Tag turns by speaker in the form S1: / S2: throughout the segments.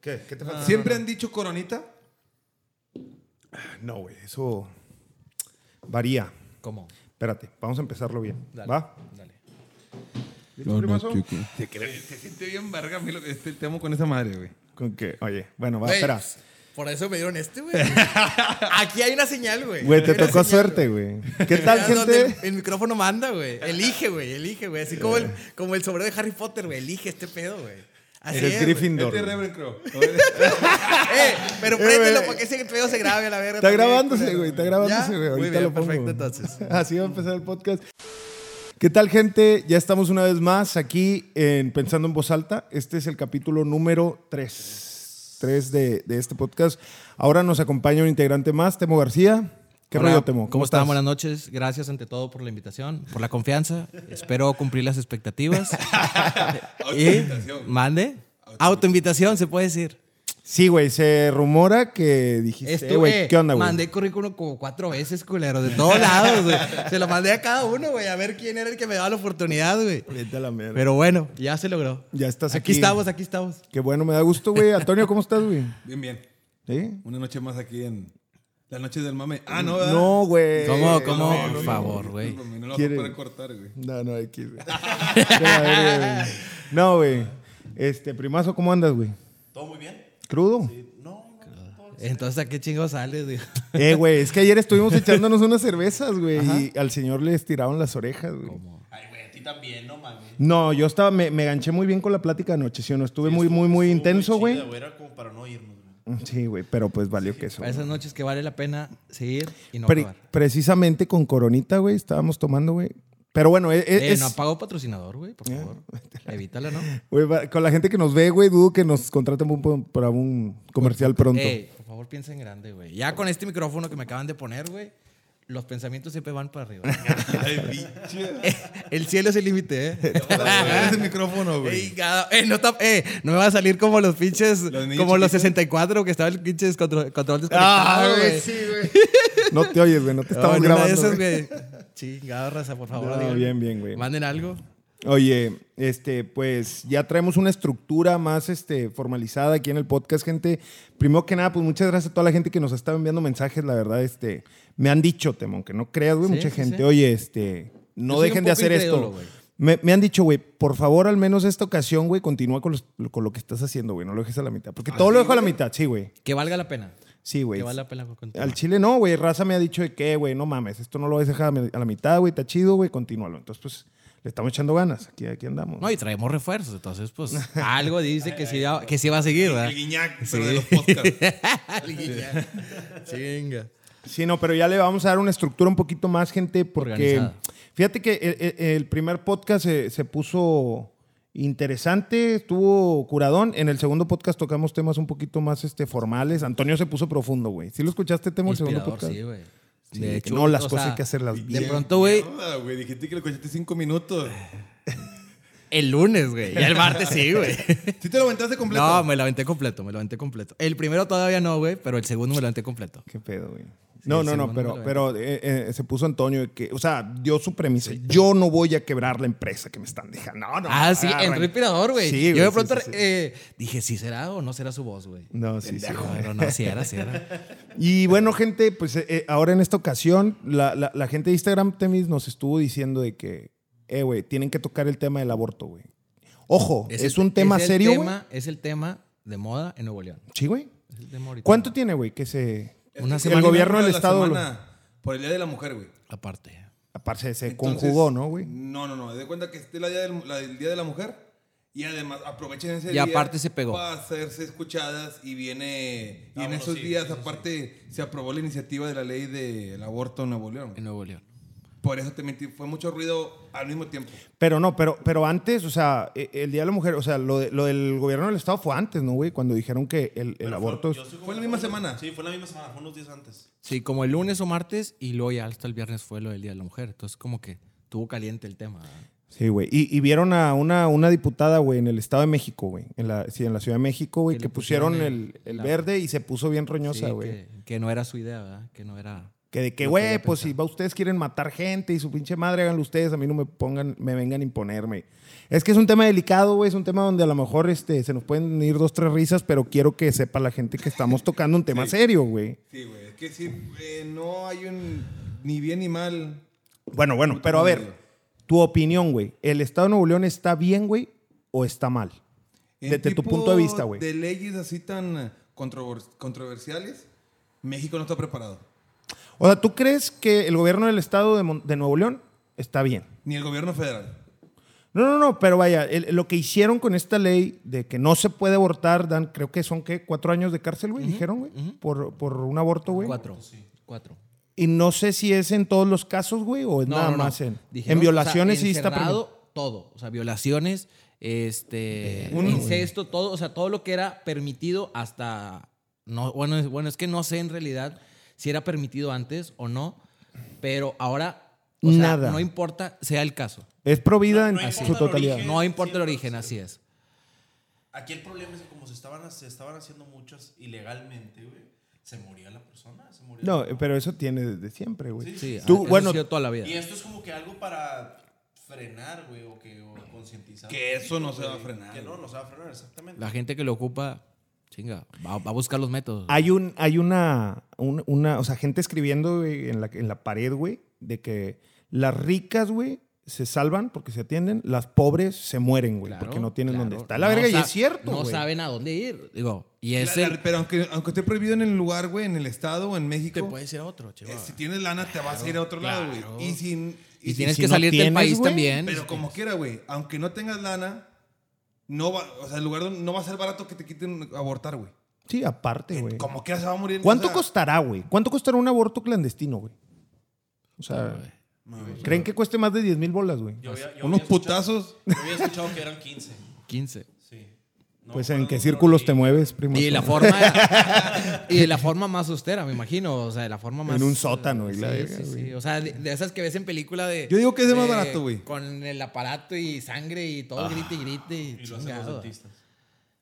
S1: ¿Qué? ¿Qué te falta?
S2: ¿Siempre han dicho coronita?
S1: No, güey, eso varía.
S3: ¿Cómo?
S1: Espérate, vamos a empezarlo bien.
S3: Dale.
S1: ¿Va?
S3: Dale.
S1: ¿Listo, primazo?
S2: Se, cree- se siente bien verga a mí lo que este el tema con esa madre, güey.
S1: ¿Con qué? Oye, bueno, va,
S3: Güey,
S1: espera.
S3: Por eso me dieron este, güey. Aquí hay una señal, güey.
S1: Güey, te
S3: Hay una
S1: tocó
S3: señal,
S1: suerte, güey. ¿Qué
S3: güey.
S1: tal,
S3: Mira
S1: gente? Eh.
S3: dónde El micrófono manda, güey. Elige, güey, elige, güey. Así como el, como el sombrero de Harry Potter, güey. Elige este pedo, güey. Así
S1: Es
S3: es, güey.
S1: Gryffindor.
S2: Este es
S1: güey.
S2: Ravenclaw.
S3: Eh, pero
S1: güey.
S3: préndelo para que ese pedo se grabe a la verga.
S1: Está
S3: también,
S1: grabándose,
S3: culero.
S1: güey. Está
S3: ¿Ya?
S1: grabándose, güey.
S3: Muy
S1: Ahorita
S3: bien,
S1: lo pongo.
S3: Perfecto, entonces.
S1: Así va a empezar el podcast. ¿Qué tal, gente? Ya estamos una vez más aquí en Pensando en Voz Alta. Este es el capítulo número 3. 3 de, de este podcast. Ahora nos acompaña un integrante más, Temo García. ¿Qué
S4: Hola,
S1: rollo, Temo?
S4: ¿Cómo, están? Buenas noches. Gracias ante todo por la invitación, por la confianza. Espero cumplir las expectativas. y
S2: Autoinvitación.
S4: mande. Autoinvitación, se puede decir.
S1: Sí, güey. Se rumora que dijiste, "Eh, güey,
S4: eh,
S1: ¿qué onda, güey?
S4: Mandé currículum como cuatro veces, culero, de todos lados, güey.
S3: Se lo mandé a cada uno, güey, a ver quién era el que me daba la oportunidad, güey.
S1: Vete a la mierda.
S4: Pero bueno, ya se logró.
S1: Ya estás aquí.
S4: Aquí estamos, aquí estamos.
S1: Qué bueno, me da gusto, güey. Antonio, ¿cómo estás, güey?
S2: Bien, bien.
S1: ¿Sí?
S2: Una noche más aquí en Las Noches del Mame. Ah, no, ¿verdad?
S1: No, güey.
S4: ¿Cómo, cómo?
S2: no, no,
S4: Por
S2: no.
S4: favor, güey.
S2: Discúlpame, No lo vas a
S1: ¿Quiere?
S2: poder cortar, güey.
S1: No, no, X, güey. Qué madre, güey. No, güey. Este, primazo, ¿cómo andas, güey?
S5: ¿Todo muy bien?
S1: ¿Crudo?
S5: No, no.
S4: Entonces, ¿a qué chingo sales, güey?
S1: Eh, güey, es que ayer estuvimos echándonos unas cervezas, güey, y al señor le estiraron las orejas, güey.
S5: Ay, güey, a ti también, no mames.
S1: No, yo estaba, me, me ganché muy bien con la plática anoche, ¿sí o no? Estuve muy, muy, muy
S5: Estuvo
S1: intenso,
S5: chida,
S1: güey.
S5: Era como para no irnos, güey.
S1: Sí, güey, pero pues valió que eso.
S4: Para esas noches que vale la pena seguir y no
S1: Pre-
S4: acabar.
S1: precisamente con Coronita, güey, estábamos tomando, güey. Pero bueno, es...
S4: Eh,
S1: e- es- Eh,
S4: no apagó patrocinador, güey, por favor. Evítala, ¿no?
S1: güey, va- con la gente que nos ve, güey, dudo que nos contraten un po- para un comercial pronto.
S4: Ey, por favor, piensa en grande, güey. Ya con este micrófono que me acaban de poner, güey, los pensamientos siempre van para arriba. Eh,
S2: Ay, biche.
S4: El cielo es el límite, ¿eh?
S2: Ese micrófono,
S4: Ey,
S2: güey.
S4: cada- eh, no tap- eh, no me va a salir como los pinches,
S2: Los niños
S4: como los
S2: chiquitos.
S4: 64 que estaba el pinche descontro- control
S1: Ah,
S4: desconectado,
S1: güey,
S4: güey.
S1: sí, güey. No te oyes, güey, no te estamos
S4: No, en una de
S1: grabando.
S4: esas,
S1: güey.
S4: güey. Chingado, raza, por favor.
S1: No,
S4: digan.
S1: bien, bien, güey.
S4: Manden algo.
S1: Oye, este, pues ya traemos una estructura más este, formalizada aquí en el podcast, gente. Primero que nada, pues muchas gracias a toda la gente que nos ha estado enviando mensajes. La verdad, este, me han dicho, Temón, que no creas, güey,
S4: Sí,
S1: mucha
S4: sí,
S1: gente.
S4: sí.
S1: Oye, este, no
S4: Yo soy
S1: dejen
S4: un
S1: de
S4: poco
S1: hacer
S4: incrédulo,
S1: esto.
S4: güey.
S1: Me, me han dicho, güey, por favor, al menos esta ocasión, güey, continúa con, los- con lo que estás haciendo, güey. No lo dejes a la mitad. Porque todo lo dejo a la mitad, sí, güey.
S4: Que valga la pena.
S1: Sí, güey.
S4: ¿Ah, Que valga la pena. continuar.
S1: Pues, Al Chile no, güey. Raza me ha dicho de que, güey, no mames, esto no lo vas a dejar a mi- a la mitad, güey, está chido, güey, continúalo. Entonces, pues, le estamos echando ganas. Aquí, aquí andamos.
S4: No, y traemos refuerzos, entonces, pues, algo dice que sí, va- que sí va a seguir, ¿verdad?
S2: El guiñac, pero
S4: Sí.
S2: de los podcasts.
S4: Chinga.
S1: Sí, no, pero ya le vamos a dar una estructura un poquito más, gente, porque
S4: Organizada.
S1: fíjate que el, el- el primer podcast se, se puso interesante, estuvo curadón. En el segundo podcast tocamos temas un poquito más este, formales. Antonio se puso profundo, güey. ¿Sí lo escuchaste, Temo, el segundo
S4: Inspirador,
S1: podcast?
S4: sí, güey.
S1: Sí,
S4: De hecho,
S1: no, las
S4: o
S1: cosas
S4: sea,
S1: hay que hacerlas bien.
S4: De pronto, güey,
S2: Mierda, güey. Dijiste que lo escuchaste cinco minutos.
S4: el lunes, güey. Y el martes sí, güey.
S2: ¿Sí te lo aventaste completo?
S4: No, me lo aventé completo, me lo aventé completo. El primero todavía no, güey, pero el segundo me lo aventé completo.
S1: Qué pedo, güey. No,
S4: el
S1: no, no,
S4: segundo
S1: pero,
S4: me lo
S1: pero eh, eh, se puso Antonio de que, o sea, dio su premisa. Yo no voy a quebrar la empresa que me están dejando. No, no.
S4: ah, sí,
S1: agarran.
S4: entró inspirador, güey.
S1: Sí,
S4: Yo de
S1: sí,
S4: pronto
S1: sí, sí.
S4: eh, dije, ¿sí será o no será su voz, güey?
S1: No, sí, sí.
S4: No, no, no, sí era, sí era.
S1: Y bueno, gente, pues eh, eh, ahora en esta ocasión, la, la- la gente de Instagram Temis nos estuvo diciendo de que, eh, güey, tienen que tocar el tema del aborto, güey. Ojo, es,
S4: el-
S1: un tema
S4: es el
S1: serio, güey.
S4: tema- Es el tema de moda en Nuevo León.
S1: Sí, güey.
S4: Es el tema ahorita.
S1: ¿Cuánto tiene, güey, que se...
S2: Este,
S4: Una
S1: el
S4: semana y
S1: gobierno
S2: de
S1: del
S2: la
S1: Estado... lo-
S2: semana Por el Día de la Mujer, güey.
S4: Aparte.
S1: Aparte, se
S2: Entonces,
S1: eh, conjugó, ¿no, güey?
S2: No, no, no. De cuenta que este es la día del, la del Día de la Mujer. Y además aprovechen ese
S4: Y
S2: día.
S4: aparte se pegó.
S2: Para hacerse escuchadas y viene. Y en
S5: bueno,
S2: esos
S5: sí,
S2: días, aparte, se aprobó la iniciativa de la ley del aborto en Nuevo León.
S4: En Nuevo León.
S2: Por eso te mentí. Fue mucho ruido al mismo tiempo.
S1: Pero no, pero, pero antes, o sea, e- el Día de la Mujer, o sea, lo, de- lo del gobierno del Estado fue antes, ¿no, güey? Cuando dijeron que el, el
S5: Pero
S1: aborto... es-
S5: yo soy como-
S2: Fue la misma semana.
S5: Sí, fue la misma semana, fue unos días antes.
S4: Sí, como el lunes o martes y luego ya hasta el viernes fue lo del Día de la Mujer. Entonces como que tuvo caliente el tema. ¿verdad?
S1: Sí, güey. Y, y vieron a una, una diputada, güey, en el Estado de México, güey. En la, sí, en la Ciudad de México, güey,
S4: Que
S1: que,
S4: le
S1: pusieron
S4: pusieron
S1: el,
S4: el-
S1: el
S4: la-
S1: verde y se puso bien
S4: Sí,
S1: roñosa, güey.
S4: que, que no era su idea, ¿verdad? Que no era...
S1: Que de que, güey, pues si va- ustedes quieren matar gente y su pinche madre, háganlo ustedes, a mí no me pongan, me vengan a imponerme. Es que es un tema delicado, güey, es un tema donde a lo mejor este, se nos pueden ir dos, tres risas, pero quiero que sepa la gente que estamos tocando un tema serio, güey.
S2: Sí, güey. Es que sí, eh, no hay un ni bien ni mal.
S1: Bueno, bueno, pero a ver, tu opinión, güey. ¿El Estado de Nuevo León está bien, güey, o está mal?
S2: En
S1: Desde tu
S2: tipo
S1: punto de vista, güey.
S2: De leyes así tan eh, controvers- controversiales, México no está preparado.
S1: O sea, ¿tú crees que el gobierno del Estado de, Mon- de Nuevo León está bien?
S2: Ni el gobierno federal.
S1: No, no, no, pero vaya, el- lo que hicieron con esta ley de que no se puede abortar, dan, creo que son, ¿qué? ¿Cuatro años de cárcel, güey? Dijeron, güey, por, por un aborto, güey.
S4: Cuatro. Cuatro.
S1: Y no sé si es en todos los casos, güey, o es
S4: No,
S1: nada
S4: no, no.
S1: más en,
S4: Dijeron,
S1: en violaciones
S4: o sea,
S1: sí está
S4: encerrado,
S1: permitido.
S4: todo. O sea, violaciones, este, incesto, todo. O sea, todo lo que era permitido hasta. No, bueno, es, bueno, es que no sé en realidad si era permitido antes o no, pero ahora. o sea,
S1: Nada.
S4: no importa, sea el caso.
S1: Es provida en
S5: No, no
S1: su
S5: importa el
S1: totalidad.
S5: origen.
S4: No importa el
S5: sí,
S4: origen,
S5: sí.
S4: así es.
S5: Aquí el problema es que como se estaban, se estaban haciendo muchas ilegalmente, güey, se moría la persona, se moría
S1: No, eh,
S5: la-
S1: pero eso tiene desde siempre, güey.
S4: Sí,
S5: Sí,
S1: Tú,
S4: eso ha
S1: bueno,
S4: sido toda la vida.
S5: Y esto es como que algo para frenar, güey, o que o concientizar.
S2: Que eso no se va a
S5: Güey,
S2: frenar,
S5: Que no,
S2: güey.
S5: no se va a frenar, exactamente.
S4: La gente que lo ocupa, chinga, va, va a buscar los métodos.
S1: Hay, un, hay una, un- una, o sea, gente escribiendo güey, en, la, en la pared, güey, de que las ricas, güey, se salvan porque se atienden, las pobres se mueren, güey,
S4: Claro,
S1: porque no tienen
S4: claro.
S1: dónde estar. La verga,
S4: No
S1: y
S4: sa-
S1: es cierto,
S4: No
S1: güey.
S4: saben a dónde ir. Digo, y es
S2: La-
S4: el-
S2: la- pero aunque, aunque esté prohibido en el lugar, güey, en el estado o en México,
S3: Te puedes ir a otro,
S2: eh,
S3: chaval.
S2: si tienes lana te vas a ir a otro lado,
S4: claro.
S2: güey. Y sin...
S4: Y,
S2: y
S4: tienes
S1: si
S4: que
S1: no
S4: salir del
S1: tienes,
S4: país
S1: güey,
S4: también.
S2: Pero como quiera, güey, aunque no tengas lana, no va, o sea, el lugar donde no va a ser barato que te quiten abortar, güey.
S1: Sí, aparte, güey.
S2: Como quiera se va a morir.
S1: ¿Cuánto
S2: o sea,
S1: costará, güey? ¿Cuánto costará un aborto clandestino, güey? O sea, ¿creen que cueste más de 10 mil bolas, güey?
S5: Yo había- yo
S2: Unos
S5: había escuchado-
S2: putazos.
S5: Yo había escuchado que eran 15,
S4: 15.
S5: sí. No,
S1: Pues,
S5: no,
S1: ¿en qué
S5: no,
S1: círculos
S5: no,
S1: te
S5: y-
S1: mueves, primo?
S4: Y de la forma y de la forma más austera, me imagino, o sea, de la forma más
S1: En un sótano, y
S4: Sí,
S1: la verga,
S4: sí, sí.
S1: güey.
S4: o sea, de, de esas que ves en película de
S2: Yo digo que es de más
S4: de-
S2: barato, güey. Ah.
S4: Con el aparato y sangre y todo grite y grite y,
S5: Y lo hacen los
S4: chingado.
S5: dentistas.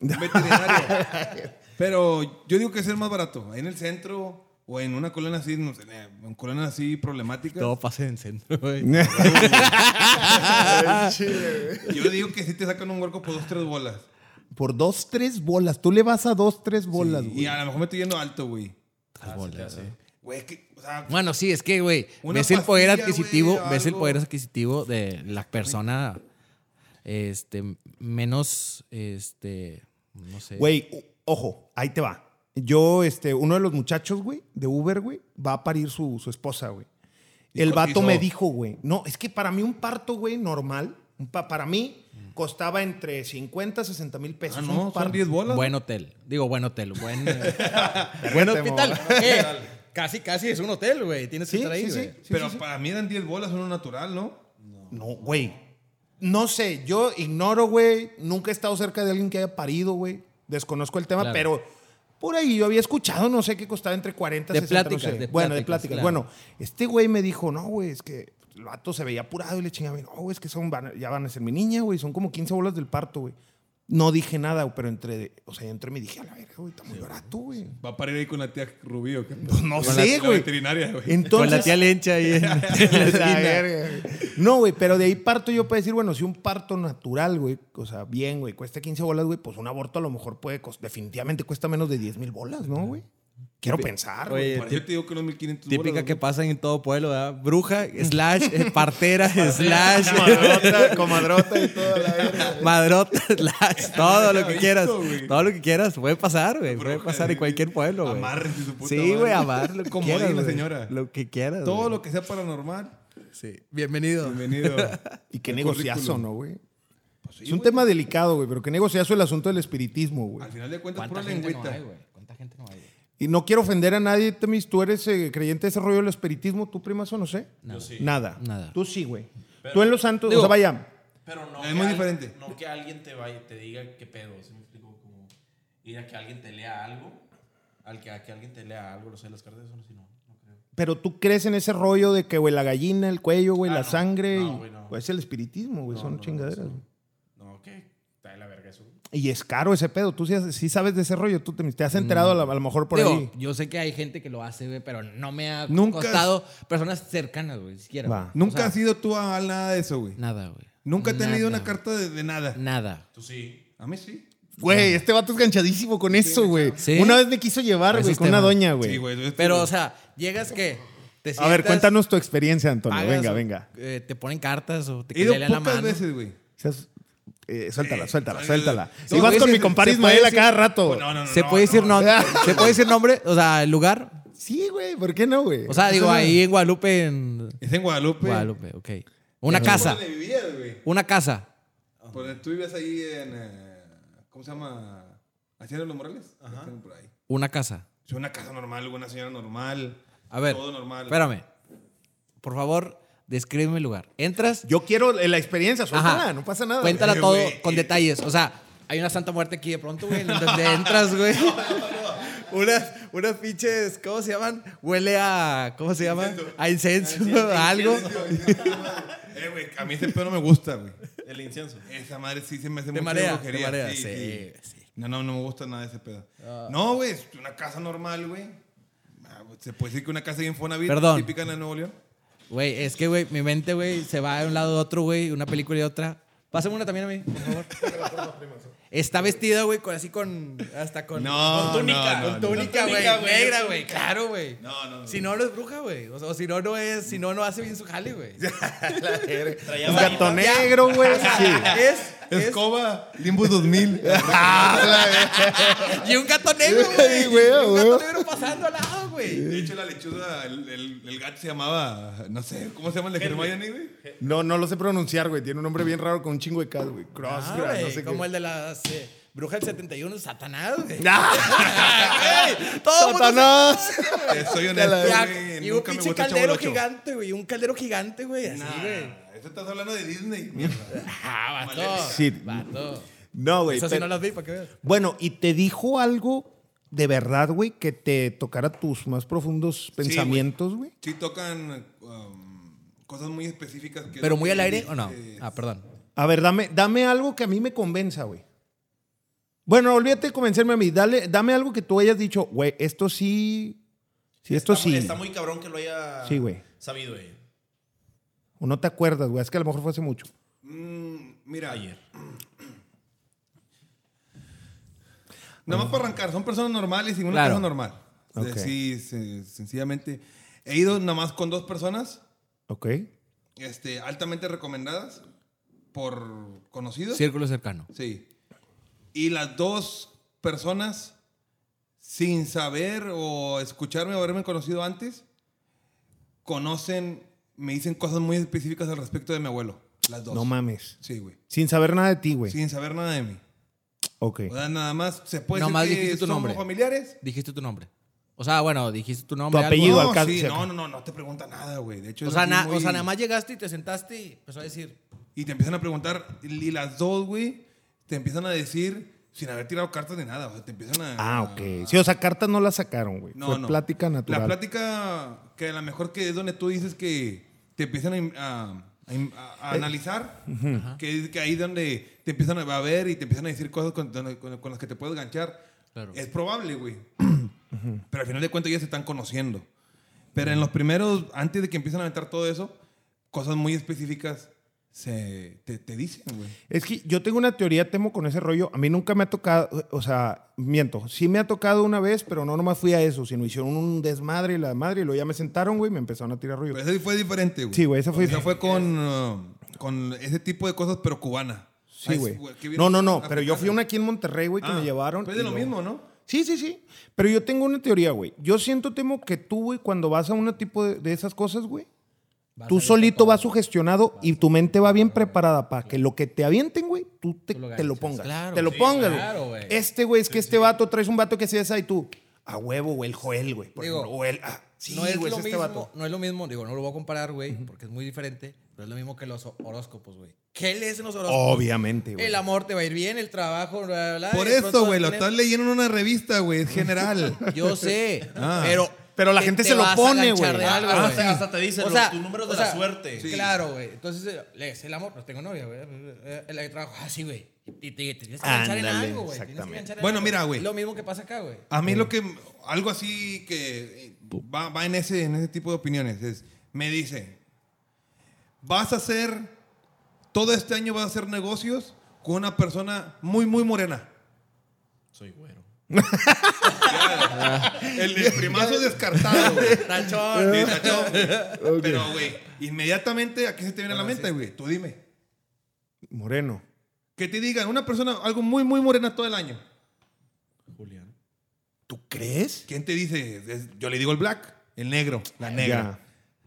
S2: veterinario. Pero yo digo que es el más barato. Ahí en el centro o en una colonia así, no sé, eh, en colonia así problemática.
S4: Todo pasa en centro, güey.
S2: Yo digo que si te sacan un huerco por dos, tres bolas.
S1: Por dos, tres bolas. Tú le vas a dos, tres bolas, güey.
S2: y a lo mejor me estoy yendo alto, güey.
S4: Las
S2: Ah,
S4: bolas, güey.
S2: Güey, que, o sea,
S4: Bueno, sí, es que, güey,
S2: Una
S4: ves el poder
S2: pastilla,
S4: adquisitivo,
S2: güey,
S4: ves el
S2: algo.
S4: poder adquisitivo de la persona este menos este no sé.
S1: Güey, o- ojo, ahí te va. Yo, este, uno de los muchachos, güey, de Uber, güey, va a parir su, su esposa, güey.
S2: Y
S1: El vato
S2: cotizó.
S1: me dijo, güey, no, es que para mí un parto, güey, normal, un pa- para mí costaba entre 50 a 60 mil pesos.
S2: Mm. ah,
S1: un
S2: no, son
S1: parto.
S2: 10 bolas.
S4: Buen hotel. Digo, buen hotel. Buen, buen hospital. Eh, casi, casi es un hotel, güey. Tienes que
S1: Sí,
S4: estar ahí,
S1: sí,
S4: güey.
S1: sí.
S2: pero para mí eran 10 bolas, uno natural, ¿no?
S1: No, güey. No sé, yo ignoro, güey. Nunca he estado cerca de alguien que haya parido, güey. Desconozco el tema,
S4: Claro.
S1: pero por ahí yo había escuchado, no sé qué costaba entre 40 y
S4: De
S1: 60. no
S4: pláticas,
S1: sé.
S4: de
S1: bueno, de pláticas.
S4: pláticas, claro.
S1: Bueno, este güey me dijo, no, güey, es que el vato se veía apurado y le chingaba, no, güey, es que son, van a- ya van a ser mi niña, güey, son como 15 bolas del parto, güey. No dije nada, pero entre, o sea, yo entré y me dije, a la verga, güey, está muy barato, güey.
S2: Va a parir ahí con la tía Rubio. que-
S4: Pues
S1: No
S2: con la-
S1: sé,
S2: la
S1: güey.
S2: veterinaria, güey.
S1: Entonces,
S4: Lencha ahí en,
S1: La verga, güey. No, güey, pero de ahí parto yo para decir, bueno, si un parto natural, güey, o sea, bien, güey, cuesta 15 bolas, güey, pues un aborto a lo mejor puede, cos- definitivamente cuesta menos de 10 mil bolas, ¿no, güey? Quiero pensar, güey.
S2: Por eso yo te digo que unos 1500 bolas.
S4: Típica
S2: güey.
S4: que pasa en todo pueblo, ¿verdad? Bruja, slash, eh, partera, slash,
S1: Comadrota, comadrota y toda la verga.
S4: madrota, slash, todo lo que
S2: Visto,
S4: quieras.
S2: güey.
S4: Todo lo que quieras puede pasar, güey. Puede pasar en cualquier pueblo, güey.
S2: Amarres y su puta
S4: Sí, güey,
S2: madre.
S4: amar lo que
S2: Como
S4: quieras,
S2: dice la
S4: güey.
S2: señora.
S4: Lo que quieras.
S2: Todo
S4: güey.
S2: lo que sea paranormal,
S4: Sí. Bienvenido.
S2: bienvenido.
S1: Y qué
S2: El
S1: negociazo,
S2: currículum.
S1: ¿no, güey? es un tema delicado, güey, pero qué negociazo el asunto del espiritismo, güey.
S2: Al final de cuentas,
S4: ¿Cuánta
S2: pura
S4: gente no
S2: lengüita.
S4: hay, güey? ¿Cuánta gente no hay, güey?
S1: Y no quiero ofender a nadie, Temis, tú eres eh, creyente de ese rollo del espiritismo, tú, primazo, no sé.
S4: Nada.
S1: Nada.
S4: Nada.
S1: Tú sí, güey. Tú en Los Santos,
S4: Digo-
S1: o sea, vaya,
S5: Pero no.
S2: Es
S5: que
S2: muy
S5: al-
S2: diferente.
S5: No que alguien te vaya, te diga qué pedo. ¿sí me explico? Como ir a que alguien te lea algo. Al que, a que alguien te lea algo. No sé, las cartas son así, no. No creo.
S1: Pero tú crees en ese rollo de que, güey, la gallina, el cuello, güey,
S5: Ah,
S1: la
S5: no.
S1: sangre.
S5: No,
S1: y-
S5: güey, no.
S1: güey, Es el espiritismo, güey,
S5: No,
S1: son
S5: no, no,
S1: chingaderas.
S5: eso
S1: güey.
S5: No, ¿qué? Está de la verga eso. güey.
S1: Y es caro ese pedo. Tú sí, has- sí sabes de ese rollo. Tú te, te has enterado a, la- a lo mejor por
S4: Digo,
S1: ahí.
S4: Yo sé que hay gente que lo hace, güey, pero no me ha
S2: Nunca has-
S4: costado personas cercanas, güey, siquiera.
S1: Va.
S4: güey. O
S2: Nunca
S4: sea,
S2: has ido tú a nada de eso, güey.
S4: Nada, güey.
S2: Nunca te han leído una
S4: Nada.
S2: carta de, de nada.
S4: Nada.
S5: Tú sí.
S2: A mí sí.
S1: Güey, este vato es ganchadísimo con eso, güey.
S4: ¿Sí?
S1: Una vez me quiso llevar,
S4: Eso
S1: güey,
S4: es
S1: con una
S4: tema.
S1: doña, güey.
S2: Sí, güey. yo-
S4: Pero, o sea, llegas que. Te
S1: a ver,
S4: sientas,
S1: cuéntanos tu experiencia, Antonio.
S4: pagas,
S1: venga,
S4: o,
S1: venga.
S4: eh, te ponen cartas o te
S2: He ido
S4: quitan la
S2: pocas
S4: mano.
S2: veces, güey.
S1: Seas- eh, suéltala,
S2: Eh,
S1: suéltala,
S2: no,
S1: suéltala.
S2: no,
S1: Y
S4: no,
S1: vas con
S4: se-
S1: mi compadre
S4: se puede
S1: Ismael a
S4: decir-
S1: cada rato.
S2: No, no, no.
S4: ¿Se puede decir nombre? ¿Se puede decir nombre? O sea, el lugar.
S1: Sí, güey, ¿por qué no, güey?
S4: O sea, digo, ahí en Guadalupe, en
S2: Es en Guadalupe.
S4: Guadalupe, ok. Una
S2: Es
S4: casa.
S2: donde vivías, güey.
S4: Una casa.
S2: Por donde tú vivías ahí en. eh, ¿Cómo se llama? ¿Hacienda de los Morales? Ajá. Por ahí.
S4: Una casa.
S2: Es una casa normal, güey, una señora normal.
S4: A ver.
S2: Todo normal.
S4: Espérame. Por favor, descríbeme el lugar. Entras.
S1: Yo quiero eh, la experiencia, suéltala, no pasa nada.
S4: Cuéntala
S2: Eh,
S4: todo
S2: güey.
S4: con detalles. O sea, hay una santa muerte aquí de pronto, güey. en Donde entras, güey. Unas, unas pinches, ¿cómo se llaman? Huele a, ¿cómo se llama? A incenso, a algo.
S2: Eh, güey, a mí ese pedo no me gusta, güey.
S5: El incienso.
S2: Esa madre sí se me hace
S4: Te
S2: mucha
S4: marea, te
S2: brujería.
S4: marea,
S2: sí,
S4: sí,
S2: sí.
S4: sí. Ah.
S2: No, no, no me gusta nada ese pedo. No, güey, es una casa normal, güey. Ah, güey, Se puede decir que una casa de Infonavit
S4: Perdón.
S2: típica de Nuevo León.
S4: Güey, es que, güey, mi mente, güey, se va de un lado a otro, güey, una película y otra. Pásame una también a mí, por favor. Está vestida, güey, con, así con. Hasta con.
S2: No,
S4: con túnica,
S2: no, no,
S4: con
S2: no.
S4: túnica, güey.
S5: Túnica, güey.
S4: Negra, güey. Claro, güey.
S2: No, no, no.
S4: Si no, no es bruja, güey. O, sea, o si no, no es. Si no, no hace bien su jale, güey.
S5: Traía
S1: Un
S5: varita.
S1: gato negro, güey. Sí.
S4: Es. es-
S2: Escoba, Limbus 2000.
S4: Y un gato negro, güey.
S1: Sí, güey,
S4: Y un gato
S1: güey.
S4: negro pasando al lado, güey.
S2: De hecho, la lechuza, el, el- el gato se llamaba, no sé, ¿cómo se llama el de Hermione, güey?
S1: No, no lo sé pronunciar, güey. Tiene un nombre bien raro con un chingo de K, güey. Cross,
S4: Ah,
S1: cross,
S4: güey,
S1: no sé
S4: como
S1: qué.
S4: el de las. eh, Bruja del 71, Satanás, güey.
S1: ¡Ah!
S4: Güey, todo el mundo
S1: ¡Satanás!
S2: Te Eh, soy honesto,
S4: Ya,
S2: güey.
S4: y un
S2: Nunca me
S4: pinche
S2: gustó
S4: caldero
S2: Chabolocho.
S4: gigante, güey. Un caldero gigante, güey. Así,
S2: Nah,
S4: güey.
S2: eso estás hablando de Disney. mierda.
S4: Ah, vato.
S2: Maleficio.
S1: Sí.
S4: Vato.
S1: No, güey.
S4: Eso sí
S1: pero-
S4: no las vi, para que veas.
S1: Bueno, ¿y te dijo algo de verdad, güey, que te tocara tus más profundos
S2: güey.
S1: pensamientos, güey?
S2: Sí tocan um, cosas muy específicas. que-
S4: ¿Pero muy al aire o no?
S2: Eh,
S4: Ah, perdón.
S1: A ver, dame, dame algo que a mí me convenza, güey. Bueno, olvídate de convencerme a mí. Dale, dame algo que tú hayas dicho, güey, esto sí. Sí, esto
S5: Está-
S1: sí.
S5: Está muy cabrón que lo haya
S1: Sí, güey.
S5: sabido eh. ella.
S1: O no te acuerdas, güey. Es que a lo mejor fue hace mucho.
S2: mm, mira,
S5: Ayer.
S2: Nada más para arrancar, son personas normales y una
S4: Claro.
S2: persona normal.
S1: Ok.
S2: Eh, Sí, se- sencillamente. He ido nada más con dos personas
S1: ¿Ok?
S2: este, altamente recomendadas por conocidos.
S4: Círculo cercano.
S2: Sí. Y las dos personas, sin saber o escucharme o haberme conocido antes, conocen, me dicen cosas muy específicas al respecto de mi abuelo. Las dos.
S1: No mames.
S2: Sí, güey.
S1: Sin saber nada de ti, güey.
S2: Sin saber nada de mí.
S1: Ok.
S2: O sea, nada más se puede
S4: Nomás
S2: decir que
S4: dijiste tu
S2: somos
S4: nombre.
S2: familiares.
S4: Dijiste tu nombre. O sea, bueno, dijiste tu nombre.
S1: Tu
S4: algo.
S1: apellido,
S2: No,
S1: al caso,
S2: sí,
S1: sí,
S2: no,
S1: acá.
S2: no, no, no te pregunta nada, güey. De hecho,
S4: O
S2: es
S4: sea,
S2: así
S4: na-
S2: muy-
S4: o sea, nada más llegaste y te sentaste y empezó a decir.
S2: Y te empiezan a preguntar, y y las dos, güey, te empiezan a decir, sin haber tirado cartas ni nada, o sea, te empiezan a...
S1: Ah, ok. Sí, o sea, cartas no las sacaron, güey.
S2: No,
S1: Fue
S2: no.
S1: plática natural.
S2: La plática que a lo mejor que es donde tú dices que te empiezan a, im- a- a im- a-
S1: Eh,
S2: a analizar, que, es- que ahí donde te empiezan a ver y te empiezan a decir cosas con, donde- con- con las que te puedes ganchar.
S4: Claro.
S2: Es probable, güey. Pero al final de cuentas ya se están conociendo. Pero en los primeros, antes de que empiezan a aventar todo eso, cosas muy específicas se, te, te dicen, güey.
S1: Es que yo tengo una teoría, temo, con ese rollo. A mí nunca me ha tocado, o sea, miento, sí me ha tocado una vez, pero no nomás fui a eso, sino hicieron un desmadre y la madre, y luego ya me sentaron, güey, y me empezaron a tirar rollo.
S2: Pero ese sí fue diferente, güey.
S1: Sí, güey, esa fue-
S2: Esa fue con, uh, con ese tipo de cosas, pero cubana.
S1: Sí,
S2: Ay,
S1: güey.
S2: que viene
S1: No, no, no,
S2: africana.
S1: pero yo fui a una aquí en Monterrey, güey, que
S2: Ah,
S1: me llevaron.
S2: Pues de
S1: y
S2: lo
S1: luego-
S2: mismo, ¿no?
S1: Sí, sí, sí. Pero yo tengo una teoría, güey. Yo siento, temo, que tú, güey, cuando vas a un tipo de, de esas cosas, güey,
S4: Vas a
S1: tú
S4: ir
S1: solito
S4: con
S1: vas
S4: todo.
S1: sugestionado y tu mente va bien preparada para que lo que te avienten, güey, tú te,
S4: Tú lo
S1: te lo
S4: ganchas.
S1: pongas.
S4: Claro,
S1: te lo
S4: sí,
S1: pongas, güey.
S4: claro, güey.
S1: Este, güey, es que este vato traes un vato que se esa y tú, a huevo, güey, el Joel, güey. por
S4: Digo,
S1: ejemplo, o el, ah, sí,
S4: no es
S1: güey,
S4: lo
S1: es este
S4: mismo,
S1: vato.
S4: no es lo mismo, digo, no lo voy a comparar, güey, porque es muy diferente, pero es lo mismo que los ho- horóscopos, güey. ¿Qué lees en los horóscopos?
S1: Obviamente, güey.
S4: El amor te va a ir bien, el trabajo, bla, bla, bla,
S2: Por
S4: y de
S2: eso,
S4: pronto
S2: güey, lo
S4: tienes-
S2: estás leyendo en una revista, güey, es general.
S4: Yo sé, pero...
S1: Pero la
S4: que
S1: gente
S4: te
S1: se lo
S4: vas a
S1: pone,
S4: ganchar
S1: güey.
S4: de algo,
S5: Ah,
S4: güey.
S5: hasta- hasta te dicen los- tus números de la suerte.
S4: pues, Claro, güey. Entonces, eh, lees el amor, no tengo novia, güey. Eh, El trabajo, así, güey. Y te, te tienes que enganchar en
S1: Ándale,
S4: algo, güey. Tienes que
S1: exactamente.
S4: enganchar en
S2: Bueno,
S4: algo.
S2: mira, güey.
S4: Lo mismo que pasa acá, güey.
S2: A mí lo que. Algo así que eh, va, va en, ese, en ese tipo de opiniones es. Me dice. Vas a hacer. Todo este año vas a hacer negocios con una persona muy, muy morena.
S5: Soy güero.
S2: El, el primazo descartado. güey.
S3: Tachón.
S2: Sí, tachón, güey.
S1: Ok.
S2: Pero, güey, inmediatamente, ¿a qué se te
S3: Ah,
S2: viene a la mente, güey? Tú dime.
S1: Moreno.
S2: Que te digan una persona algo muy, muy morena todo el año.
S5: Julián.
S1: ¿Tú crees?
S2: ¿Quién te dice? Es- yo le digo el black, el negro, la negra.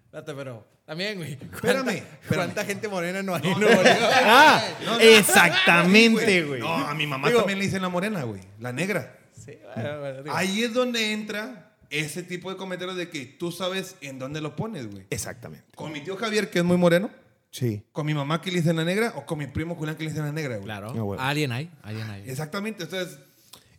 S3: Espérate, pero.
S4: También, güey.
S2: Espérame, espérame.
S3: ¿Cuánta gente morena no hay?
S2: No,
S3: No,
S2: no,
S1: Ah,
S2: No, no.
S1: exactamente, güey.
S2: No, a mi mamá
S3: Digo-
S2: también le dicen la morena, güey. La negra.
S3: Sí, bueno, bueno, digo,
S2: Ahí es donde entra ese tipo de comentarios de que tú sabes en dónde lo pones, güey.
S1: Exactamente.
S2: Con mi tío Javier, que es muy moreno.
S1: Sí.
S2: Con mi mamá que le dicen la negra. O con mi primo Julián que le dicen la negra, güey.
S4: Claro.
S1: No, güey.
S4: Alguien hay, alguien hay.
S2: Exactamente. Entonces,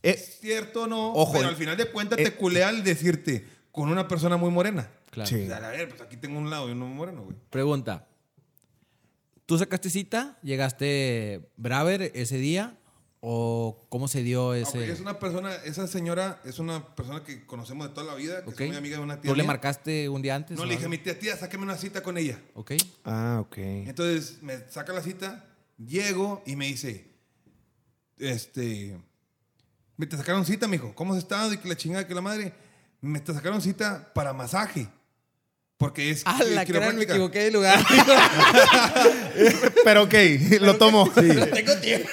S1: Eh,
S2: es cierto o no.
S1: Ojo,
S2: pero
S1: eh,
S2: al final de cuentas
S1: eh,
S2: te culea al decirte con una persona muy morena.
S4: Claro.
S1: Sí.
S2: O sea, a ver, pues aquí tengo un lado y uno moreno, güey.
S4: Pregunta. ¿Tú sacaste cita? ¿Llegaste Braver ese día? ¿O cómo se dio ese...?
S2: Aunque es una persona, esa señora es una persona que conocemos de toda la vida, que
S4: Ok.
S2: es muy amiga de una tía.
S4: ¿Tú le
S2: mía.
S4: marcaste un día antes?
S2: No,
S4: o
S2: le dije a
S4: algo?
S2: mi tía, tía, sáqueme una cita con ella.
S4: Ok.
S1: ah, ok.
S2: Entonces me saca la cita, llego y me dice, este, me te sacaron cita, mijo, ¿cómo has estado? Y que la chingada, que la madre, me te sacaron cita para masaje. Porque es...
S3: Ah, la cara, me
S2: quiropráctica.
S3: equivoqué de lugar.
S1: Pero ok, lo tomo.
S3: Tengo tiempo.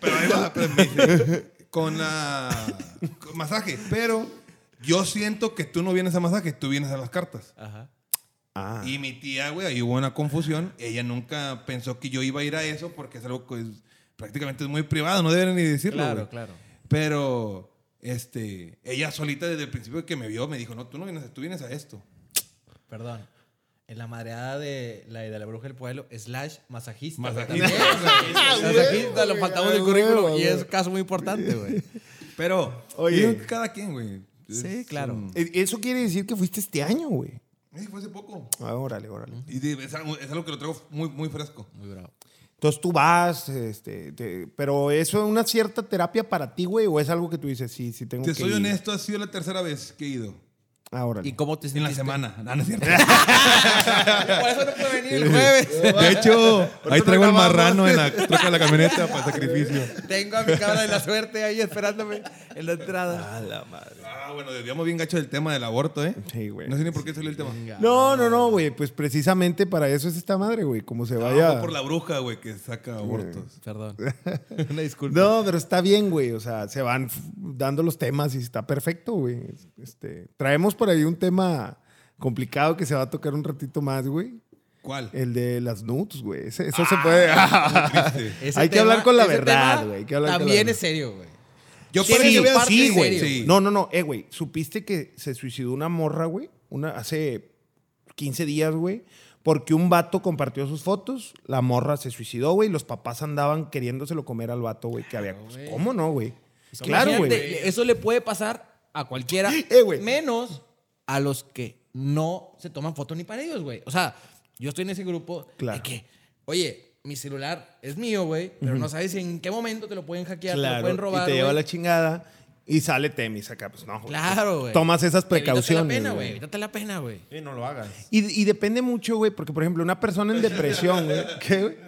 S2: Pero ahí va, pero me dice, con la... con masaje, pero yo siento que tú no vienes a masaje, tú vienes a las cartas.
S3: Ajá.
S1: Ah,
S2: Y mi tía, güey, ahí hubo una confusión. Ella nunca pensó que yo iba a ir a eso porque es algo que es- prácticamente es muy privado, no deben ni decirlo.
S4: Claro,
S2: güey.
S4: claro.
S2: Pero este, ella solita desde el principio que me vio me dijo, no, tú no vienes, tú vienes a esto.
S4: Perdón. En la madreada de la, de la bruja del pueblo, slash masajista. güey,
S2: Masajista.
S4: también, güey. masajista, lo faltamos del
S1: Ah,
S4: currículum.
S1: huevo,
S4: y
S1: güey.
S4: es un caso muy importante, güey.
S2: Pero,
S1: Oye.
S2: digo que cada quien, güey.
S4: Sí,
S2: Es-
S4: claro.
S1: E- Eso quiere decir que fuiste este año, güey.
S2: Sí, fue hace poco.
S1: Ah, órale, órale.
S2: Y de- es, algo, es algo que lo traigo muy, muy fresco.
S4: Muy bravo.
S1: Entonces tú vas, este, te- pero eso es una cierta terapia para ti, güey, o es algo que tú dices, sí, sí tengo
S2: Te
S1: que
S2: soy
S1: ir?
S2: honesto, ha sido la tercera vez que he ido.
S1: Ah, órale.
S4: ¿Y cómo te
S2: En la
S4: sentiste?
S2: semana. Ah, No, no es cierto.
S3: Por eso no puede venir el jueves.
S2: De hecho, ahí
S1: no
S2: traigo
S1: grabamos.
S2: el marrano en la troca de la camioneta para sacrificio.
S3: Tengo a mi cabra de la suerte ahí esperándome en la entrada.
S1: A la madre.
S2: Ah, bueno, desviamos bien gacho del tema del aborto, ¿eh?
S1: Sí, güey.
S2: No sé ni por qué salió el tema.
S1: No, no, no, güey, pues precisamente para eso es esta madre, güey, como se
S2: Ah,
S1: vaya.
S2: fue por la bruja, güey, que saca abortos.
S4: Perdón.
S2: Una disculpa.
S1: No, pero está bien, güey, o sea, se van f- dando los temas y está perfecto, güey. Este, traemos por ahí un tema complicado que se va a tocar un ratito más, güey.
S2: ¿Cuál?
S1: El de las nudes, güey. Ese- Eso se puede.
S2: Ah.
S4: Ese
S1: Hay que
S4: tema-
S1: hablar con la
S4: ese
S1: verdad,
S4: tema
S1: güey. hay que hablar con la
S4: También
S1: verdad.
S4: es serio, güey.
S2: Yo
S1: Sí,
S2: para que veas
S1: sí,
S2: que-
S1: güey.
S2: sí.
S1: No, no, no. Eh, güey, ¿supiste que se suicidó una morra, güey? Una, hace 15 días, güey. Porque un vato compartió sus fotos, la morra se suicidó, güey. y Los papás andaban queriéndoselo comer al vato, güey. Que había. pues,
S4: güey.
S1: ¿Cómo no, güey? Claro,
S4: Imagínate,
S1: güey.
S4: Eso le puede pasar a cualquiera,
S1: Eh, güey.
S4: menos a los que no se toman fotos ni para ellos, güey. O sea, yo estoy en ese grupo
S1: Claro.
S4: de que, oye, mi celular es mío, güey, pero no sabes en qué momento te lo pueden hackear, te lo
S1: Claro.
S4: pueden robar.
S1: y te lleva
S4: güey.
S1: la chingada y sale Temis acá. Pues no, güey.
S4: Claro, güey.
S1: Tomas esas
S4: Evítate la
S1: precauciones.
S4: pena,
S1: güey.
S4: güey. Evítate la pena, güey.
S5: Eh, no lo hagas.
S1: Y, y depende mucho, güey, porque por ejemplo, una persona en depresión, güey. ¿Qué, güey?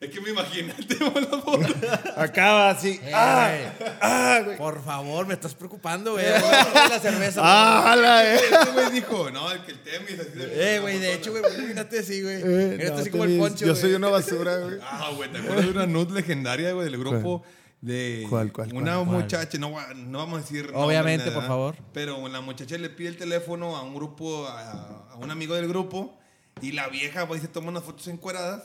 S2: Es que me imaginé el tema de la morra.
S1: Acaba así.
S4: Eh,
S1: ¡Ah!
S4: güey.
S1: ¡Ah, güey!
S4: Por favor, me estás preocupando, güey. Voy a poner la cerveza.
S1: ¡Ah, jala, eh!
S2: Este güey dijo, no, el que el temis. Así de
S3: Eh, güey, de hecho, güey, imagínate así, güey.
S1: Eh,
S3: Imagínate
S1: no,
S3: así
S1: te
S3: como el
S1: ves-
S3: poncho,
S1: Yo
S3: güey.
S1: soy una basura, güey.
S2: Ah, güey, ¿te acuerdas de una nud legendaria, güey, del grupo? De
S1: ¿Cuál, cuál,
S2: una
S1: cuál,
S4: cuál?
S2: muchacha, no, va- no vamos a decir. nombres,
S4: Obviamente,
S2: nada,
S4: por favor.
S2: Pero la muchacha le pide el teléfono a un grupo, a, a un amigo del grupo, y la vieja, güey, se toma unas fotos encueradas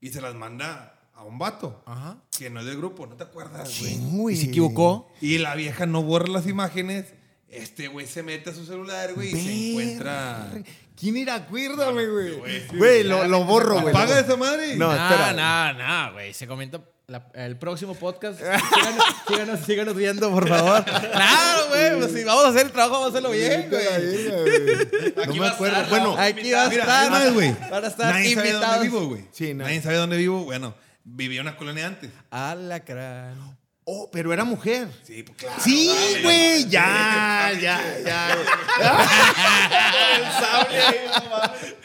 S2: y se las manda a un vato.
S4: Ajá.
S2: Que no es del grupo, ¿no te acuerdas, güey?
S1: Uy.
S4: Y se equivocó.
S2: Y la vieja no borra las imágenes. Este güey se mete a su celular, güey, y se encuentra.
S1: ¿Quién era? Acuérdame, güey. Güey, lo, lo borro, güey.
S2: ¿Paga esa madre?
S1: No, espera.
S4: No, no, no, güey. Se comenta la- el próximo podcast. Síganos, síganos, síganos viendo, por favor. Claro, güey. Pues si vamos a hacer el trabajo, vamos a hacerlo bien, güey.
S1: No
S5: Aquí
S1: me
S5: va a
S1: acuerdo.
S5: estar la-
S1: Bueno,
S4: Aquí va a
S2: Mira,
S4: estar.
S2: es más, güey.
S4: Van a estar
S2: Nadie sabe dónde
S4: invitados.
S2: vivo, güey.
S1: Sí, no.
S2: Nadie sabe dónde vivo. Bueno, Vivía en una colonia antes.
S3: Alacrán.
S1: Oh, pero era mujer.
S2: Sí, pues claro.
S1: Sí,
S2: dale.
S1: güey, ya, ya, ya.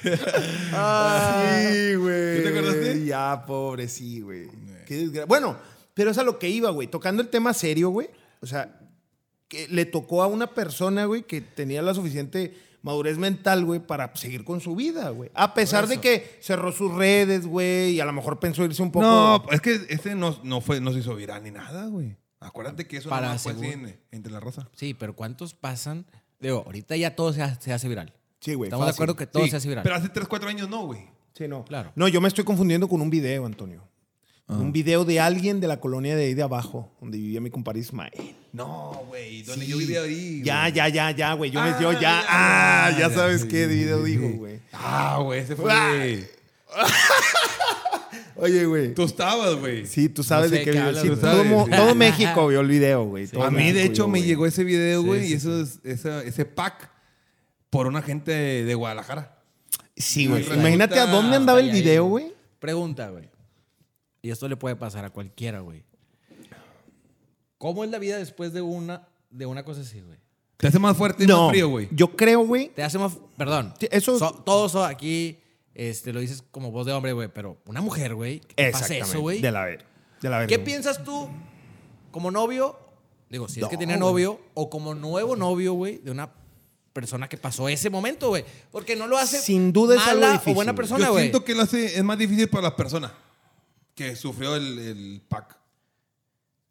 S1: sí, güey.
S2: ¿Tú te acordaste? Eh.
S1: Ya, pobre, sí, güey. Qué desgra- Bueno, pero es a lo que iba, güey. Tocando el tema serio, güey. O sea, que le tocó a una persona, güey, que tenía la suficiente madurez mental, güey, para seguir con su vida, güey. A pesar de que cerró sus redes, güey, y a lo mejor pensó irse un poco.
S2: No, es que ese no, no, fue, no se hizo viral ni nada, güey. Acuérdate que eso
S4: Para
S2: nomás fue así
S4: según-
S2: en- entre la rosa.
S4: Sí, pero ¿cuántos pasan? Digo, ahorita ya todo se, ha- se hace viral.
S1: Sí, güey.
S4: Estamos de
S1: fácil.
S4: acuerdo que todo
S2: Sí,
S4: se hace viral.
S2: Pero hace 3, 4 años no, güey.
S1: Sí, no.
S4: Claro.
S1: No, yo me estoy confundiendo con un video, Antonio.
S2: Ah.
S1: Un video de alguien de la colonia de ahí de abajo, donde vivía mi compadre Ismael.
S2: No, güey. Donde yo vivía ahí.
S1: Ya,
S2: güey.
S1: ya, ya, ya, güey. Yo, me-
S2: Ah,
S1: yo ya,
S2: ya,
S1: ah,
S2: ya,
S1: ya
S2: ya,
S1: sabes
S2: sí,
S1: qué
S2: sí,
S1: video
S2: sí,
S1: digo,
S2: sí.
S1: güey.
S2: Ah, güey, ese fue.
S1: Oye, güey.
S2: Tú estabas, güey.
S1: Sí, tú sabes
S4: sé
S1: de qué,
S4: qué
S1: video.
S4: hablas,
S1: Sí,
S2: güey.
S1: todo, mo-
S2: Sí.
S1: todo México vio el video, güey. Todo
S2: a mí, de
S1: México
S2: hecho,
S1: vio,
S2: me
S1: güey.
S2: llegó ese video,
S4: Sí,
S2: güey,
S4: sí,
S2: y esos- esa- ese pack por una gente de, de Guadalajara.
S1: Sí, güey.
S2: Hasta
S1: Imagínate a
S2: ahí,
S1: dónde andaba el
S4: hasta ahí,
S1: video,
S4: güey.
S1: güey.
S4: Pregunta, güey. Y esto le puede pasar a cualquiera, güey. ¿Cómo es la vida después de una, de una cosa así, güey?
S2: Te hace más fuerte y
S1: No,
S2: más frío, güey.
S1: yo creo, güey.
S4: Te hace más... Perdón.
S1: Sí, eso-
S4: So- todo eso aquí este, lo dices como voz de hombre, güey, pero una mujer, güey, que te pase
S1: Exactamente.
S4: eso, güey.
S1: de la ver. De la ver.
S4: ¿Qué piensas tú como novio? Digo, si
S1: No,
S4: es que tiene
S1: güey.
S4: novio o como nuevo novio, güey, de una persona que pasó ese momento, güey. Porque no lo hace
S1: Sin duda es
S4: mala
S1: algo difícil,
S4: o buena
S1: güey.
S4: persona,
S2: yo
S4: güey.
S2: siento que lo hace, es más difícil para las personas que sufrió el, el pack.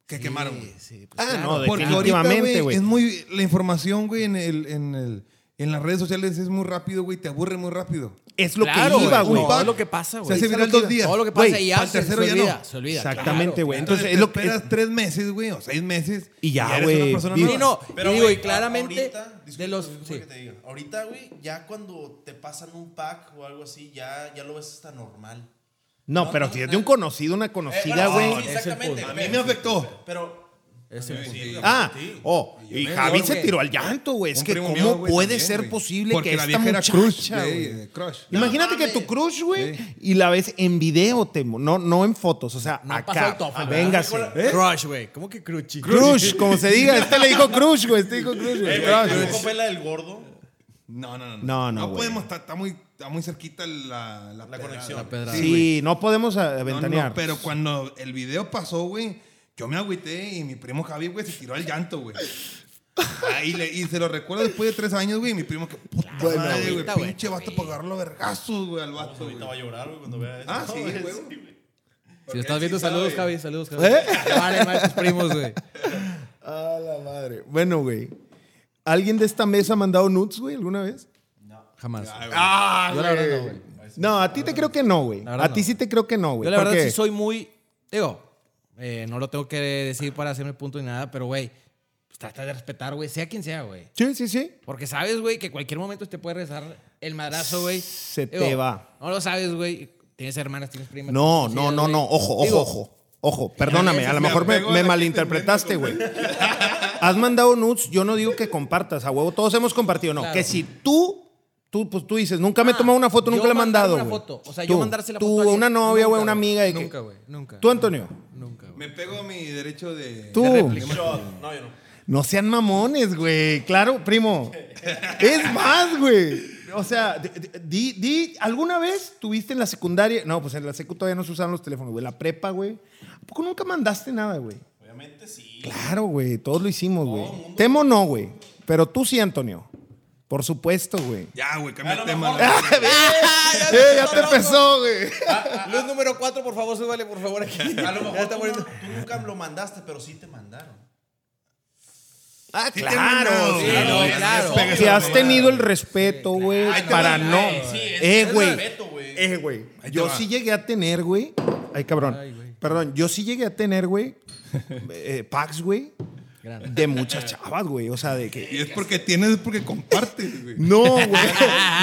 S2: Que quemaron, güey.
S4: Sí, pues
S1: Ah,
S4: claro.
S1: no,
S2: Porque
S1: definitivamente,
S2: ahorita,
S1: güey.
S2: güey, es muy... La información, güey, en, el, en, el, en las redes sociales es muy rápido, güey. Te aburre muy rápido.
S1: Es lo
S4: Claro,
S1: que iba,
S4: güey.
S1: güey.
S4: No, es lo que pasa, güey.
S2: Se hace viral dos días.
S4: Todo lo que pasa
S1: Güey,
S4: y
S2: pa'l
S4: ya se, se
S2: tercero ya
S4: olvida,
S2: no.
S4: se olvida.
S1: Exactamente,
S4: claro.
S1: güey.
S2: Entonces,
S1: Entonces, es lo que.
S2: esperas tres meses, güey, o seis meses.
S1: Y ya,
S2: y eres una
S1: güey,
S2: persona
S1: vive-
S2: nueva.
S4: Sí, no,
S5: Pero,
S4: y digo,
S5: güey,
S4: y claramente
S5: ahorita-
S4: de
S5: disculpa,
S4: los...
S5: disculpa
S4: sí.
S5: que te diga. Ahorita, güey, ya cuando te pasan un pack o algo así, ya, ya lo ves hasta normal.
S1: No,
S5: No,
S1: pero
S5: no,
S1: si es
S5: no.
S1: de un conocido, una
S5: Eh,
S1: conocida,
S5: bueno, sí,
S1: güey.
S5: sí, exactamente.
S2: A mí me afectó.
S5: Pero.
S4: Es
S5: Sí,
S4: el punto.
S5: sí,
S1: Ah,
S5: sí.
S1: oh, y
S2: me
S1: Javi
S4: lloro,
S1: se
S4: güey.
S1: tiró al llanto, güey. Es
S2: Un
S1: Pues que
S2: primo
S1: cómo
S2: mío, güey,
S1: puede
S2: también,
S1: ser
S2: güey.
S1: posible
S2: Porque
S1: que
S2: la
S1: esta
S2: vieja
S1: muchacha,
S2: era crush,
S1: güey.
S2: güey. Crush.
S5: No
S1: Imagínate que
S5: mames.
S1: tu crush, güey,
S2: Sí.
S1: y la ves en video, Temo, no, no en fotos, o sea,
S4: No pasó
S1: acá.
S4: el tofu, ¿verdad?
S1: Véngase.
S4: ¿Eh? Crush, güey. ¿Cómo que crush?
S1: Crush, como se diga. Este le dijo crush, güey. Este dijo crush, güey.
S5: Eh, güey, ¿te tocó ver la del gordo?
S2: No, no, no.
S1: No, no, güey.
S2: podemos, está, está muy, está muy cerquita la, la, pedrada.
S5: conexión. La
S4: pedrada.
S2: güey.
S1: Sí, no podemos eh, a-
S2: No, no,
S1: aventanear.
S2: pero cuando el video pasó, güey, yo me agüité y mi primo Javi, güey, se tiró al llanto, güey. Ah, y, le- y se lo recuerdo después de tres años, güey, y mi primo que puta
S1: Bueno,
S2: madre, güey,
S4: ahorita, güey,
S2: pinche
S4: Javi.
S2: vato para agarrarlo a vergazos, güey, al
S5: Pues
S2: vato, güey.
S5: ahorita va a llorar, güey, cuando vea eso.
S2: Ah, sí,
S5: güey,
S2: güey.
S4: Si estás
S2: Porque
S4: viendo,
S2: él sí
S4: saludos,
S2: sabe.
S4: Javi. Saludos, Javi.
S1: ¿Eh?
S4: Te Vale, mal tus primos, güey.
S1: A la madre. Bueno, güey. ¿Alguien de esta mesa ha mandado nudes, güey, alguna vez?
S4: Jamás.
S1: Ah,
S4: Yo la verdad no, güey.
S1: No, a ti te creo que no, güey.
S4: La verdad
S1: A ti
S4: no.
S1: sí te creo que no, güey.
S4: Yo la verdad
S1: porque-
S4: sí soy muy. Digo, eh, no lo tengo que decir para hacerme punto ni nada, pero güey, pues trata de respetar, güey, sea quien sea, güey.
S1: Sí, sí, sí.
S4: Porque sabes, güey, que cualquier momento te puede rezar el madrazo, güey.
S1: Se te va.
S4: No lo sabes, güey. Tienes hermanas, tienes primas.
S1: No,
S4: tienes
S1: no,
S4: tías,
S1: no,
S4: güey.
S1: no. Ojo, ojo,
S4: Digo,
S1: ojo. Ojo, perdóname. A lo
S2: me
S1: mejor me,
S2: apego a
S1: me
S2: la
S1: malinterpretaste, güey. Has mandado nudes. Yo no digo que compartas, a huevo. Todos hemos compartido, no.
S4: Claro.
S1: Que si tú, tú, pues tú dices, nunca me he
S4: Ah,
S1: tomado una foto,
S4: yo
S1: nunca la he
S4: mandar
S1: mandado.
S4: una
S1: güey.
S4: foto. O sea,
S1: Tú,
S4: yo mandarse la
S1: tú,
S4: foto. a
S1: a
S4: alguien.
S1: una novia, güey,
S4: Nunca,
S1: una amiga. de que-
S4: Nunca, güey. Nunca.
S1: Tú, Antonio.
S4: Nunca, güey.
S2: Me pego a mi derecho de...
S1: Tú. Eh,
S5: Shot. No, yo no.
S1: No sean mamones, güey. Claro, primo. Es más, güey. O sea, di- di, di- ¿alguna vez tuviste en la secundaria? No, pues en la secu todavía no se usaban los teléfonos, güey. La prepa, güey. ¿A poco nunca mandaste nada, güey?
S5: Obviamente sí.
S1: Claro, güey. Todos lo hicimos, güey. Temo no, güey. Pero tú sí, Antonio. Por supuesto, güey.
S2: Ya, güey, cambia
S5: A
S2: el
S5: lo
S2: tema.
S5: mejor-
S2: la-
S1: Eh, ya te empezó, güey.
S3: Luz número 4, por favor, súbale, por favor, aquí.
S5: A lo
S3: Ya
S5: mejor
S3: está
S5: tú,
S3: poniendo-
S5: no- tú nunca lo mandaste, pero sí te mandaron.
S1: Ah,
S2: Sí, hermano,
S1: claro.
S2: sí,
S1: claro.
S4: no,
S2: güey,
S4: claro.
S2: no despegues
S1: Si
S2: la
S1: has
S2: mamada.
S1: tenido el respeto, güey,
S5: Ahí te
S1: para
S5: va,
S1: no.
S5: eh, sí, es-
S1: eh,
S5: es
S1: güey.
S5: respeto, güey.
S1: Eh, güey.
S2: Ahí te
S1: Yo
S2: va.
S1: sí llegué a tener, güey. Ay, cabrón.
S4: Ay, güey.
S1: Perdón, yo sí llegué a tener, güey, eh, packs, güey,
S4: Grande.
S1: de muchas chavas, güey. O sea, de que.
S2: Y es porque tienes, es porque compartes, güey.
S1: No, güey.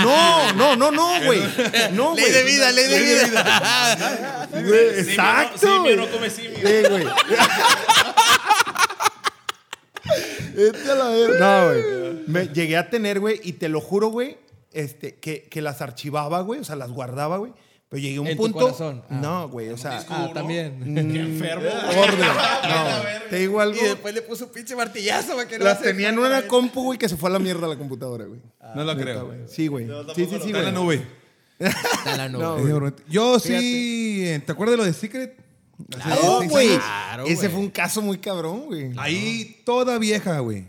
S1: No, no, no, no, güey. No, güey.
S3: Ley de vida, ley de vida.
S1: Güey, Exacto.
S5: Simio
S1: güey.
S5: no come simio.
S1: Sí, güey. Vete a la verga. No, güey. Me llegué a tener, güey, y te lo juro, güey, este, que, que las archivaba, güey, o sea, las guardaba, güey, Pero llegué a un
S4: En tu
S1: punto.
S4: corazón. Ah.
S1: No, güey, o sea.
S5: Disco.
S4: Ah,
S5: ¿no?
S4: también.
S5: Qué enfermo.
S1: gordo. No, te digo algo.
S3: Y después le puso un pinche martillazo para que no
S1: Las
S3: se-
S1: tenía en una compu, güey, que se fue a la mierda la computadora, güey.
S2: no lo
S1: Ah, Neta,
S2: creo.
S1: güey. Sí, güey.
S6: tampoco
S1: Sí, sí, sí,
S2: Está en la
S1: güey.
S2: nube.
S4: Está Ah, la nube.
S1: No, güey.
S2: Yo sí. eh, ¿Te acuerdas de lo de Secret? Hace
S1: Ah, No,
S2: seis
S1: güey.
S2: años.
S1: Ese
S4: güey. Ah,
S1: fue un caso muy cabrón, güey.
S2: Ahí toda vieja, güey,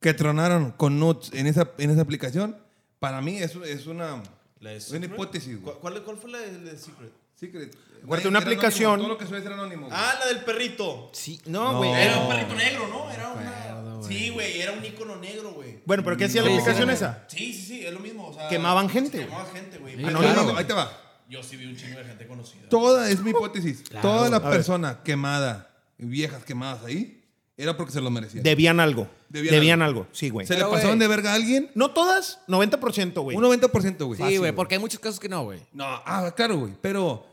S2: que tronaron con nuts en esa, en esa aplicación, para mí es, es una,
S5: La de
S2: es una
S5: Secret.
S2: hipótesis, güey.
S5: ¿Cu- ¿Cuál, cuál fue la de, la de Secret?
S2: Secret.
S1: Acuérdate,
S2: Era
S1: una
S2: anónimo,
S1: aplicación.
S2: Todo lo que suele ser anónimo. güey.
S5: Ah, la del perrito.
S1: Sí, no,
S2: No.
S1: güey.
S5: Era un perrito negro, ¿no? Era una. Sí, güey, era un icono negro, güey.
S1: Bueno, pero ¿qué hacía la
S4: Sí,
S1: aplicación
S4: sí.
S1: esa?
S5: Sí, sí, sí, es lo mismo. O sea,
S1: Quemaban gente,
S5: se Quemaban gente, güey.
S4: Sí,
S5: Pero
S1: claro.
S2: Anónimo, ahí te va.
S5: Yo sí vi un chingo de gente conocida.
S2: Toda, es mi hipótesis. toda la persona quemada, viejas quemadas ahí, era porque se lo merecían.
S1: Debían algo.
S2: Debían
S1: Debían, algo. Sí, güey.
S2: se le
S4: Pero,
S2: pasaron de
S4: güey.
S2: verga a alguien,
S1: No todas, 90%, güey.
S2: un 90%, güey.
S4: Sí, güey, porque hay muchos casos que no, güey.
S2: No, ah, claro, güey. Pero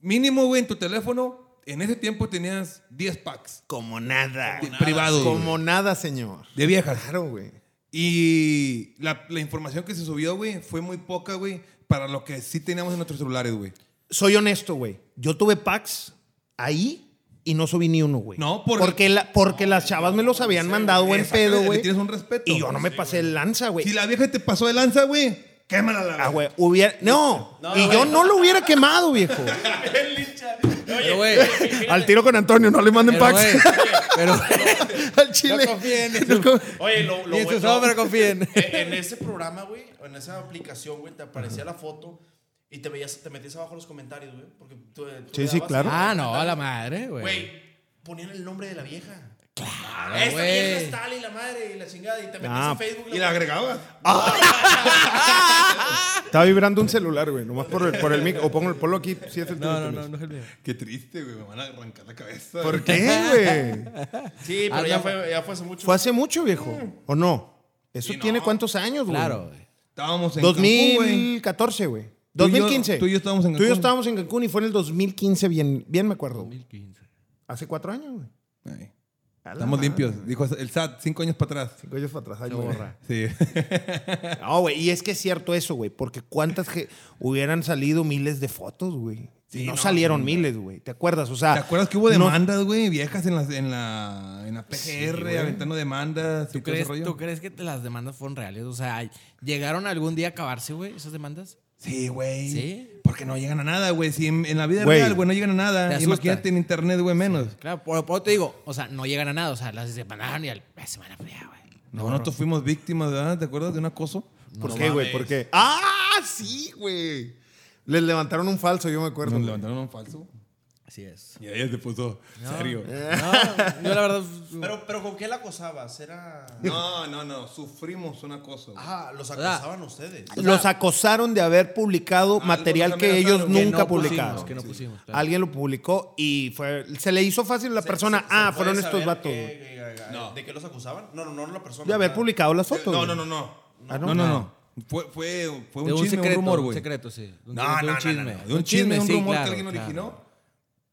S2: mínimo, güey, en tu teléfono, en ese tiempo tenías 10 packs
S1: Como nada.
S2: de- privados. güey,
S1: Como nada, señor.
S2: De viejas.
S1: Claro, güey.
S2: Y la, la información que se subió, güey, fue muy poca, güey, para lo que sí teníamos en nuestros celulares, güey.
S1: Soy honesto, güey. Yo tuve packs ahí y no subí ni uno, güey.
S2: No, por-
S1: porque, la- porque las chavas me los habían mandado buen
S2: Exacto,
S1: pedo,
S2: le
S1: güey.
S2: tienes un respeto.
S1: Y yo no me pasé el lanza, güey.
S2: Si la vieja te pasó de lanza, güey, quémala la
S1: Ah, güey, hubiera... No, y yo no lo hubiera quemado, viejo.
S4: Pero, güey.
S1: Al tiro con Antonio, no le manden
S4: Pero, güey.
S1: packs.
S4: Pero,
S1: Al chile.
S4: no confíen en
S1: No
S4: su-
S1: co-
S5: Oye, lo, lo
S4: ni en sus
S5: bueno-
S4: hombres confíen.
S5: Eh, en ese programa, güey, en esa aplicación, güey, te aparecía la foto y te veías, te metías abajo en los comentarios, güey, porque tú, tú
S1: Sí,
S5: le
S1: sí,
S5: dabas-
S1: claro.
S4: Ah, no, a la madre, güey.
S5: Güey, ponían el nombre de la vieja.
S4: Claro,
S5: Esta vieja
S4: güey.
S5: es tal y la madre y la chingada y te metías
S1: Ah,
S5: en Facebook
S2: Y la agregabas.
S1: Estaba vibrando un celular, güey. Nomás por el, por el mic. O pongo el polo aquí. Sí, es el tuyo,
S4: No, no,
S1: Antonio.
S4: no, no es el mío.
S2: Qué triste, güey, me van a arrancar la cabeza.
S1: ¿Por qué, güey?
S5: Sí,
S4: Ah,
S5: pero ya
S4: no.
S5: fue, ya fue hace mucho.
S1: Fue hace mucho, viejo. ¿O no? ¿Eso tiene cuántos años, güey?
S4: Claro, güey.
S2: Estábamos en Cancún, güey.
S1: 2014, güey.
S2: Tú y yo-
S1: 2015.
S2: tú y yo estábamos en
S1: Tú y yo
S2: Cancún.
S1: estábamos en Cancún y fue en el 2015, bien, bien me acuerdo. 2015. Hace cuatro años, güey.
S2: Ahí. Estamos limpios. Dijo el SAT, cinco años para atrás.
S1: Cinco años para atrás. ay, güey.
S2: Sí.
S1: No, güey. Y es que es cierto eso, güey. Porque cuántas ge- hubieran salido miles de fotos, güey. Y no, salieron miles, güey. ¿Te acuerdas? O sea.
S2: ¿Te acuerdas que hubo
S1: no-
S2: demandas, güey? Viejas en, las, en, la, en la PGR, aventando demandas.
S4: ¿Tú crees, tú crees que te- las demandas fueron reales? O sea, ¿llegaron algún día a acabarse, güey, esas demandas?
S2: Sí, güey.
S4: Sí.
S2: Porque no llegan a nada, güey. Si en, en la vida
S1: Güey.
S2: real, güey, no llegan a
S4: Te
S2: nada.
S4: asusta.
S2: Imagínate en internet, güey, menos.
S4: Claro, por, por eso te digo, o sea, no llegan a nada. O sea, las demandaron y al, la semana fría, güey.
S2: No, nosotros fuimos víctimas, ¿verdad? ¿Te acuerdas de un acoso?
S1: ¿Por qué, güey? ¿Por qué? ¡Ah! Sí, güey. Les levantaron un falso, yo me acuerdo.
S2: Nos
S1: güey.
S2: levantaron un falso.
S4: Así es.
S2: Y ella se puso serio.
S4: No, Eh. yo la verdad...
S5: Pero, pero ¿con qué la acosabas? Era.
S2: No, no, no. Sufrimos un acoso. güey.
S5: Ah, los acosaban ustedes.
S1: Los acosaron de haber publicado material
S2: los
S1: que
S2: amenazaron,
S1: ellos
S2: que
S1: nunca
S4: no
S1: publicaron.
S4: pusimos, que no pusimos, claro.
S1: Alguien lo publicó y fue, se le hizo fácil a la persona. ah,
S5: ¿Se puede
S1: fueron estos
S5: saber
S1: vatos.
S5: qué-
S1: güey.
S5: qué-
S2: No.
S5: ¿De qué los acusaban? No, no, no la persona.
S1: De haber
S5: publicado
S1: publicado las fotos.
S2: No,
S1: güey.
S2: no, no, no.
S1: Ah,
S2: No, no, no. Fue, fue, fue un
S4: de un,
S2: chisme,
S4: secreto,
S2: un rumor,
S4: Un
S2: güey.
S4: secreto, sí. De un-
S2: No,
S4: de
S2: no,
S4: un
S2: no, no,
S4: chisme.
S2: no. De un chisme, un
S4: sí,
S2: rumor
S4: claro,
S2: que alguien
S4: claro.
S2: originó.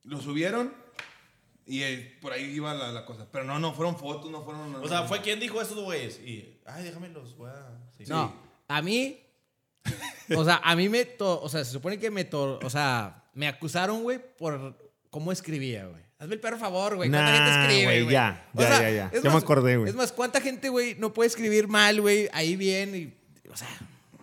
S2: Lo subieron y eh, por ahí iba la, la cosa. Pero no, no, fueron fotos, no fueron...
S5: O sea, fue quien dijo eso, güeyes. Y, ay, déjamelos, güey. Sí.
S4: No, a mí... O sea, a mí me... to- o sea, se supone que me... to- o sea, me acusaron, güey, por cómo escribía, güey. Hazme el perro favor, güey. ¿Cuánta
S1: Nah,
S4: gente escribe,
S1: güey,
S4: güey?
S1: ya,
S4: O
S1: ya,
S4: sea,
S1: ya, ya.
S4: es
S1: Ya me
S4: más-
S1: acordé, güey.
S4: Es más, ¿cuánta gente, güey, no puede escribir mal, güey? Ahí bien y... O sea,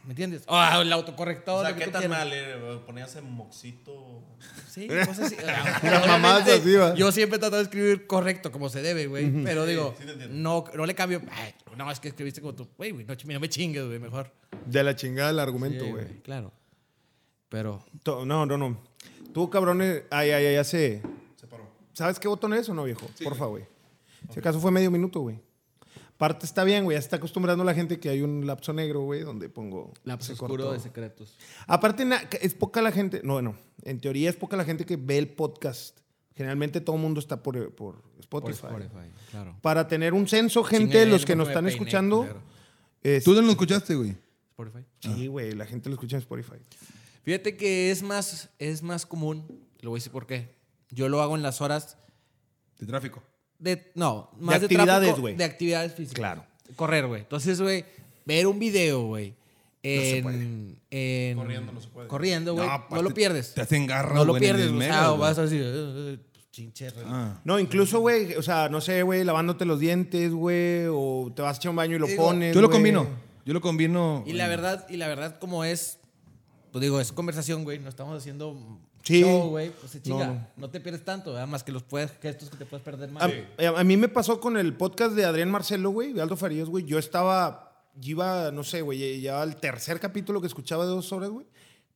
S4: ¿me entiendes? O ah, el autocorrector.
S5: O sea,
S4: lo que
S5: ¿qué
S4: tú
S5: tan
S4: quieras.
S5: mal? eh? Ponías en moxito.
S4: Sí, cosas así. O sea,
S1: Las mamadas
S4: obviamente,
S1: así, va.
S4: Yo siempre he tratado de escribir correcto, como se debe, güey. Pero digo,
S5: sí te entiendo.
S4: no, no le cambio. "Ay, No, es que escribiste como tú. Güey, güey, no, ch- no me chingues, güey, mejor.
S1: De la chingada el argumento,
S4: Sí,
S1: güey.
S4: güey, claro. Pero.
S1: To- No, no, no. Tú, cabrones. Ay, ay, ay, ya sé. ¿Sabes qué botón es o no, viejo? Porfa, güey. Si acaso fue medio minuto, güey. Parte está bien, güey. Ya se está acostumbrando la gente que hay un lapso negro, güey, donde pongo.
S4: Lapso
S1: se
S4: oscuro
S1: cortó.
S4: de secretos.
S1: Aparte, na- que es poca la gente, no, bueno, en teoría es poca la gente que ve el podcast. Generalmente todo el mundo está por, por
S4: Por
S1: Spotify.
S4: Spotify, claro.
S1: Para tener un censo, gente,
S4: Chingue,
S1: los que
S4: no
S1: nos
S4: me
S1: están
S4: peiné,
S1: escuchando.
S4: culero.
S1: es-
S2: ¿Tú no lo escuchaste, güey?
S4: Spotify.
S1: sí, güey, la gente lo escucha en Spotify.
S4: Fíjate que es más, es más común. Lo voy a decir por qué. Yo lo hago en las horas
S2: De tráfico.
S4: de. No, más de,
S1: actividades,
S4: tráfico,
S1: güey.
S4: De actividades físicas.
S1: Claro.
S4: Correr, güey. Entonces, güey, ver un video, güey. en, en-
S5: Corriendo no se puede.
S4: Corriendo, güey. No,
S2: aparte
S4: lo pierdes.
S2: Te hacen garras,
S4: No lo
S2: güey, en el
S4: pierdes. O
S2: desmero,
S4: sea,
S2: güey.
S4: vas así. eh, eh, Chinche, reloj.
S2: Ah.
S1: No, incluso, güey, o sea, no sé, güey, lavándote los dientes, güey, o te vas a echar un baño y lo
S4: Digo,
S1: pones.
S2: Yo lo
S1: güey.
S2: combino. Yo lo combino.
S4: Y la verdad, y la verdad, como es, pues digo, es conversación, güey. No estamos haciendo
S1: Sí.
S4: show, güey. Pues se chinga.
S1: No.
S4: No, te pierdes tanto, ¿verdad? Más que los puedes, gestos que te puedes perder más.
S1: A, eh, a- a mí me pasó con el podcast de Adrián Marcelo, güey, de Aldo Farías, güey. Yo estaba, yo iba, no sé, güey, ya al tercer capítulo que escuchaba de dos horas, güey.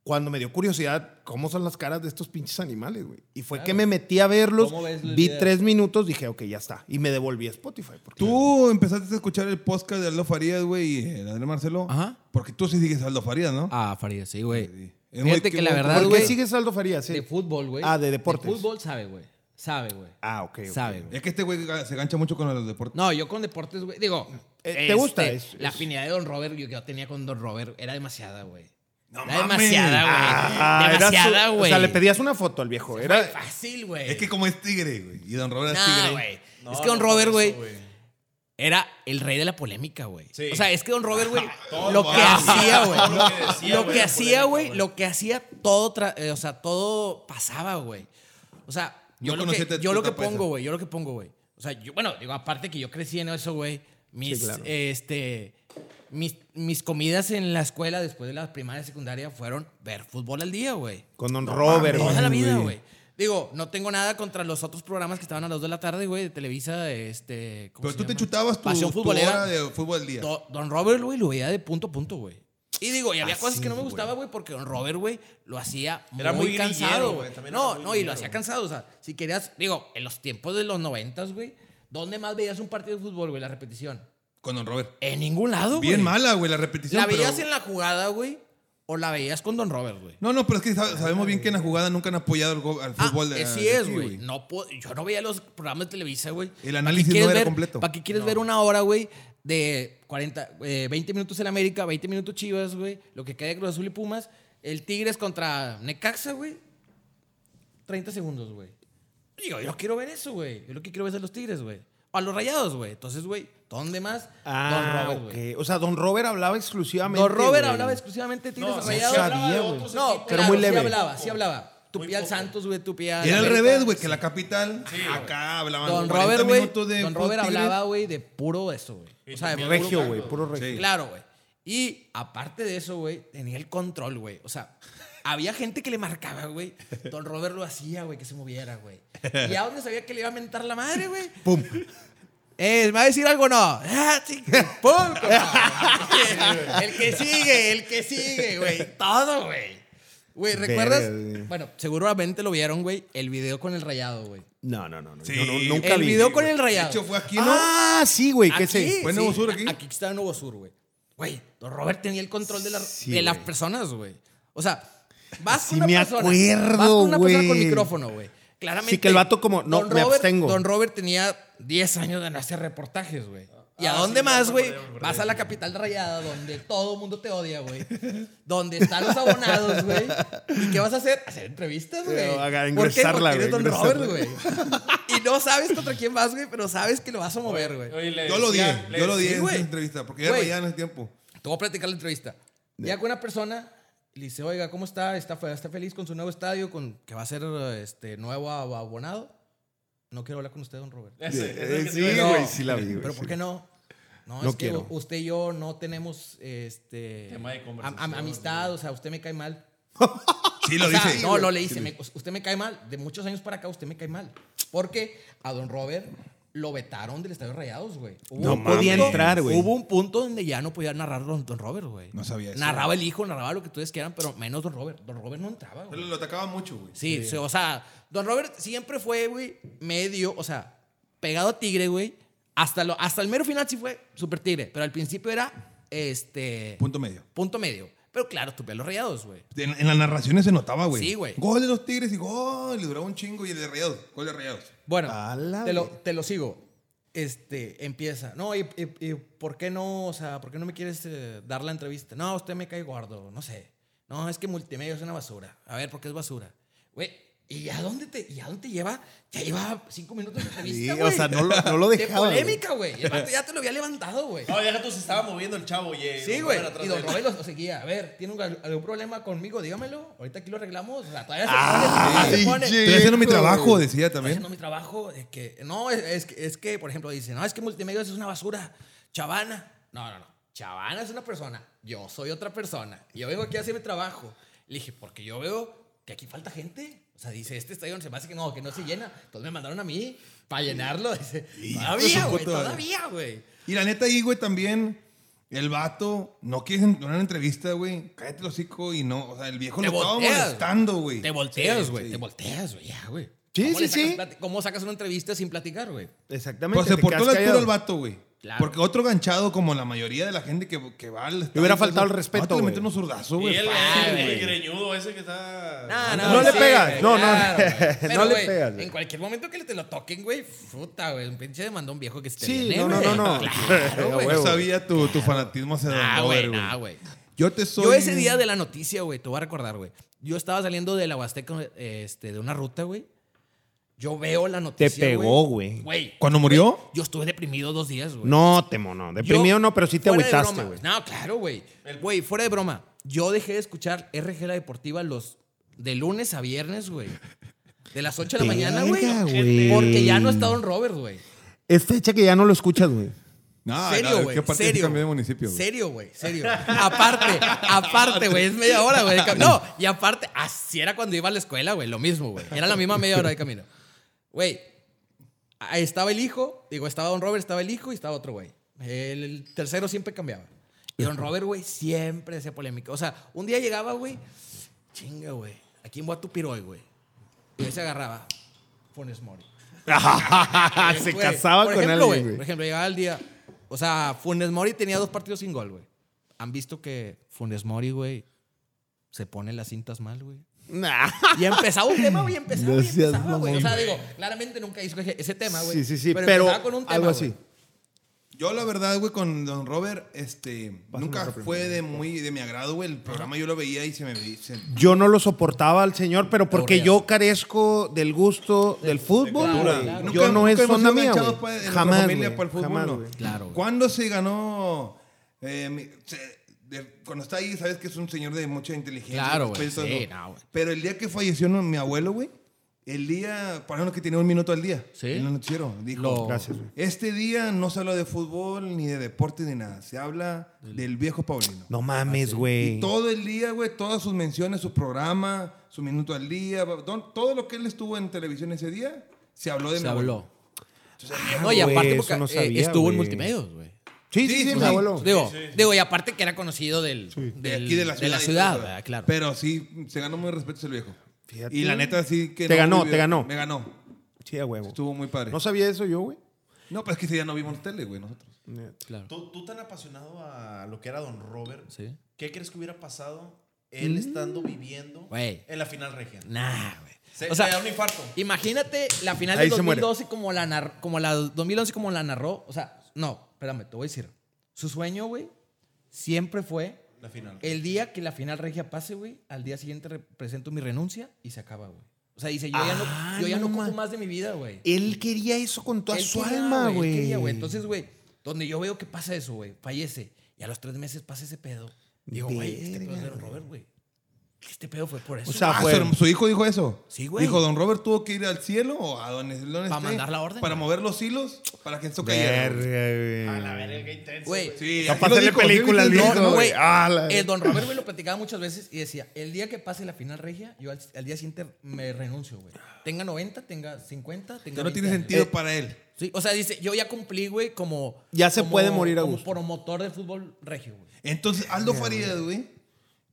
S1: Cuando me dio curiosidad cómo son las caras de estos pinches animales, güey. Y fue que me metí a verlos,
S4: ¿Cómo ves los
S1: vi
S4: videos?
S1: tres minutos, dije, ok, ya está. Y me devolví a Spotify. porque-
S2: Tú empezaste a escuchar el podcast de Aldo Farías, güey, y el André Marcelo.
S4: Ajá.
S2: Porque tú sí sigues a Aldo Farías, ¿no?
S4: Ah, Farid, sí, güey.
S2: Es muy-
S4: Fíjate que la
S2: ¿por
S4: verdad,
S1: ¿Por qué
S4: güey.
S1: sigues a Aldo Farías? eh?
S4: De fútbol, güey.
S1: Ah, de deportes.
S4: De fútbol sabe, güey. Sabe, güey.
S1: Ah, ok. ok.
S4: sabe, güey.
S2: Es que este güey se gancha mucho con los deportes.
S4: No, yo con deportes, güey. Digo, este,
S1: Eh, ¿te gusta? Es-
S4: la
S1: es-
S4: afinidad de Don Robert yo que yo tenía con Don Robert era demasiada, güey.
S2: No
S4: era
S2: mames.
S4: demasiada, güey.
S1: Ah, era su-
S4: demasiada, güey.
S1: O sea, le pedías una foto al viejo. Era,
S4: fácil, güey.
S2: Es que como es tigre, güey. Y Don Robert es
S4: Nah,
S2: tigre.
S4: güey.
S5: No,
S4: es que Don
S5: no,
S4: Robert,
S5: eso,
S4: güey, era el rey de la polémica, güey.
S5: Sí.
S4: O sea, es que Don Robert, güey,
S5: Todo
S4: lo
S5: lo
S4: que
S5: hace.
S4: hacía, güey.
S5: Todo lo que decía,
S4: Lo
S5: güey,
S4: que
S5: era
S4: hacía,
S5: polémica,
S4: güey,
S5: güey.
S4: lo que hacía, todo, tra- eh, o sea, todo pasaba, güey. O sea,
S2: No
S4: yo, lo
S2: conocí
S4: que,
S2: esta-
S4: yo lo que
S2: esta paisa.
S4: pongo, güey, yo lo que pongo, güey. O sea, yo, bueno, digo, aparte que yo crecí en eso, güey, mis,
S1: Sí, claro.
S4: este, mis, mis comidas en la escuela después de la primaria y secundaria fueron ver fútbol al día, güey.
S1: con Don Robert,
S4: Toda
S1: güey.
S4: la vida, güey. Digo, no tengo nada contra los otros programas que estaban a las 2 de la tarde, güey, de Televisa, este... ¿cómo
S2: Pero
S4: se
S2: tú te
S4: llama?
S2: chutabas tu,
S4: Pasión
S2: tu
S4: futbolera.
S2: hora de fútbol al día.
S4: Do- Don Robert, güey, lo veía de punto a punto, güey. Y digo, y había
S1: Ah,
S4: cosas
S1: sí,
S4: que no me
S1: güey.
S4: gustaba, güey, porque Don Robert, güey, lo hacía
S5: Era
S4: muy,
S5: muy grillero,
S4: cansado,
S5: güey,
S4: güey.
S5: también
S4: No,
S5: era
S4: no, y
S5: muy
S4: lo
S5: grillero,
S4: hacía
S5: güey.
S4: cansado. O sea, si querías, digo, en los tiempos de los noventas, güey, ¿dónde más veías un partido de fútbol, güey, la repetición?
S2: Con Don Robert.
S4: En ningún lado, güey.
S2: Bien mala, güey, la repetición.
S4: ¿La veías
S2: pero-
S4: en la jugada, güey? ¿O la veías con Don Robert, güey?
S2: No, no, pero es que sab- sabemos bien que en la jugada nunca han apoyado al, go- al
S4: Ah,
S2: fútbol. de-
S4: eh, sí
S2: de
S4: es,
S2: aquí,
S4: güey. No puedo- yo no veía los programas de Televisa, güey.
S2: El análisis no era completo.
S4: ¿Para qué quieres ver una hora, güey, de 40, eh, 20 minutos en América, 20 minutos Chivas, güey, lo que cae de Cruz Azul y Pumas, el Tigres contra Necaxa, güey? 30 segundos, güey. Digo, yo no quiero ver eso, güey. Yo lo que quiero ver es a los Tigres, güey. O a los Rayados, güey. Entonces, güey, ¿dónde más?
S1: Ah,
S4: Don Robert, güey.
S1: ok. O sea, Don Robert hablaba exclusivamente.
S4: Don Robert
S1: güey.
S4: hablaba exclusivamente de Tigres
S5: No,
S4: y
S5: sí,
S4: Rayados.
S5: sí hablaba de
S1: Sabía, güey.
S5: otros
S4: No,
S5: equipos.
S1: pero
S4: claro,
S1: muy
S4: Sí
S1: leve.
S4: hablaba, sí hablaba.
S5: Muy
S4: Tupía al
S5: poco.
S4: Santos, güey, tupía
S2: Y
S4: al
S2: era al
S4: América.
S2: revés, güey, que la capital. acá hablaban
S4: Don
S2: 40
S4: Robert, güey.
S2: minutos de
S4: Don
S2: puros
S4: Robert
S2: tigres.
S4: hablaba, güey, de puro eso, güey. O sea, de puro-
S1: Regio, güey, puro regio.
S2: Sí.
S4: Claro, güey. Y aparte de eso, güey, tenía el control, güey. O sea, había gente que le marcaba, güey. Don Robert lo hacía, güey, que se moviera, güey. Y a dónde sabía que le iba a mentar la madre, güey. ¡Pum! Eh, ¿Me va a decir algo o no? ¡Ah, sí! ¡Pum! compadre. el que sigue, el que sigue, güey. Todo, güey. Güey, ¿recuerdas?
S1: Verga, güey.
S4: Bueno, seguramente lo vieron, güey. El video con el rayado, güey.
S1: No, no, no. no.
S2: Sí.
S1: Yo no- nunca
S4: El
S1: vi.
S4: video con el
S2: De
S4: rayado.
S2: hecho, fue aquí, ¿no?
S1: Ah, sí, güey.
S4: Aquí,
S1: ¿Qué sé?
S2: Fue en Nuevo Sur, aquí.
S4: Aquí está en Nuevo Sur, güey. Güey, don Robert tenía el control de, la-
S1: Sí,
S4: de las
S1: güey.
S4: personas, güey. O sea, vas
S1: Sí
S4: con una
S1: me
S4: persona.
S1: acuerdo,
S4: vas con una persona con
S1: güey.
S4: micrófono, güey. Claramente.
S1: Sí, que el vato como, no, me abstengo.
S4: Don Robert tenía 10 años de no hacer reportajes, güey. ¿Y a
S5: Ah,
S4: dónde
S5: sí,
S4: más,
S5: me
S4: güey?
S5: acordé, me acordé.
S4: Vas a la capital rayada, donde todo el mundo te odia, güey. donde están los abonados, güey. ¿Y qué vas a hacer? Hacer entrevistas, güey.
S1: Eh, haga-
S4: ¿Por qué? Porque
S1: ingresarla,
S4: eres
S1: güey,
S4: Don Robert,
S1: ingresarla.
S4: güey. y no sabes contra quién vas, güey, pero sabes que lo vas a mover, güey.
S5: Oye, le
S2: Yo lo
S5: decía-
S2: odié,
S5: le
S2: yo lo odié
S4: sí,
S5: decía-
S2: en esa
S4: güey.
S2: entrevista, porque ya
S4: Güey.
S2: veía en ese tiempo.
S4: Te voy a platicar la entrevista. Ya con una persona y le dice, oiga, ¿cómo está? ¿Está, fe- está feliz con su nuevo estadio, con que va a ser este, nuevo ab- abonado? No quiero hablar con usted, don Robert.
S5: Ese, ese
S1: Eh,
S5: que
S1: sí,
S5: te iba a
S1: güey,
S5: decir.
S1: sí la vi, güey,
S4: ¿Pero
S1: sí.
S4: por qué no? No,
S1: No
S4: es que
S1: quiero.
S4: usted y yo no tenemos este,
S5: Tema de
S4: am-
S5: conversación,
S4: am- amistad, o sea, usted me cae mal.
S2: Sí, lo
S4: O sea,
S2: dice.
S4: no, lo le dice, me- usted me cae mal, de muchos años para acá usted me cae mal. Porque a don Robert lo vetaron del Estadio Rayados, güey. Hubo
S1: No
S4: un punto-
S1: podía entrar, güey.
S4: Hubo un punto donde ya no podía narrar don, don Robert, güey.
S2: No sabía eso.
S4: Narraba el hijo, narraba lo que ustedes quieran, pero menos don Robert. Don Robert no entraba,
S2: Pero
S4: güey.
S2: lo atacaba mucho, güey.
S4: Sí, sí, o sea, don Robert siempre fue, güey, medio, o sea, pegado a Tigre, güey. Hasta, lo, hasta el mero final sí fue súper Tigre, pero al principio era, este,
S2: Punto medio.
S4: punto medio. Pero claro, tú los rayados, güey.
S2: En, en las narraciones se notaba, güey.
S4: Sí, güey.
S2: Gol de los Tigres y gol. Le duraba un chingo y el de Rayados. Gol de Rayados.
S4: Bueno,
S1: A la
S4: te lo,
S1: ve-
S4: te lo sigo. Este, empieza. No, y, y- y ¿por qué no, o sea, por qué no me quieres eh, dar la entrevista? No, usted me cae gordo, no sé. No, es que multimedia es una basura. A ver, ¿por qué es basura? Güey, ¿Y a dónde te, y a dónde te lleva? Ya llevaba cinco minutos de
S1: Sí,
S4: entrevista, güey.
S1: o sea, no lo, no lo dejaba.
S4: De
S1: güey.
S4: polémica, güey. El vato ya te lo había levantado, güey.
S5: No, deja tú, se estaba moviendo el chavo, oye.
S4: Sí,
S5: no
S4: güey.
S5: fuera atrás
S4: Y don
S5: de él.
S4: Robelo seguía. A ver, ¿tiene un- algún problema conmigo? Dígamelo. Ahorita aquí lo arreglamos. O sea, todavía se,
S1: Ah,
S4: se
S1: pinche
S4: pone-
S1: Estoy haciendo mi trabajo,
S2: decía
S4: Estoy haciendo mi trabajo. Es que, no, es, es que- es que, por ejemplo, dicen, no, es que multimedia es una basura. Chavana. No, no, no. Chavana es una persona. Yo soy otra persona. Yo vengo aquí a hacer mi trabajo. Le dije, porque yo veo que aquí falta gente. O sea, dice, este estadio se me hace que no, que no se llena. Entonces me mandaron a mí para llenarlo. Dice, todavía,
S2: su
S4: güey,
S2: puta madre.
S4: todavía, güey.
S2: Y la neta ahí, güey, también el vato no quiere en- una entrevista, güey. Cállate el hocico y no. O sea, el viejo
S4: Te
S2: lo estaba
S4: volteas,
S2: molestando, güey.
S4: Te volteas,
S2: Sí,
S4: güey.
S2: sí.
S4: Te volteas, güey. Ya, güey.
S1: Sí,
S4: ¿Cómo
S1: sí,
S4: le sacas
S1: sí.
S4: plati- ¿Cómo sacas una entrevista sin platicar, güey?
S1: Exactamente.
S2: Pues se
S1: te
S2: portó
S1: quedas
S2: la altura
S1: callado.
S2: el vato, güey.
S4: Claro.
S2: Porque otro ganchado, como la mayoría de la gente que, que va al estadio,
S1: hubiera faltado el
S2: vato
S1: respeto,
S2: Le
S1: güey.
S2: meten unos zurdazos,
S5: Y
S2: güey.
S5: el,
S4: fácil,
S5: el- el
S4: güey.
S5: greñudo ese que está.
S1: No le pegas,
S4: güey,
S1: no, no,
S4: güey.
S1: no
S4: Pero,
S1: le
S4: güey,
S1: pegas, güey.
S4: En cualquier momento que te lo toquen, güey, puta, güey. Un pinche demandó un viejo que esté
S1: Sí,
S4: bien,
S1: no, no,
S4: eh, güey.
S1: no, no.
S4: Claro,
S1: A
S2: Yo
S4: güey.
S1: huevo.
S2: sabía tu, tu fanatismo se
S4: Ah, güey,
S2: güey.
S4: nah, güey.
S2: Yo te soy.
S4: Yo ese día de la noticia, güey, te voy a recordar, güey. Yo estaba saliendo de la Huasteca, este, de una ruta, güey. Yo veo la
S1: Te
S4: noticia,
S1: pegó, güey.
S4: Güey,
S2: ¿Cuando murió?
S4: yo estuve deprimido dos días, güey.
S1: No, te mono. Deprimido
S4: Yo-
S1: no, pero sí te
S4: fuera de
S1: agüitaste,
S4: broma.
S1: güey.
S4: No, claro, güey. Güey, fuera de broma. Yo dejé de escuchar RG La Deportiva los de lunes a viernes, güey. De las 8 de la mañana,
S1: Verga,
S4: güey.
S1: güey.
S4: Porque ya no está Don Robert, güey.
S1: Es fecha que ya no lo escuchas, güey.
S2: Ah, No,
S4: serio,
S2: no,
S4: güey.
S2: ¿Qué parte
S4: serio.
S2: cambié de municipio? güey?
S4: Serio, güey. Serio. Aparte, aparte, güey. Es media hora, güey. de cam- No, y aparte, así era cuando iba a la escuela, güey. Lo mismo, güey. Era la misma media hora de camino. Güey, ahí estaba el hijo. Digo, estaba Don Robert, estaba el hijo y estaba otro güey. El tercero siempre cambiaba. Y Don Robert, güey, siempre hacía polémica. O sea, un día llegaba, güey. Chinga, güey. ¿A quién voy a tupir hoy, güey? Y él se agarraba. Funes Mori.
S1: Ah, Se
S4: Güey,
S1: casaba
S4: por
S1: con
S4: ejemplo,
S1: alguien,
S4: güey,
S1: güey.
S4: Por ejemplo, llegaba el día. O sea, Funes Mori tenía dos partidos sin gol, güey. Han visto que Funes Mori, güey, se pone las cintas mal, güey.
S1: Nah.
S4: Y empezaba un tema, güey, empezaba,
S1: No
S4: y
S1: seas
S4: empezaba, güey. O sea,
S1: mamón.
S4: digo, claramente nunca hizo ese ese tema, güey.
S1: Sí, sí, sí. Pero,
S4: empezaba con un tema,
S1: algo así.
S4: güey.
S2: Yo, la verdad, güey, con Don Robert, este.
S1: Pásame
S2: nunca
S1: otra
S2: fue de muy de mi agrado, güey. El programa yo lo veía y se me. se-
S1: Yo no lo soportaba al señor, pero porque
S4: Aburrido.
S1: yo carezco del gusto del fútbol.
S4: cultura.
S1: güey.
S4: Claro.
S2: Nunca-
S1: Yo no
S2: nunca
S1: es
S2: hemos
S1: onda
S2: sido
S1: mía,
S2: enganchados,
S1: güey.
S2: pues, en nuestra
S1: Jamás,
S2: familia
S1: güey.
S2: para el fútbol,
S1: Jamás,
S2: no.
S1: güey.
S4: Claro, güey.
S2: ¿Cuándo se ganó? eh, mi- se- de- cuando está ahí, sabes que es un señor de mucha inteligencia.
S4: Claro, güey,
S2: respeto,
S4: sí,
S2: ¿no?
S4: no, güey.
S2: Pero el día que falleció no, mi abuelo, güey, el día, por ejemplo, que tenía un minuto al día.
S4: Sí.
S2: En el noticiero. Dijo,
S4: Lo-
S1: Gracias, güey.
S2: este día no se habla de fútbol, ni de deporte, ni nada. Se habla del viejo Paulino.
S1: No
S4: Ah,
S1: mames, güey.
S2: Y todo el día, güey, todas sus menciones, su programa, su minuto al día, va- don- todo lo que él estuvo en televisión ese día, se habló de
S4: Se
S2: mi abuelo.
S4: habló.
S2: Entonces,
S4: No, y
S1: Ah, güey,
S4: aparte,
S1: eso
S4: porque,
S1: no
S4: eh,
S1: sabía,
S4: estuvo
S1: güey.
S4: en multimedios, güey.
S1: Sí, sí,
S2: Sí,
S1: sí,
S2: sí,
S1: mi
S2: sí.
S1: abuelo.
S4: Digo, digo, y aparte que era conocido del,
S2: de
S4: del-
S2: aquí de la ciudad. y todo eso,
S4: ¿verdad? ah, claro.
S2: Pero sí, se ganó muy respeto el viejo.
S1: Fíjate.
S2: Y la neta sí que...
S1: Te ganó,
S2: vivió-
S1: te ganó.
S2: Me ganó.
S1: Sí, a huevo.
S2: Estuvo muy padre.
S1: No
S2: No,
S1: sabía eso yo, güey.
S2: pero es que ese día no vimos tele, güey, nosotros.
S4: claro.
S5: Ah, ¿Tú, tú tan apasionado a lo que era Don Robert,
S4: Sí. Mm.
S5: ¿qué crees que hubiera pasado él estando viviendo
S4: Güey.
S5: en la final regia?
S4: Nah, güey.
S5: Se,
S4: O sea,
S5: le da un infarto.
S4: Imagínate la final
S1: Ahí
S4: del
S1: se muere.
S4: 2012 como la, nar- como la 2011 como la narró, o sea, no, espérame, te voy a decir. Su sueño, güey, siempre fue
S5: La final.
S4: el día que la final regia pase, güey, al día siguiente re- presento mi renuncia y se acaba, güey. O sea, dice, yo ya
S1: Ah,
S4: no, yo ya
S1: no
S4: no ocupo
S1: ma-
S4: más de mi vida, güey.
S1: Él quería eso con toda
S4: Él
S1: su
S4: quería,
S1: alma,
S4: él
S1: güey.
S4: quería, Entonces, güey, donde yo veo que pasa eso, güey, fallece y a los tres meses pasa ese pedo. Digo, güey, este pedo es de
S1: Verga,
S4: Don Robert, güey. Este pedo fue por eso.
S1: O sea,
S2: Ah,
S1: fue-
S2: su, su hijo dijo eso.
S4: Sí, güey.
S2: Dijo, don Robert tuvo que ir al cielo o a donde, donde
S4: Pa'
S2: esté,
S4: mandar la orden,
S2: Para
S4: güey.
S2: mover los hilos, para que esto cayera. güey.
S1: Verga, güey.
S5: verga, qué intenso.
S4: Güey,
S2: Sí,
S1: Para
S2: así lo
S1: hacerle
S2: dijo, sí,
S1: película al
S2: sí, sí.
S1: viejo.
S4: No, no, güey.
S1: güey. Ah, la-
S4: El don Robert, güey, lo platicaba muchas veces y decía, el día que pase la final regia, yo al, al día siguiente me renuncio, güey. Tenga 90, tenga 50, tenga
S2: Ya no
S4: 20
S2: tiene
S4: años".
S2: sentido
S1: Eh,
S2: para él.
S4: Sí, o sea, dice, yo ya cumplí, güey, como...
S1: Ya se
S4: como-
S1: puede morir a
S4: como
S1: gusto.
S4: promotor del fútbol regio, güey.
S2: Entonces, Aldo Farías, güey,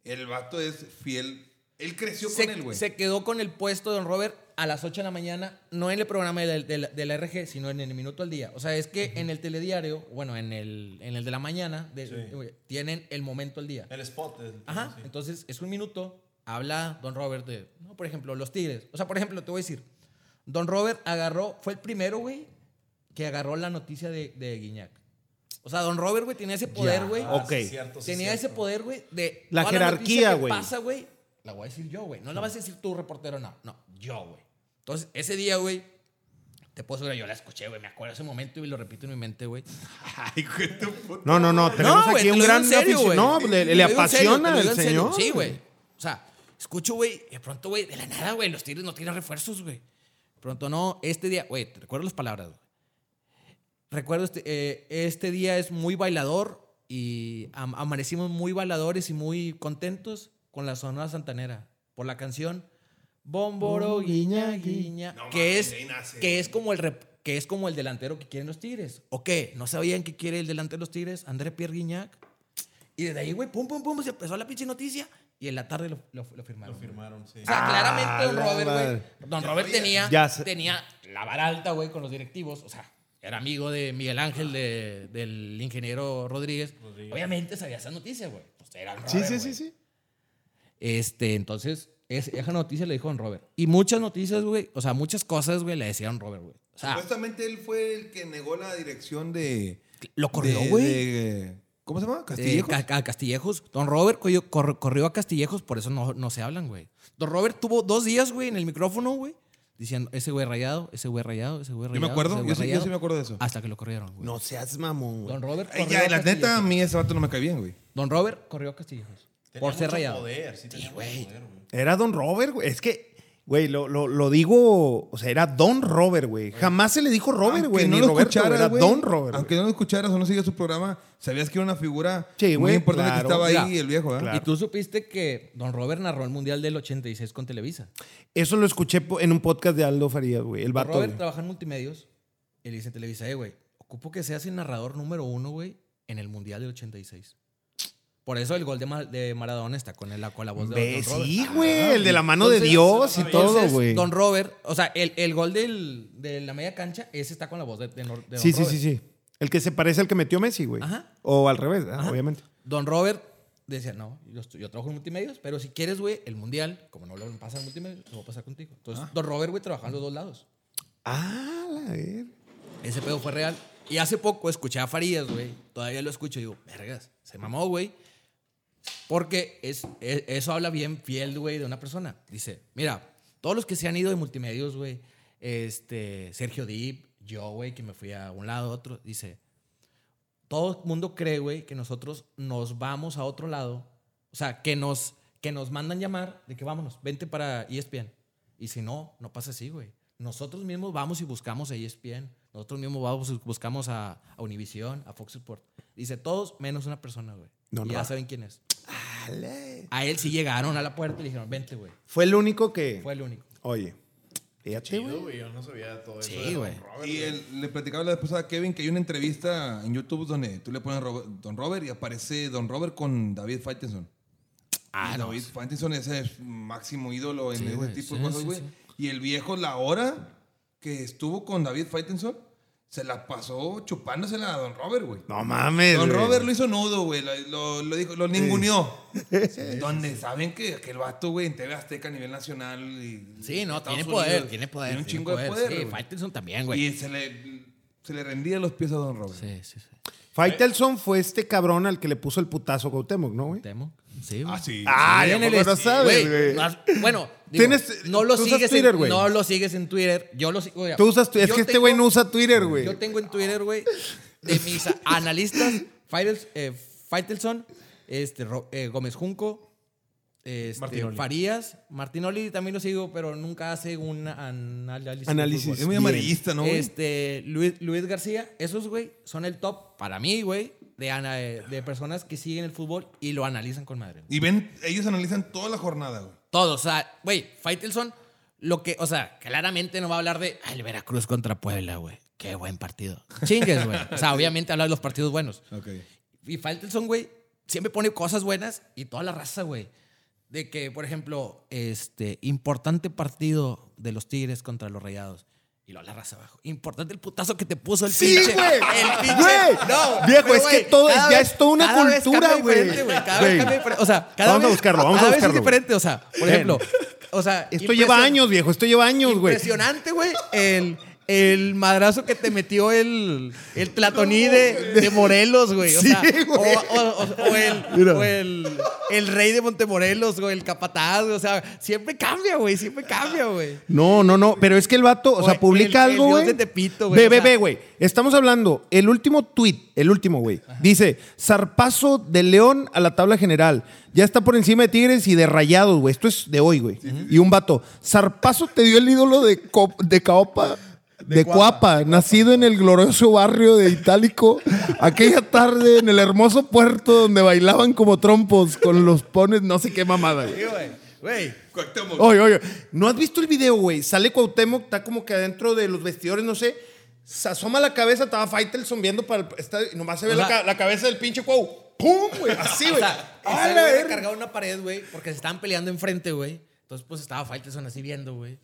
S2: el vato es fiel. Él creció
S4: Se,
S2: con él, güey.
S4: se quedó con el puesto de don Robert a las 8 de la mañana, no en el programa del- del- de, la RG, sino en el minuto al día. O sea, es que en el telediario, bueno, en el, en el de la mañana, de- güey, tienen el momento al día.
S5: Uh, El spot. el-
S4: Ajá.
S5: sí.
S4: Entonces, es un minuto. Habla Don Robert de, no, por ejemplo, los Tigres. O sea, por ejemplo, te voy a decir, Don Robert agarró, fue el primero, güey, que agarró la noticia de, de Guiñac. O sea, Don Robert, güey, tenía ese poder, güey.
S5: Ah, sí,
S1: ok.
S5: cierto, sí,
S4: Tenía ese
S5: cierto.
S4: poder, güey, de...
S1: La
S4: toda noticia
S1: jerarquía,
S4: que
S1: güey.
S4: pasa, güey? La voy a decir yo, güey. No la vas a decir tú, reportero, no. No, yo, güey. Entonces, ese día, güey, te puedo asegurar, yo la escuché, güey. Me acuerdo ese momento y lo repito en mi mente, güey.
S2: Ay, güey, tu puta.
S1: No, no, no. Tenemos
S4: güey,
S1: aquí
S4: te
S1: un
S4: lo digo
S1: gran
S4: en serio,
S1: aficio-
S4: güey.
S1: No, le, le
S4: Te lo digo en serio,
S1: apasiona
S4: te lo
S1: el
S4: digo en serio.
S1: señor.
S4: Sí, güey. O sea, escucho, güey, de pronto, güey, de la nada, güey, los tigres no tiran refuerzos, güey. De Pronto no, este día, güey, te recuerdo las palabras, güey. Recuerdo, este, eh, este día es muy bailador y am- amanecimos muy bailadores y muy contentos con la Sonora Santanera por la canción Bomboro Guiña Guiña,
S2: No
S4: que,
S2: mames,
S4: es,
S2: ahí nace.
S4: que es como el rep- que es como el delantero que quieren los Tigres. ¿O qué? ¿No sabían que quiere el delantero de los Tigres? André Pierre Guiñac. Y desde ahí, güey, pum, pum, pum, se empezó la pinche noticia. Y en la tarde lo, lo- lo firmaron.
S5: Lo firmaron, sí.
S4: O sea, claramente Don
S1: Ah, la
S4: Robert,
S1: madre.
S4: güey. Don Robert tenía,
S1: Ya se-
S4: tenía la vara alta, güey, con los directivos. O sea, era amigo de Miguel Ángel, de- del ingeniero Rodríguez. Obviamente sabía esa noticia, güey. Pues era Don
S1: Sí,
S4: Robert,
S1: sí,
S4: güey.
S1: sí, sí.
S4: Este, entonces, es- esa noticia le dijo Don Robert. Y muchas noticias, güey. O sea, muchas cosas, güey, le decía Don Robert, güey. O sea,
S2: Supuestamente él fue el que negó la dirección de.
S4: lo corrió,
S2: de-
S4: güey.
S2: de- ¿Cómo se llama?
S4: Eh,
S2: Castillejo.
S4: ca- ca- Castillejos. Don Robert corrió, cor- corrió a Castillejos, por eso no, no se hablan, güey. Don Robert tuvo dos días, güey, en el micrófono, güey, diciendo, ese güey rayado, ese güey rayado, ese
S2: yo
S4: güey rayado.
S2: me
S4: ese
S2: acuerdo,
S4: güey
S2: yo sí, yo
S4: rayado",
S2: sí me acuerdo de eso.
S4: Hasta que lo corrieron, güey.
S1: No seas mamón. güey.
S4: Don Robert
S2: Ay,
S4: corrió
S2: ya,
S4: a
S2: la
S4: Castillejos.
S2: neta, a mí ese vato no me cae bien, güey.
S4: Don Robert corrió a Castillejos.
S5: Tenía
S4: por ser
S5: mucho
S4: rayado.
S5: poder, sí, tenía mucho
S4: güey.
S5: poder, güey.
S1: Era Don Robert, güey. Es que, güey, lo, lo, lo digo, o sea, era Don Robert, güey. Jamás se le dijo Robert, güey.
S2: Aunque
S1: ni Roberto, güey, era
S2: güey,
S1: Don Robert.
S2: Aunque
S1: güey.
S2: no lo escucharas o no siguieras su programa, sabías que era una figura
S1: Sí,
S2: muy
S1: güey,
S2: importante
S1: claro.
S2: que estaba ahí
S4: Mira,
S2: el viejo, ¿eh?
S1: claro.
S4: Y tú supiste que Don Robert narró el Mundial del 86 con Televisa.
S1: Eso lo escuché po- en un podcast de Aldo Farías, güey. El
S4: Don
S1: vato.
S4: Robert
S1: güey.
S4: trabaja en multimedios y le dice en Televisa, eh, güey, ocupo que seas el narrador número uno, güey, en el Mundial del 86. Por eso el gol de, Ma- de Maradona está con, el, con la voz de
S1: Ve,
S4: Don Robert. Ah,
S1: sí, güey. El de la mano de
S4: Entonces-
S1: Dios y todo,
S4: Entonces,
S1: güey.
S4: Don Robert, o sea, el, el gol del, de la media cancha, ese está con la voz de, de Nor- de Don
S1: Sí, sí,
S4: Robert.
S1: sí, sí. El que se parece al que metió Messi, güey.
S4: Ajá.
S1: O al revés, ¿verdad? obviamente.
S4: Don Robert decía, no, yo, estoy- yo trabajo en multimedios, pero si quieres, güey, el mundial, como no lo pasa en multimedios, lo voy a pasar contigo. Entonces, Don Robert, güey, trabajaba en los dos lados.
S1: Ah, la ver.
S4: Ese pedo fue real. Y hace poco escuché a Farías, güey. Todavía lo escucho y digo, vergas, se mamó, güey. Porque es, e- eso habla bien fiel, güey, de una persona. Dice, mira, todos los que se han ido de multimedios, güey, este, Sergio Dip, yo, güey, que me fui a un lado a otro, dice, todo el mundo cree, güey, que nosotros nos vamos a otro lado. O sea, que nos, que nos mandan llamar de que vámonos, vente para E ESPN. Y si no, no pasa así, güey. Nosotros mismos vamos y buscamos a E ESPN. Nosotros mismos vamos y buscamos a, a Univision, a Fox Sport. Dice todos menos una persona, güey.
S1: No,
S4: Y
S1: no.
S4: ya saben quién es. A él sí llegaron a la puerta y le dijeron, vente, güey.
S1: Fue el único que.
S4: Fue el único.
S1: Oye. Fíjate,
S5: Chido,
S1: güey.
S5: güey, Yo no sabía todo eso.
S4: Sí,
S5: de Don
S4: güey.
S5: Robert,
S2: Y él- le platicaba la vez pasada a Kevin que hay una entrevista en YouTube donde tú le pones Robert- Don Robert y aparece Don Robert con David Faitelson.
S4: Ah,
S2: Y
S4: no.
S2: David Faitelson es el máximo ídolo en
S4: Sí,
S2: ese
S4: güey,
S2: tipo
S4: sí,
S2: de cosas,
S4: sí,
S2: güey.
S4: sí.
S2: Y el viejo, la hora que estuvo con David Faitelson, se la pasó chupándosela a Don Robert, güey.
S1: No mames.
S2: Don
S1: güey.
S2: Robert lo hizo nudo, güey. Lo, lo- lo dijo, lo ninguneó. Donde saben que aquel vato, güey, en TV Azteca a nivel nacional. Y
S4: Sí, no,
S2: Estados
S4: tiene poder,
S2: Unidos,
S4: tiene poder.
S2: Tiene un
S4: tiene
S2: chingo de poder.
S4: Sí,
S2: güey.
S4: Faitelson también, güey.
S2: Y se le, se le rendía los pies a Don Robert.
S4: Sí, sí, sí.
S1: Faitelson fue este cabrón al que le puso el putazo Cuauhtémoc, ¿no, güey?
S4: Temo. Sí, güey.
S2: Ah, sí.
S1: Ah,
S4: Sí,
S1: ya
S4: en
S1: me
S4: el
S1: acuerdo,
S4: este,
S1: sabes,
S4: güey.
S1: güey.
S4: Las- Bueno, digo,
S1: Tienes-
S4: no, lo
S1: tú usas
S4: sigues
S1: Twitter,
S4: en,
S1: güey.
S4: no lo sigues en Twitter. Yo lo sigo. o sea,
S1: Tú usas Twitter. Es
S4: yo
S1: que este
S4: tengo-
S1: güey no usa Twitter, güey.
S4: Yo tengo en Twitter, güey, de mis analistas, Faitels- eh, Faitelson, este, Ro- eh, Gómez Junco, este,
S5: Martinoli.
S4: Farías, Martinoli también lo sigo, pero nunca hace un an- análisis. de
S1: Análisis.
S4: fútbol.
S2: Es muy
S1: Bien.
S2: amarillista, ¿no, güey?
S4: Este, Luis, Luis García, esos, güey, son el top para mí, güey, de, ana- eh, de personas que siguen el fútbol y lo analizan con madre.
S2: Y ven, ellos analizan toda la jornada, güey.
S4: Todo, o sea, güey, Faitelson, lo que, o sea, claramente no va a hablar de "Ay, el Veracruz contra Puebla, güey. Qué buen partido. Chingues, güey. O sea, obviamente habla de los partidos buenos. Y Faitelson, güey, siempre pone cosas buenas y toda la raza, güey. De que, por ejemplo, este importante partido de los Tigres contra los Rayados. Y luego la raza abajo. Importante el putazo que te puso el
S1: Sí,
S4: pinche.
S1: güey.
S4: El pinche.
S1: Güey.
S4: No,
S1: Viejo,
S4: pero,
S1: es que
S4: güey,
S1: todo es-
S4: cada
S1: ya
S4: vez-
S1: es toda una
S4: cada vez
S1: cultura,
S4: cambia
S1: güey.
S4: diferente, Cada
S1: Güey.
S4: vez cambia diferente. O sea, cada
S1: Vamos a
S4: vez-
S1: buscarlo, vamos a
S4: cada
S1: buscarlo,
S4: Vez es
S1: güey.
S4: diferente, o sea, por
S1: Ven.
S4: ejemplo, o sea,
S1: Esto lleva
S4: impresion-
S1: años, viejo. Esto lleva años, güey.
S4: Impresionante, güey. El,
S3: el madrazo que te metió el, el platoní de, de Morelos, güey. O,
S1: Sí,
S3: sea,
S1: güey.
S3: o, o- o- o el,
S1: Mira.
S3: o el, el rey de Montemorelos, güey, el capataz, güey. O sea, siempre cambia, güey, siempre cambia, güey.
S1: No, no, no. Pero es que el vato, o sea,
S3: Güey,
S1: publica
S3: el- el
S1: algo,
S3: Dios
S1: güey.
S3: de Tepito, güey,
S1: Ve,
S3: o
S1: ve,
S3: sea.
S1: ve, güey. Estamos hablando, el último tweet, el último, güey. Dice: zarpazo de León a la tabla general. Ya está por encima de Tigres y de Rayados, güey. Esto es de hoy, güey. Y un vato: zarpazo te dio el ídolo de, Co- de Caopa. De Cuapa, nacido en el glorioso barrio de Itálico, aquella tarde en el hermoso puerto donde bailaban como trompos con los pones, no sé qué mamada, güey.
S3: Sí, güey. Güey,
S2: Cuauhtémoc.
S1: Oye, oye, ¿no has visto el video, güey? Sale Cuauhtémoc, está como que adentro de los vestidores, no sé. Se asoma la cabeza, estaba Faitelson viendo para el estadio y nomás se ve
S4: O
S1: la,
S4: sea-
S1: ca- la cabeza del pinche Cuau. ¡Pum, güey! Así,
S4: O
S1: güey.
S4: sea,
S1: ¡A
S4: ese
S1: la
S4: güey
S1: verga!
S4: cargaba una pared, güey, porque se estaban peleando enfrente, güey. Entonces, pues estaba Faitelson así viendo, güey.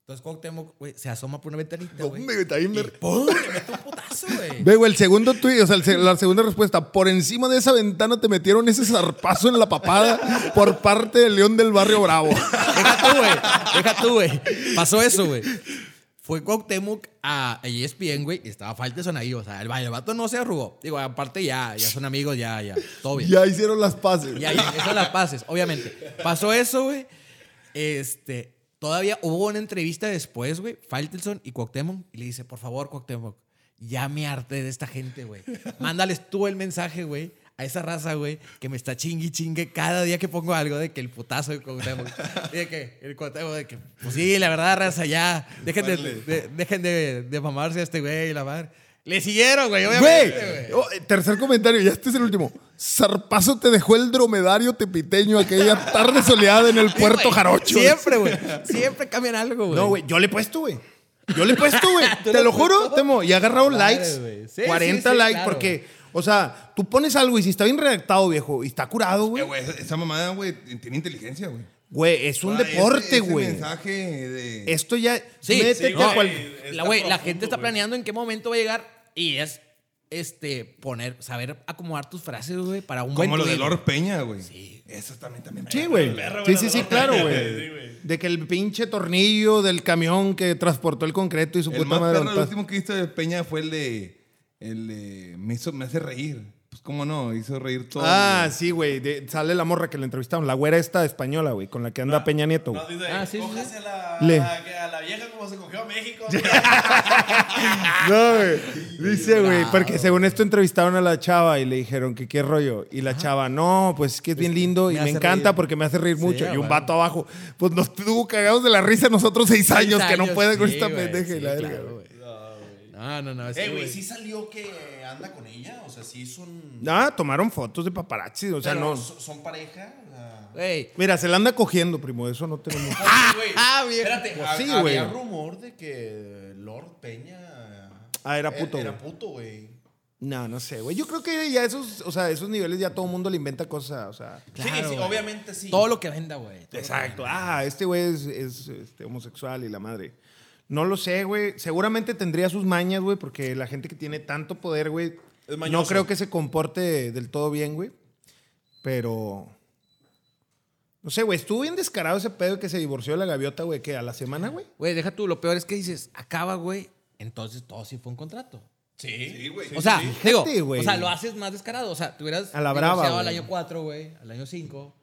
S4: Entonces, Cuauhtémoc, güey, se asoma por una ventanita, güey.
S1: ¿Dónde, güey? Está bien
S4: Y
S1: ver-
S4: ¡pum! Le mete un putazo, güey.
S1: Ve, güey, el segundo tuit, o sea, el se- la segunda respuesta. Por encima de esa ventana te metieron ese zarpazo en la papada por parte del León del Barrio Bravo.
S4: Deja tú, güey. Deja tú, güey. Pasó eso, güey. Fue Cuauhtémoc a E ESPN, güey, y estaba Faitelson ahí. O sea, el, el vato no se arrugó. Digo, aparte ya, ya son amigos, ya, ya. Todo bien.
S1: Ya hicieron las pases.
S4: Ya, ya, eso las pases, obviamente. Pasó eso, güey. Este, todavía hubo una entrevista después, güey, Faitelson y Cuauhtémoc, y le dice, por favor, Cuauhtémoc, ya me harté de esta gente, güey. Mándales tú el mensaje, güey, a esa raza, güey, que me está chingui chingue cada día que pongo algo de que el putazo de Cuauhtémoc. Y de que el Cuauhtémoc de que, pues sí, la verdad, raza, ya, dejen de, de- dejen de, de mamarse a este güey y la madre. Le siguieron, güey,
S1: Güey,
S4: obviamente, güey.
S1: oh, eh, tercer comentario, ya este es el último. Zarpazo te dejó el dromedario tepiteño aquella tarde soleada en el
S4: Sí,
S1: puerto
S4: güey.
S1: jarocho.
S4: Siempre, güey. Siempre cambian algo, güey.
S1: No, güey, yo le he puesto, güey. Yo le he puesto, güey. Te lo juro, Temo. Y ha agarrado
S4: güey.
S1: likes.
S4: Sí,
S1: 40
S4: sí, sí,
S1: likes
S4: claro.
S1: porque, o sea, tú pones algo y si está bien redactado, viejo, y está curado,
S2: Eh,
S1: güey.
S2: güey, esa, esa mamada, güey, tiene inteligencia, güey.
S1: Güey, es un
S2: Ah, ese-
S1: deporte,
S2: ese
S1: güey.
S2: mensaje de...
S1: Esto ya...
S4: Sí,
S1: métete
S4: sí,
S1: a
S4: no, eh,
S1: cual-
S5: Está
S4: la, güey, la
S5: profundo,
S4: gente está
S5: güey.
S4: planeando en qué momento va a llegar y es este poner, saber acomodar tus frases, güey, para un buen
S2: Como lo de
S4: tweet.
S2: Lord Peña, güey. Sí. Eso también, también.
S1: Sí, güey.
S5: perro,
S1: Sí,
S5: güey,
S1: sí,
S5: la
S1: sí,
S5: ropa.
S1: claro,
S5: Sí,
S1: güey.
S5: güey.
S1: De que el pinche tornillo del camión que transportó el concreto y su
S2: El
S1: puta
S2: más
S1: madre.
S2: perro, el
S1: ahorita-
S2: último que hizo de Peña fue el de... El de... Me, hizo, me hace reír. Pues cómo no, hizo reír todo.
S1: Ah, sí, güey. de- Sale la morra que la entrevistaron, la güera esta española, güey, con la que anda Peña Nieto. güey.
S5: No, dice,
S4: Ah, sí, sí,
S5: cójase
S4: sí.
S5: A, la,
S1: Le.
S5: a la- a la vieja como se cogió a México. Eh,
S1: No, güey. Dice, güey, porque según esto entrevistaron a la chava y le dijeron que qué rollo. Y la chava, no, pues es que es bien lindo y
S4: me
S1: me
S4: hace
S1: encanta
S4: reír.
S1: porque me hace reír mucho. y un
S4: güey.
S1: vato abajo, pues nos tuvo cagados de la risa nosotros seis años, que no
S4: años,
S1: puede con
S4: sí,
S1: esta
S4: güey,
S1: pendeja y
S4: sí,
S1: la verga,
S4: claro,
S1: güey.
S4: güey. No, no, no.
S5: Eh,
S4: sí,
S5: güey,
S4: güey.
S5: sí salió que anda con ella. O sea, sí son.
S1: Ah, tomaron fotos de paparazzi, o sea,
S5: pero
S1: no.
S5: so- Son pareja. Ah,
S4: Güey,
S1: Mira, se la anda cogiendo, primo, eso no tenemos.
S5: Ah, güey.
S3: ah, bien.
S5: Espérate,
S1: Pues
S5: ha-
S1: sí, güey.
S5: había rumor de que Lord Peña. eh,
S1: Ah, era puto,
S5: Era,
S1: güey.
S5: puto, güey.
S1: No, no sé, güey. Yo creo que ya esos, o sea, esos niveles ya todo el mundo le inventa cosas, o sea.
S5: sí,
S4: Claro,
S5: sí,
S4: güey.
S5: obviamente sí.
S4: todo lo que venda, güey. todo lo que
S1: Exacto. Ah, este güey es, es, este, homosexual y la madre. No lo sé, güey. Seguramente tendría sus mañas, güey, porque la gente que tiene tanto poder, güey,
S5: Es
S1: no
S5: mañoso.
S1: creo que se comporte del todo bien, güey. Pero... No sé, güey, estuvo bien descarado ese pedo que se divorció de la gaviota, güey, que a la semana, güey.
S4: Güey, deja tú, lo peor es que dices, acaba, güey. Entonces todo sí fue un contrato.
S5: Sí, sí, güey.
S4: o sea, digo,
S1: Fíjate, güey.
S4: o sea, lo haces más descarado. O sea, te hubieras
S1: A la brava,
S4: divorciado al
S1: güey.
S4: año 4, güey, al año 5.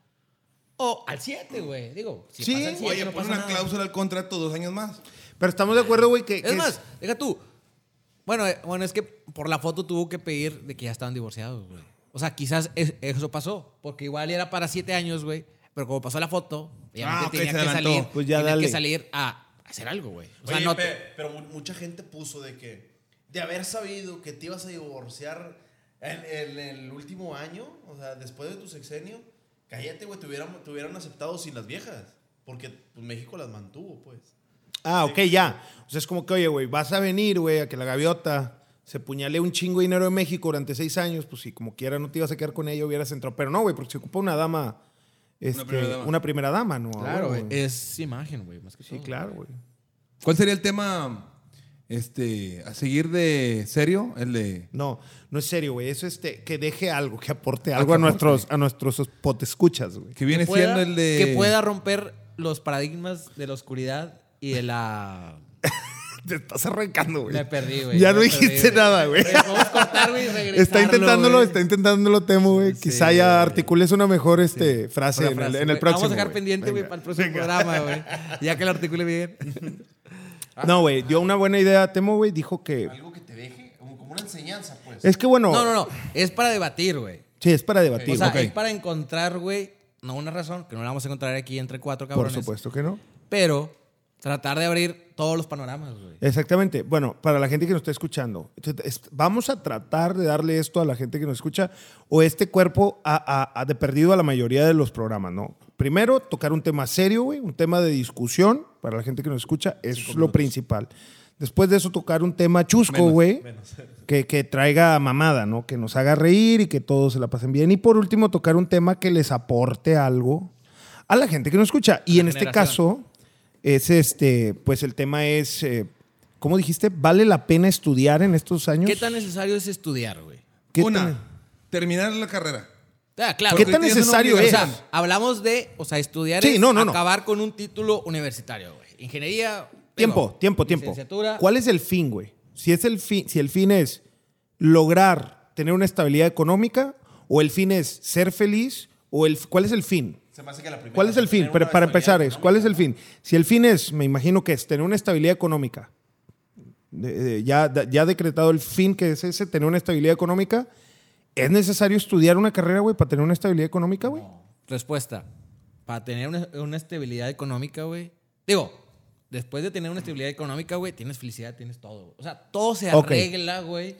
S4: O al 7, güey. Digo, si
S1: Sí.
S4: pasa el 7,
S2: Oye,
S4: no
S2: pon
S4: pasa
S2: una
S4: nada.
S2: cláusula al contrato dos años más.
S1: Pero estamos de acuerdo, güey, que... que
S4: Es más, deja tú. Bueno, eh, bueno, es que por la foto tuvo que pedir de que ya estaban divorciados, güey. O sea, quizás es- eso pasó. Porque igual era para siete años, güey. Pero como pasó la foto, obviamente
S2: Ah, ok,
S4: tenía
S2: se
S4: que
S2: adelantó.
S4: salir.
S1: Pues ya
S4: tenía
S1: dale.
S4: que salir a hacer algo, güey. O sea,
S5: Oye,
S4: no
S5: pe-
S4: te-
S5: pero mu- mucha gente puso de que de haber sabido que te ibas a divorciar en, en el último año, o sea, después de tu sexenio, cállate, güey, te hubieran, te hubieran aceptado sin las viejas, porque pues, México las mantuvo, pues.
S1: Ah, ok, ya. O sea, es como que, oye, güey, vas a venir, güey, a que la gaviota se puñale un chingo de dinero en México durante seis años, pues si como quiera no te ibas a quedar con ella, hubieras entrado. Pero no, güey, porque se ocupa una dama. este, una,
S2: primera
S1: primera
S2: dama.
S1: dama. ¿no?
S4: Claro, eh,
S1: Ah,
S4: güey. Es imagen, güey, más que
S1: Sí,
S4: todo.
S1: claro, güey.
S2: ¿Cuál sería el tema este, a seguir de serio? El de...
S1: No, no es serio, güey. Eso este, que deje algo, que aporte algo a, nuestros, a nuestros potescuchas, güey.
S2: Que viene
S4: pueda-
S2: siendo el de...
S4: Que pueda romper los paradigmas de la oscuridad y de la...
S1: te estás arrancando, güey.
S4: Me perdí, güey.
S1: Ya no
S4: me perdí,
S1: dijiste
S4: güey.
S1: nada, güey.
S4: Oye, Vamos a cortar, güey, y regresarlo,
S1: Está intentándolo,
S4: güey.
S1: está intentándolo, Temo, güey.
S4: Sí,
S1: Quizá ya
S4: güey.
S1: articules una mejor este, frase,
S4: Una
S1: en el-
S4: frase,
S1: en el,
S4: güey.
S1: próximo.
S4: Vamos a dejar
S1: güey.
S4: pendiente, güey,
S1: Venga.
S4: para el próximo programa, güey. Ya que lo articule bien.
S1: Ah. No, güey, dio una buena idea a Temo, güey. Dijo que.
S5: Algo que te deje, como, como una enseñanza, pues.
S1: Es que bueno.
S4: No, no, no. Es para debatir, güey.
S1: Sí, es para debatir.
S4: o sea,
S1: ok.
S4: es para encontrar, güey, no una razón, que no la vamos a encontrar aquí entre cuatro
S1: Por
S4: cabrones.
S1: supuesto que no.
S4: Pero tratar de abrir todos los panoramas, güey.
S1: Exactamente. Bueno, para la gente que nos está escuchando, entonces, es- vamos a tratar de darle esto a la gente que nos escucha o este cuerpo a, a- a de perdido a la mayoría de los programas, ¿no? Primero, tocar un tema serio, güey, un tema de discusión para la gente que nos escucha, eso es lo principal. Después de eso, tocar un tema chusco,
S2: Menos,
S1: güey, que, que traiga mamada, ¿no? Que nos haga reír y que todos se la pasen bien. Y por último, tocar un tema que les aporte algo a la gente que nos escucha. Y
S4: La
S1: en este
S4: generación.
S1: caso, es este, pues el tema es, eh, ¿cómo dijiste? ¿Vale la pena estudiar en estos años?
S4: ¿Qué tan necesario es estudiar, güey?
S1: ¿Qué
S2: Una,
S1: tan-
S2: terminar la carrera.
S4: Ah, claro.
S1: ¿Qué
S4: güey.
S1: tan
S2: tienes una
S1: necesario
S4: O
S1: es?
S2: obligación.
S4: sea, hablamos de, o sea, estudiar
S1: Pues. Sí,
S4: es
S1: no, no, no.
S4: acabar con un título universitario, güey. Ingeniería.
S1: Tiempo,
S4: digo,
S1: tiempo, tiempo.
S4: licenciatura.
S1: ¿Cuál es el fin, güey? Si, es el fin, si el fin es lograr tener una estabilidad económica o el fin es ser feliz o el, ¿cuál es el fin?
S5: Se me hace que la primera-
S1: ¿Cuál es el fin?
S5: tener
S1: Pero
S5: una
S1: para empezar,
S5: estabilidad
S1: es, ¿cuál es el fin? Si el fin es, me imagino que es tener una estabilidad económica, de- de- ya, da- ya decretado el fin que es ese, tener una estabilidad económica, ¿es necesario estudiar una carrera, güey, para tener una estabilidad económica, güey?
S4: Respuesta. Para tener una, una estabilidad económica, güey. Digo, después de tener una estabilidad económica, güey, tienes felicidad, tienes todo. güey. O sea, todo se
S1: Ok.
S4: arregla, güey.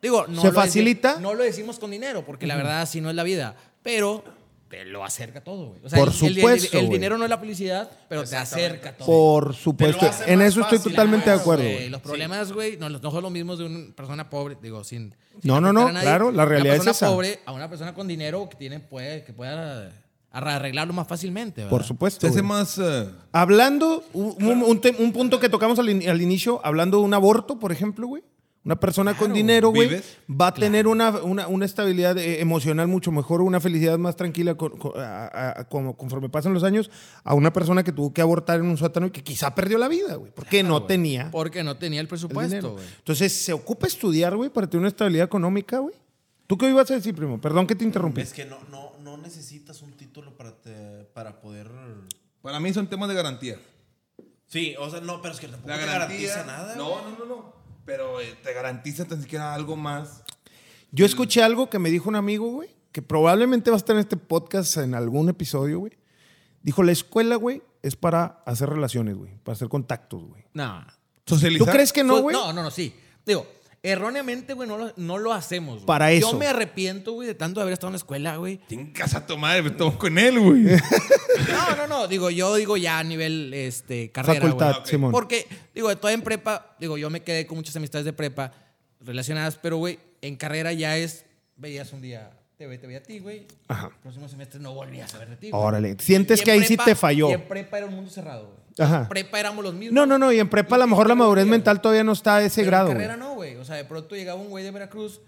S4: Digo, no
S1: ¿Se
S4: lo deci-
S1: facilita?
S4: no lo decimos con dinero, porque la verdad así no es la vida. Pero te lo acerca todo, güey. O sea,
S1: Por
S4: el- el-
S1: supuesto,
S4: El,
S1: güey.
S4: dinero no es la felicidad, pero te
S5: Exactamente.
S4: acerca todo.
S1: Por supuesto.
S5: Te lo hace
S1: En
S5: más
S1: eso estoy
S5: fácil, pues,
S1: totalmente de
S5: claro,
S1: acuerdo,
S4: güey.
S1: güey.
S4: Los problemas, güey, no, no son los mismos de una persona pobre, digo, sin. sin
S1: No, no, no,
S4: afectar a nadie.
S1: claro, la realidad es
S4: Una
S1: esa.
S4: persona pobre a una persona con dinero que, tiene, puede, que pueda arreglarlo más fácilmente. ¿verdad?
S1: Por supuesto.
S2: Se hace
S1: güey.
S2: más. eh,
S1: Hablando, un, un- un te- un punto que tocamos al, in- al inicio, hablando de un aborto, por ejemplo, güey. Una persona con dinero, güey,
S2: ¿Vives?
S1: va a tener una, una, una estabilidad eh, emocional mucho mejor, una felicidad más tranquila con- con- a- a- a- como- conforme pasan los años a una persona que tuvo que abortar en un sótano y que quizá perdió la vida, güey, porque no
S4: güey.
S1: tenía
S4: Porque no tenía el
S1: el dinero.
S4: presupuesto, güey.
S1: Entonces, ¿se ocupa estudiar, güey, para tener una estabilidad económica, güey? ¿Tú qué ibas a decir, primo? Perdón que te interrumpí.
S5: Es que no, no, no necesitas un título para, te- para poder.
S2: para mí son temas de garantía.
S5: Sí, o sea, no, pero es que tampoco
S2: La
S5: te
S2: garantía.
S5: garantiza nada.
S2: No, no, no, no. Pero eh, te garantiza tan siquiera algo más.
S1: Yo escuché algo que me dijo un amigo, güey, que probablemente va a estar en este podcast en algún episodio, güey. Dijo, la escuela, güey, es para hacer relaciones, güey, para hacer contactos, güey.
S4: No.
S1: ¿Tú
S2: Socializar.
S1: crees que no,
S4: So-
S1: güey?
S4: No, no, no, sí. Digo, erróneamente, güey, no lo, no lo hacemos. güey.
S1: Para eso.
S4: Yo me arrepiento, güey, de tanto haber estado en la escuela, güey.
S2: Chingas a tu madre, me tomo con él, güey.
S4: No, no, no. Digo, yo digo ya a nivel este, carrera.
S1: Facultad,
S4: güey.
S1: Simón.
S4: Porque, digo, todavía en prepa, digo, yo me quedé con muchas amistades de prepa relacionadas, pero, güey, en carrera ya es, veías un día, te, ve- te veía a ti, güey.
S1: Ajá.
S4: El próximo semestre no volvías a ver de ti. güey.
S1: Órale, sientes
S4: Y en
S1: que ahí sí
S4: prepa-
S1: te falló.
S4: Y en prepa era un mundo cerrado, güey.
S1: Ajá.
S4: En prepa éramos los mismos.
S1: No, no, no, y en prepa a lo mejor la madurez mental todavía no está a ese
S4: Pero
S1: grado,
S4: En
S1: güey.
S4: carrera no, güey. O sea, de pronto llegaba un güey de Veracruz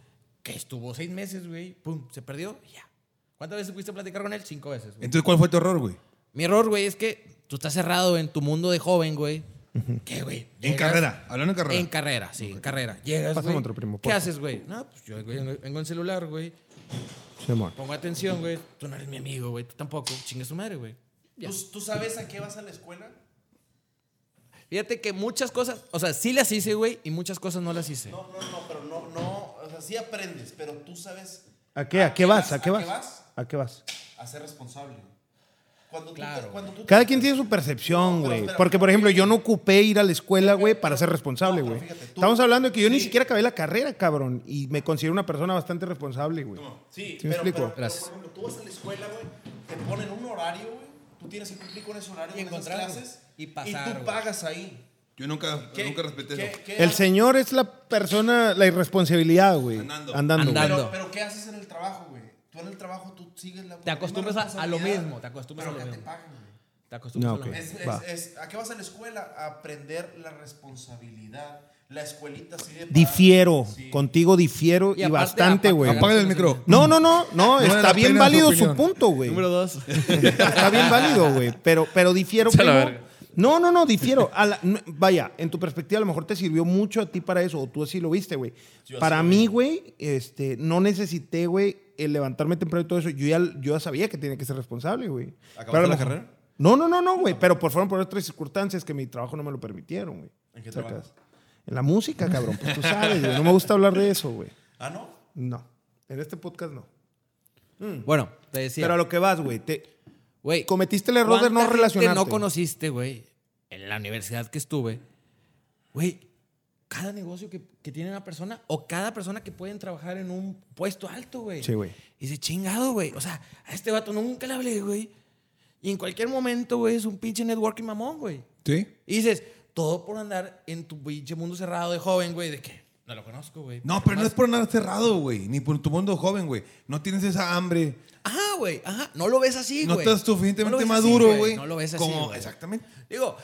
S4: que estuvo seis meses, güey. Pum, se perdió. y Ya. ¿Cuántas veces fuiste a platicar con él? Cinco veces. güey.
S2: Entonces, ¿cuál fue tu error, güey?
S4: Mi error, güey, es que tú estás cerrado en tu mundo de joven, güey. ¿Qué, güey?
S2: En
S4: Llegas-
S2: carrera. Hablando en carrera.
S4: En carrera, sí, en carrera. Llegas,
S1: Pásame
S4: güey.
S1: otro primo,
S4: ¿Qué
S1: porfa.
S4: haces, güey? No, pues yo güey, vengo en celular, güey.
S1: Simón.
S4: Pongo atención, güey. Tú no eres mi amigo, güey. Tú tampoco. Chingue su madre, güey. Pues,
S5: ¿Tú, tú sabes a qué vas a la escuela?
S4: Fíjate que muchas cosas, o sea, sí las hice, güey, y muchas cosas no las hice.
S5: No, no, no, pero no, no. O sea, sí aprendes, pero tú sabes
S1: ¿A qué? ¿A qué vas? ¿A qué vas?
S5: Ah, vas?
S1: ¿A qué vas?
S5: a ser responsable. Cuando tú,
S4: Claro,
S5: te- cuando tú te-
S1: Cada quien tiene su percepción, güey.
S5: espera,
S1: Porque, por
S5: pero-
S1: ejemplo, yo no ocupé ir a la escuela, güey, para ser responsable,
S5: No,
S1: güey.
S5: pero fíjate, tú-
S1: Estamos hablando de que yo ni
S5: Sí.
S1: siquiera acabé la carrera, cabrón. Y me considero una persona bastante responsable, güey.
S5: Sí,
S1: ¿Sí me
S5: pero,
S1: explico?
S5: pero- pero,
S4: Gracias.
S5: por ejemplo, tú vas a la escuela, güey, te ponen un horario, güey, tú tienes que cumplir con ese horario
S4: Y
S5: en esas
S4: encontrar, güey,
S5: clases
S4: y pasar,
S5: tú
S4: güey.
S5: pagas ahí.
S2: Yo nunca,
S5: ¿Qué-
S2: nunca respeté
S5: qué-
S2: eso.
S5: qué
S1: El
S5: ha-
S1: señor es la persona, la irresponsabilidad, güey.
S2: Andando.
S1: Andando. güey.
S4: Andando.
S5: Pero, pero ¿qué haces en el trabajo, güey? Tú en el trabajo tú sigues la
S4: Te acostumbras a- a lo
S5: responsabilidad,
S4: mismo, te acostumbras
S5: pero
S4: a lo
S5: acá
S4: mismo.
S5: te pagan, güey.
S4: Te acostumbras
S1: No,
S4: a la
S1: ok.
S4: madre.
S5: Es,
S1: Va.
S5: es, es- ¿A qué vas a la escuela? A aprender la responsabilidad. La escuelita sí de pagar.
S1: Difiero.
S5: Sí.
S1: Contigo difiero y,
S4: aparte,
S1: bastante,
S4: apa-
S1: güey.
S2: Apaga el micro.
S1: No, no, no, no,
S2: vale
S1: está
S2: la
S1: bien
S2: pena su
S1: válido su
S2: opinión.
S1: punto, güey.
S4: Número dos.
S1: Está bien válido, güey. Pero, pero difiero,
S4: Se la
S1: primo,
S4: verga.
S1: No, no, no, difiero. A la- no, vaya, en tu perspectiva a lo mejor te sirvió mucho a ti para eso, o tú así lo viste, güey.
S5: Yo así
S1: Para
S5: lo
S1: mí,
S5: vi.
S1: güey, este, no necesité, güey, el levantarme temprano y todo eso. Yo ya, yo ya sabía que tenía que ser responsable, güey.
S5: ¿Acabaste
S1: Pero a lo
S5: la
S1: mejor-
S5: carrera?
S1: No, no, no, no, güey. Pero por fueron por otras circunstancias que mi trabajo no me lo permitieron, güey.
S5: ¿En qué
S1: Sacas.
S5: trabajas?
S1: En la música, cabrón. Pues tú sabes, güey. No me gusta hablar de eso, güey.
S5: Ah, ¿no?
S1: No. En este podcast no.
S4: Bueno, te decía.
S1: Pero a lo que vas, güey. Te...
S4: Güey,
S1: Cometiste el error de no
S4: ¿cuánta gente
S1: relacionarte.
S4: no conociste, güey, en la universidad que estuve. Güey, cada negocio que, que tiene una persona o cada persona que pueden trabajar en un puesto alto, güey.
S1: Sí, güey.
S4: Y dice, chingado, güey. O sea, a este vato nunca le hablé, güey. Y en cualquier momento, güey, es un pinche networking mamón, güey.
S2: ¿Sí?
S4: Y dices, todo por andar en tu pinche mundo cerrado de joven, güey, de que no lo conozco, güey.
S2: No, pero no es por andar cerrado, güey. Ni por tu mundo joven, güey. No tienes esa hambre.
S4: Ajá, Ah, güey, ajá. No lo ves así,
S2: no
S4: güey.
S2: estás
S4: No lo
S2: suficientemente
S4: ves así,
S2: maduro, güey.
S4: No lo ves así,
S2: Como-
S4: güey.
S2: Exactamente.
S4: Digo,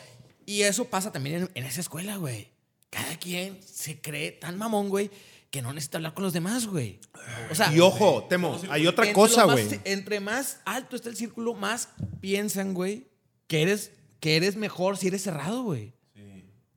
S4: y eso pasa también en, en esa escuela, güey. Cada quien se cree tan mamón, güey, que no necesita hablar con los demás, güey. O sea,
S1: Y ojo, Temo, hay otra
S4: entre
S1: cosa,
S4: lo más-
S1: güey.
S4: Entre más alto está el círculo, más piensan, güey, que eres, que eres mejor si eres cerrado, güey.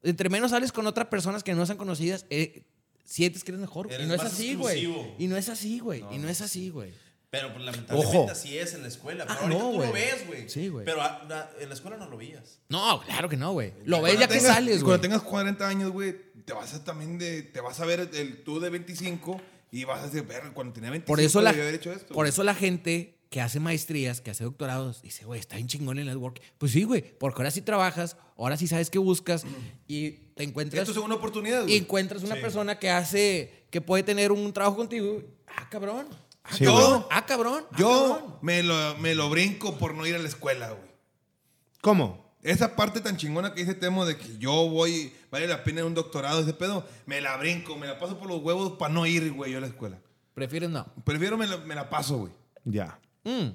S4: Entre menos hables con otras personas que no sean conocidas, eh, sientes que eres mejor. güey.
S5: Eres
S4: y no es
S5: más
S4: así, güey.
S5: exclusivo.
S4: Y no es así, güey. Y no es así, güey.
S5: Pero pues, lamentablemente
S1: Ojo.
S5: así es en la escuela. Pero
S4: Ah,
S5: ahorita
S4: no,
S5: tú
S4: güey.
S5: lo ves, güey.
S4: Sí, güey.
S5: Pero ah, na- en la escuela no lo veías.
S4: No, claro que no, güey. Lo
S2: Cuando
S4: ves ya que
S2: tengas-
S4: sales, güey.
S2: Cuando tengas 40 años, güey, te vas a también de... Te vas a ver el tú de 25 y vas a decir, verga, cuando tenía 25
S4: Por eso, la,
S2: debí haber hecho esto.
S4: por eso la gente que hace maestrías, que hace doctorados, dice, güey, está bien chingón el network. Pues sí, güey, porque ahora sí trabajas, ahora sí sabes qué buscas y te encuentras,
S2: Esto es una oportunidad,
S4: y
S2: güey.
S4: encuentras una persona que hace, que puede tener un trabajo contigo. Ah, cabrón. Ah,
S1: Sí,
S4: cabrón.
S2: güey.
S4: Ah, cabrón. ah, cabrón.
S2: Yo me lo, me lo brinco por no ir a la escuela, güey.
S1: ¿Cómo?
S2: Esa parte tan chingona que dice Temo de que yo voy, vale la pena un doctorado, ese pedo, me la brinco, me la paso por los huevos para no ir, güey, yo a la escuela.
S4: Prefieres no.
S2: Prefiero me la, me la paso, güey.
S1: Ya.
S4: Mm,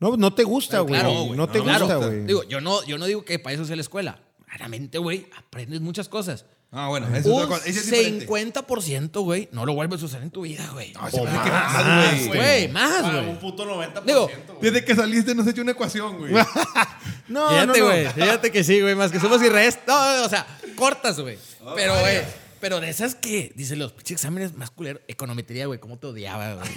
S1: No, no te gusta,
S4: Pero
S1: güey.
S4: claro,
S1: no,
S2: güey,
S1: te
S2: no me
S1: gusta,
S2: gusta.
S1: güey.
S4: Digo, yo no, yo no digo que para eso sea la escuela. Claramente, güey, aprendes muchas cosas.
S2: Ah, bueno, eso es
S4: Un
S2: otra cosa. Ese es diferente.
S4: 50%, güey, no lo vuelves a usar en tu vida, güey.
S2: Ah, se me
S1: O
S2: hace que
S1: más,
S2: más, güey.
S4: Güey, más,
S5: Ah,
S4: güey.
S5: un puto 90%.
S4: Digo,
S5: güey.
S2: Desde que saliste nos has hecho una ecuación, güey.
S1: No, no,
S4: Fíjate,
S1: no.
S4: güey. Fíjate que sí, güey. Más que somos y rest. No, no, o sea, cortas, güey. Pero, güey. Pero de esas que, dicen los pinches exámenes más culeros, econometría, güey, cómo te odiaba, güey.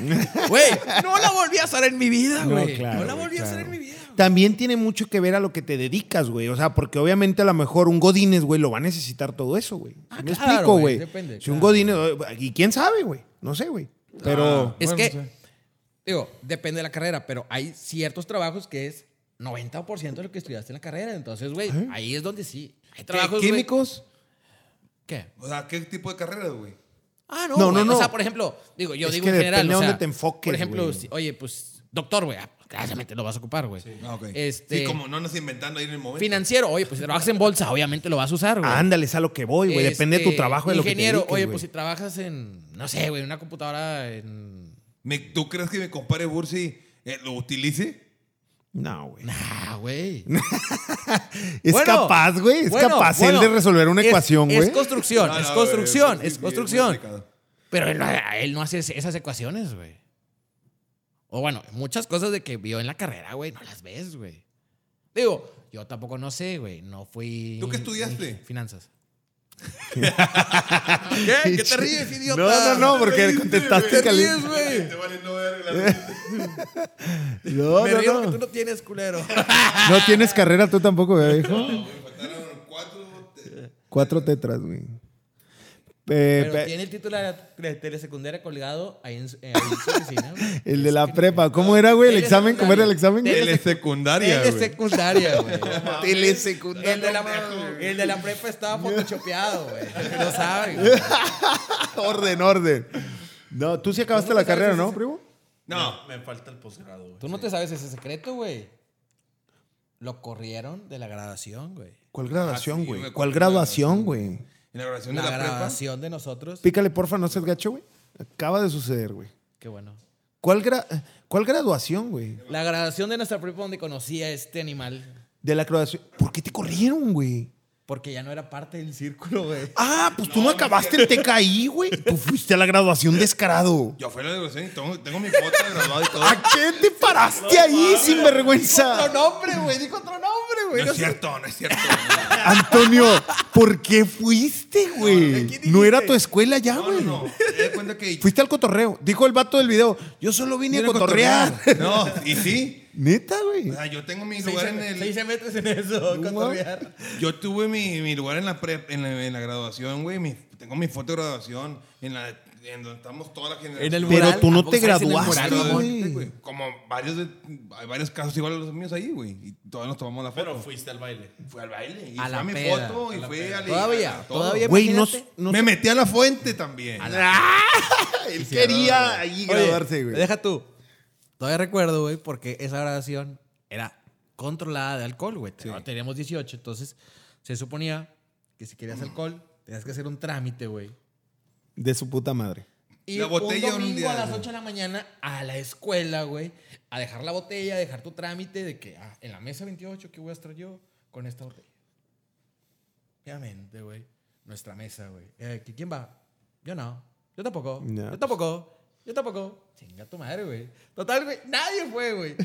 S4: Güey, no la volví a hacer en mi vida,
S1: No,
S4: güey. No,
S1: claro,
S4: la
S1: güey,
S4: volví a hacer
S1: claro.
S4: en mi vida. güey.
S1: También tiene mucho que ver a lo que te dedicas, güey. O sea, porque obviamente a lo mejor un Godínez, güey, lo va a necesitar todo eso, güey.
S4: Ah,
S1: ¿Sí me
S4: claro,
S1: explico,
S4: güey,
S1: güey.
S4: depende,
S1: si un
S4: claro.
S1: Godínez, y quién sabe, güey. No sé, güey. Pero
S4: Es
S2: Bueno,
S4: que,
S2: no sé.
S4: digo, depende de la carrera, pero hay ciertos trabajos que es 90% de lo que estudiaste en la carrera. Entonces, güey, ahí es donde sí. Hay trabajos, güey-
S2: ¿Químicos?
S4: ¿Qué?
S2: O sea, ¿qué tipo de carreras, güey?
S4: Ah, no,
S1: No,
S4: no,
S1: no,
S4: O sea,
S1: no.
S4: por ejemplo, digo, yo
S1: Es
S4: digo
S1: que
S4: en general.
S1: depende
S4: o
S1: de
S4: sea,
S1: dónde te enfoques,
S4: Por ejemplo,
S1: güey.
S4: si- oye, pues, doctor, güey, ah, claramente lo vas a ocupar, güey.
S2: Ah, ok.
S4: Este,
S2: Sí, como no nos inventando ahí en el momento.
S4: Financiero, oye, pues si trabajas en bolsa, obviamente lo vas a usar, güey.
S1: ándale, es a lo que voy, güey. Depende de tu
S4: Este,
S1: trabajo, de lo que te
S4: Ah. Ingeniero,
S1: dediques,
S4: oye,
S1: güey.
S4: pues si trabajas en, no sé, güey, una computadora en.
S2: Me- ¿Tú crees que mi compadre Bursi eh, lo utilice?
S1: No, güey.
S4: Nah, güey.
S1: Es
S4: Bueno,
S1: capaz, güey. Es
S4: bueno,
S1: capaz
S4: bueno,
S1: él de resolver una
S4: es-
S1: ecuación, güey.
S4: Es construcción,
S2: No,
S4: es
S2: no,
S4: construcción,
S2: güey,
S4: es
S2: sí,
S4: construcción.
S2: muy complicado.
S4: Pero él no, él no hace esas ecuaciones, güey. O bueno, muchas cosas de que vio en la carrera, güey, no las ves, güey. Digo, yo tampoco no sé, güey. No fui.
S2: ¿Tú qué estudiaste?
S4: Finanzas.
S2: ¿Qué? ¿Qué te ríes, idiota?
S1: No, no, no, porque contestaste
S2: ¿Qué
S1: que
S2: ríes, güey?
S5: Te vale no verga la-
S1: No,
S4: Me
S1: no,
S4: río
S1: no.
S4: porque tú no tienes culero.
S1: No tienes carrera tú tampoco, güey, hijo.
S2: Me faltaron cuatro... te-
S1: Cuatro tetras, güey. Eh,
S4: Pero
S1: pe-
S4: tiene el título de telesecundaria colgado ahí en su, eh, ahí en su oficina, güey.
S1: el de la prepa. ¿Cómo era, güey? ¿El examen? ¿Cómo era el examen?
S4: Tele-
S2: Telesecundaria,
S4: el de
S2: güey.
S4: secundaria, güey.
S1: Telesecundaria.
S4: El de, la, el de la prepa estaba photoshopeado, güey. porque No saben. güey.
S1: orden, orden. No, tú sí acabaste la carrera, ¿no, primo?
S2: No.
S5: Me falta el posgrado, güey.
S4: Tú no te sabes ese secreto, güey. Lo corrieron de la graduación, güey.
S1: ¿Cuál
S2: Ah,
S1: graduación,
S2: sí,
S1: güey?
S2: güey,
S1: ¿Cuál
S2: ¿cuál
S1: graduación, güey?
S2: En la grabación
S4: La
S2: de la prepa.
S4: graduación de nosotros.
S1: Pícale, porfa, no seas gacho, güey. Acaba de suceder, güey.
S4: Qué bueno.
S1: ¿Cuál, gra- ¿Cuál graduación, güey?
S4: La graduación de nuestra prepa donde conocí a este animal.
S1: De la graduación. ¿Por qué te corrieron, güey?
S4: Porque ya no era parte del círculo, güey.
S1: Ah, pues tú no acabaste el TKI, güey. Tú fuiste a la graduación descarado.
S2: Yo fui a la grabación y tengo, tengo mi
S1: Ah,
S2: foto de graduado y todo.
S1: ¿A qué te paraste ahí, sinvergüenza?
S4: nombre, güey. Dijo otro nombre,
S3: güey.
S2: No
S3: no
S2: es
S3: sé.
S2: cierto, no es cierto.
S4: Ah,
S1: Antonio, ¿por qué fuiste, güey?
S3: ¿qué
S1: No era
S3: dijiste?
S1: tu escuela ya,
S2: No, no,
S1: güey.
S2: no. Te das cuenta que.
S1: Fuiste al cotorreo. Dijo el vato del video, yo solo vine a
S2: Quiero
S1: cotorrear.
S2: No, y sí.
S1: Neta, güey.
S2: O sea, yo tengo mi
S3: Se
S2: lugar en
S3: hizo-
S2: el.
S3: se hizo metes en eso, cotorrear.
S2: Yo tuve mi, mi lugar en la, prep- en la, en la graduación, güey. mi- tengo mi foto de graduación en, la, en donde estamos toda la generación.
S4: En el
S1: Pero
S4: mural,
S1: tú no
S4: ¿a poco
S1: te
S4: sabes en el
S1: graduaste,
S4: mural, mamón?
S1: güey.
S2: Como varios, de- hay varios casos igual a los míos ahí, güey. Y todos nos tomamos la foto.
S5: Pero fuiste al baile.
S2: Fui al baile. Y
S4: A
S2: fue
S4: la
S2: a mi
S4: peda,
S2: foto
S4: a
S2: y
S4: la
S2: fui
S4: peda.
S2: a la-
S4: Todavía,
S2: a todo.
S4: todavía.
S1: Güey, no,
S4: imagínate.
S1: no-
S2: Me metí a la fuente también.
S4: Ah.
S1: Él quería ahí
S4: Oye,
S1: graduarse, güey.
S4: Deja tú. Todavía recuerdo, güey, porque esa grabación era controlada de alcohol, güey. Ahora Teníamos 18, entonces se suponía que si querías alcohol, tenías que hacer un trámite, güey.
S1: De su puta madre.
S4: Y
S2: La botella un
S4: un domingo
S2: día,
S4: a las
S2: güey.
S4: 8 de la mañana a la escuela, güey, a dejar la botella, a dejar tu trámite de que ah, en la mesa 28, ¿qué voy a estar yo con esta botella? Obviamente, güey. Nuestra mesa, güey. Eh, ¿que ¿Quién va? Yo no. Yo tampoco.
S1: Ya,
S4: Yo
S1: pues.
S4: tampoco. Yo tampoco. Chinga tu madre, güey. Total, güey. Nadie fue, güey.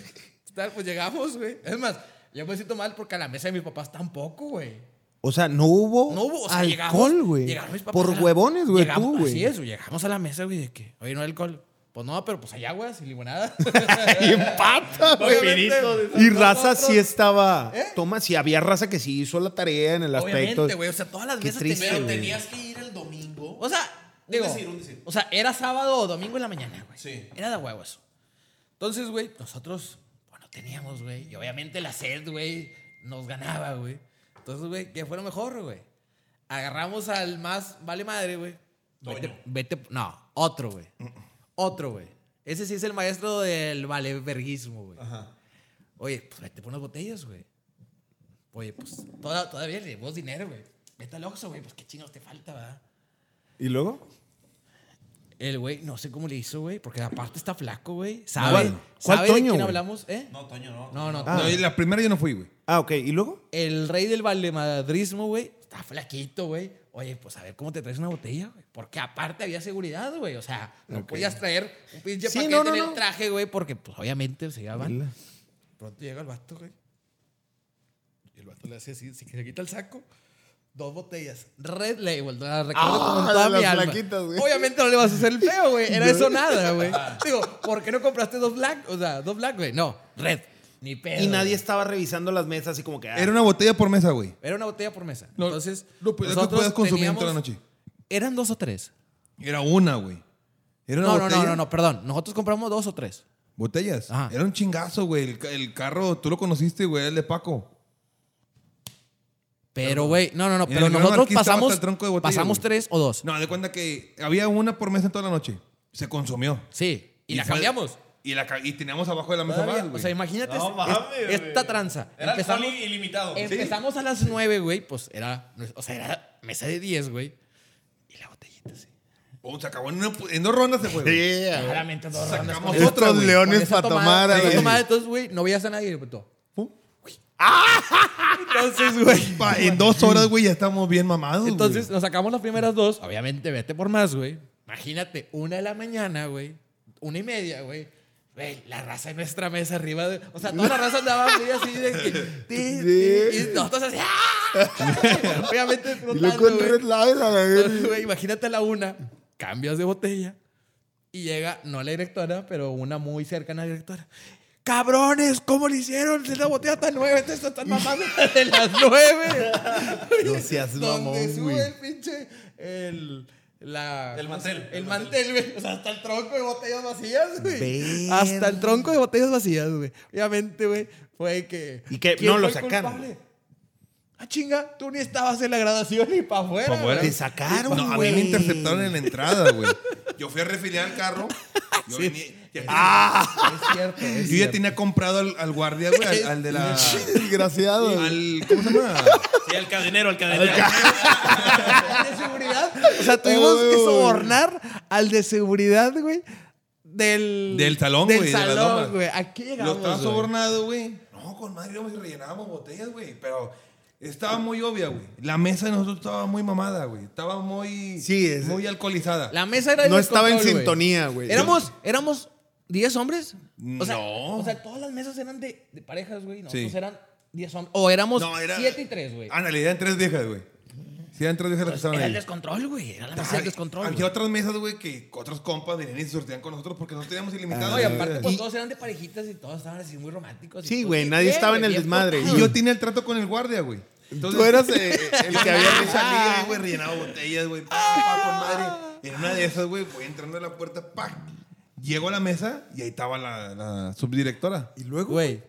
S4: Total, pues llegamos, güey. Es más, yo me siento mal porque a la mesa de mis papás tampoco, güey.
S1: O sea, no hubo,
S4: No hubo, o sea,
S1: alcohol,
S4: llegamos-
S1: güey.
S4: llegaron mis papás
S1: Por
S4: a la-
S1: huevones, güey,
S4: llegamos-
S1: tú, güey.
S4: Así es, güey, llegamos a la mesa, güey, de que, oye, no hay alcohol. Pues no, pero pues hay aguas y limonada.
S1: Y empata, güey.
S4: Obviamente,
S1: Y raza sí
S4: nosotros-
S1: estaba. Toma, sí, había raza que sí hizo la tarea en el aspecto.
S4: ¿Eh? Obviamente, güey, o sea, todas las
S1: Qué
S4: mesas
S1: triste,
S4: tenían-
S5: Pero
S1: güey.
S5: tenías que ir el domingo.
S4: O sea, digo,
S5: decir, un decir.
S4: o sea, era sábado o domingo en la mañana, güey.
S5: Sí.
S4: Era de huevos. Entonces, güey, nosotros, bueno, teníamos, güey. Y obviamente la sed, güey, nos ganaba, güey. Entonces, güey, ¿qué fue lo mejor, güey? Agarramos al más, vale madre, güey. Vete, vete- no, otro, güey. Otro, güey. Ese sí es el maestro del valeverguismo, güey. Oye, pues vete por unas botellas, güey. Oye, pues toda- todavía le llevamos dinero, güey. Vete al Oxxo, güey, pues qué chingados te falta, ¿verdad?
S1: ¿Y luego?
S4: El güey, no sé cómo le hizo, güey, porque aparte está flaco, güey. ¿Sabe,
S1: ¿Cuál
S4: ¿sabe de
S1: Toño,
S4: quién
S1: güey?
S4: hablamos? ¿Eh?
S5: No, Toño, no.
S4: No, no.
S1: Ah.
S2: No, y la primera yo no fui, güey.
S1: Ah, ok. ¿Y luego?
S4: El rey del valemadrismo, güey, está flaquito, güey. Oye, pues a ver cómo te traes una botella, güey. Porque aparte había seguridad, güey. O sea, no podías traer un pinche
S1: Sí,
S4: paquete
S1: no, no,
S4: en el
S1: no.
S4: traje, güey, porque pues obviamente se llevaban. Pronto llega el vato, güey. Y el vato le hace así, se, se quita el saco. Dos botellas. Red Label, te la recuerdo
S1: Ah,
S4: como toda
S1: las
S4: mi alma.
S1: flaquitas, güey.
S4: Obviamente no le vas a hacer el feo, güey. Era eso nada, güey. Digo, ¿por qué no compraste dos black? O sea, dos black, güey. No, red. Ni pedo.
S1: Y nadie
S4: güey.
S1: estaba revisando las mesas así como que. ah,
S2: Era una botella por mesa, güey.
S4: Era una botella por mesa.
S2: No,
S4: Entonces,
S2: no, pues, es que puedas consumir en toda la noche.
S4: Eran dos o tres.
S2: Era una, güey. Era una
S4: No, no,
S2: botella.
S4: no, no, no, perdón. Nosotros compramos dos o tres.
S2: Botellas.
S4: Ajá.
S2: Era un chingazo, güey. El, ca- el carro, tú lo conociste, güey, el de Paco.
S4: Pero, güey, no, no, no.
S2: Mira,
S4: Pero
S2: el gran
S4: nosotros
S2: anarquista
S4: pasamos,
S2: basta el tronco de botella,
S4: pasamos
S2: güey.
S4: tres o dos.
S2: No, de cuenta que había una por mesa toda la noche. Se consumió.
S4: Sí. Y, la
S2: fue-
S4: cambiamos.
S2: Y, la, ca- y teníamos abajo de la mesa
S4: Todavía,
S2: más,
S4: o
S2: güey.
S4: sea, imagínate
S5: No
S4: es-
S5: mames,
S4: es- esta
S5: güey.
S4: tranza.
S5: Era alcohol
S4: empezamos
S5: ilimitado.
S4: empezamos a las 9, güey, pues era, o sea, era mesa de 10, güey. Y la botellita sí.
S2: Oh, se acabó en, una pu- en dos rondas, se fue. güey.
S4: Claramente dos rondas.
S2: Sacamos
S4: con-
S2: otra,
S1: Estos
S2: güey.
S4: con
S1: leones
S4: esa
S1: para
S4: tomada,
S1: tomar. a
S4: con esa
S1: la-
S4: tomada, entonces, güey, no veías a nadie, güey. pues, todo.
S2: Entonces, güey. pa- En dos horas, güey, ya estamos bien mamados. güey.
S4: Entonces nos sacamos las primeras dos. Obviamente, vete por más, güey. Imagínate, una de la mañana, güey. Una y media, güey. Güey, la raza en nuestra mesa arriba. de- o sea, toda la raza andaba muy así de que. ti, ti, y nosotros así. ¡ah! Obviamente,
S1: Y luego
S4: explotando,
S1: el Red
S4: güey.
S1: Label, a la verga.
S4: Entonces, güey, imagínate a la una, cambias de botella y llega, no la directora, pero una muy cercana a la directora. Cabrones, ¿cómo le hicieron? Esa botella tan nueva, esta está tan mamada de las nueve.
S1: No seas mamón,
S4: Donde sube
S1: güey.
S4: el pinche el la
S5: El mantel,
S4: El
S5: el
S4: mantel, güey. O sea, hasta el tronco de botellas vacías, güey.
S1: Verga.
S4: Hasta el tronco de botellas vacías, güey. Obviamente, güey, fue que
S1: Y que
S4: ¿quién
S1: no lo
S4: fue el
S1: sacaron.
S4: culpable? Ah, chinga, tú ni estabas en la graduación ni para afuera.
S2: Pa' afuera.
S1: Te sacaron,
S2: No, a mí
S1: güey.
S2: me interceptaron en la entrada, güey. Yo fui a refiliar el carro. Yo, venía- ya tenía-
S4: Es cierto. es
S2: yo ya
S4: cierto.
S2: tenía comprado al, al guardia, güey, al, al de la.
S1: Desgraciado.
S2: al- ¿Cómo se llama?
S5: Sí, el cadenero, el cadenero.
S4: de seguridad. O sea, tuvimos que sobornar al de seguridad, güey. Del,
S2: Del salón,
S4: del
S2: güey, de las lomas.
S4: salón, güey. Aquí
S2: Lo
S4: llegamos.
S2: estaba
S4: güey.
S2: sobornado, güey. No, con madre, íbamos y rellenábamos botellas, güey. Pero estaba muy obvia, güey. La mesa de nosotros estaba muy mamada, güey. Estaba muy.
S1: Sí, es-
S2: Muy alcoholizada.
S4: La mesa era
S1: No
S4: del
S1: estaba en
S4: control,
S1: sintonía, güey.
S4: Éramos, éramos 10 hombres. O sea,
S2: No.
S4: O sea, todas las mesas eran de, de parejas, güey. Nosotros
S2: Sí.
S4: eran 10 hombres. O éramos
S2: No, era- Ah,
S4: 7 y 3, güey.
S2: Ándale, eran tres viejas, güey. Sí, eran tres viejas las que estaban
S4: Era el
S2: ahí.
S4: descontrol, güey. Era la mesa del descontrol.
S2: Había
S4: güey.
S2: otras mesas, güey, que otros compas venían y se sorteaban con nosotros porque no teníamos ilimitado.
S4: No, y aparte, pues
S1: Y-
S4: todos eran de parejitas y todos estaban así muy románticos. y
S1: Sí,
S4: todo
S1: güey,
S4: bien,
S1: nadie estaba en el
S4: bien
S1: desmadre.
S4: portado.
S2: Y yo tenía el trato con el guardia, güey. Entonces,
S1: Tú eras eh, el que había...
S2: había salido, güey, rellenado botellas, güey. pa, pa, con madre. Y en una de esas, güey, voy entrando a la puerta, ¡pac! Llego a la mesa y ahí estaba la, la subdirectora.
S1: Y luego...
S4: Güey,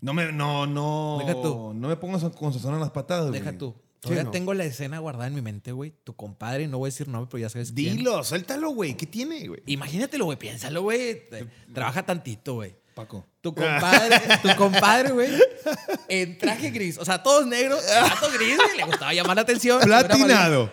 S2: No me, no, no.
S4: Deja tú.
S2: No me pongas con sazón en las patadas, güey.
S4: deja tú. Todavía
S1: no.
S4: tengo la escena guardada en mi mente, güey. Tu compadre, no voy a decir nombre, pero ya sabes quién.
S1: Dilo, suéltalo, güey. ¿Qué tiene, güey?
S4: Imagínatelo, güey. Piénsalo, güey. Te- Trabaja tantito, güey.
S2: Paco.
S4: Tu compadre, tu compadre, güey, en traje gris. O sea, todos negros, gato gris, güey. Le gustaba llamar la atención.
S1: Platinado.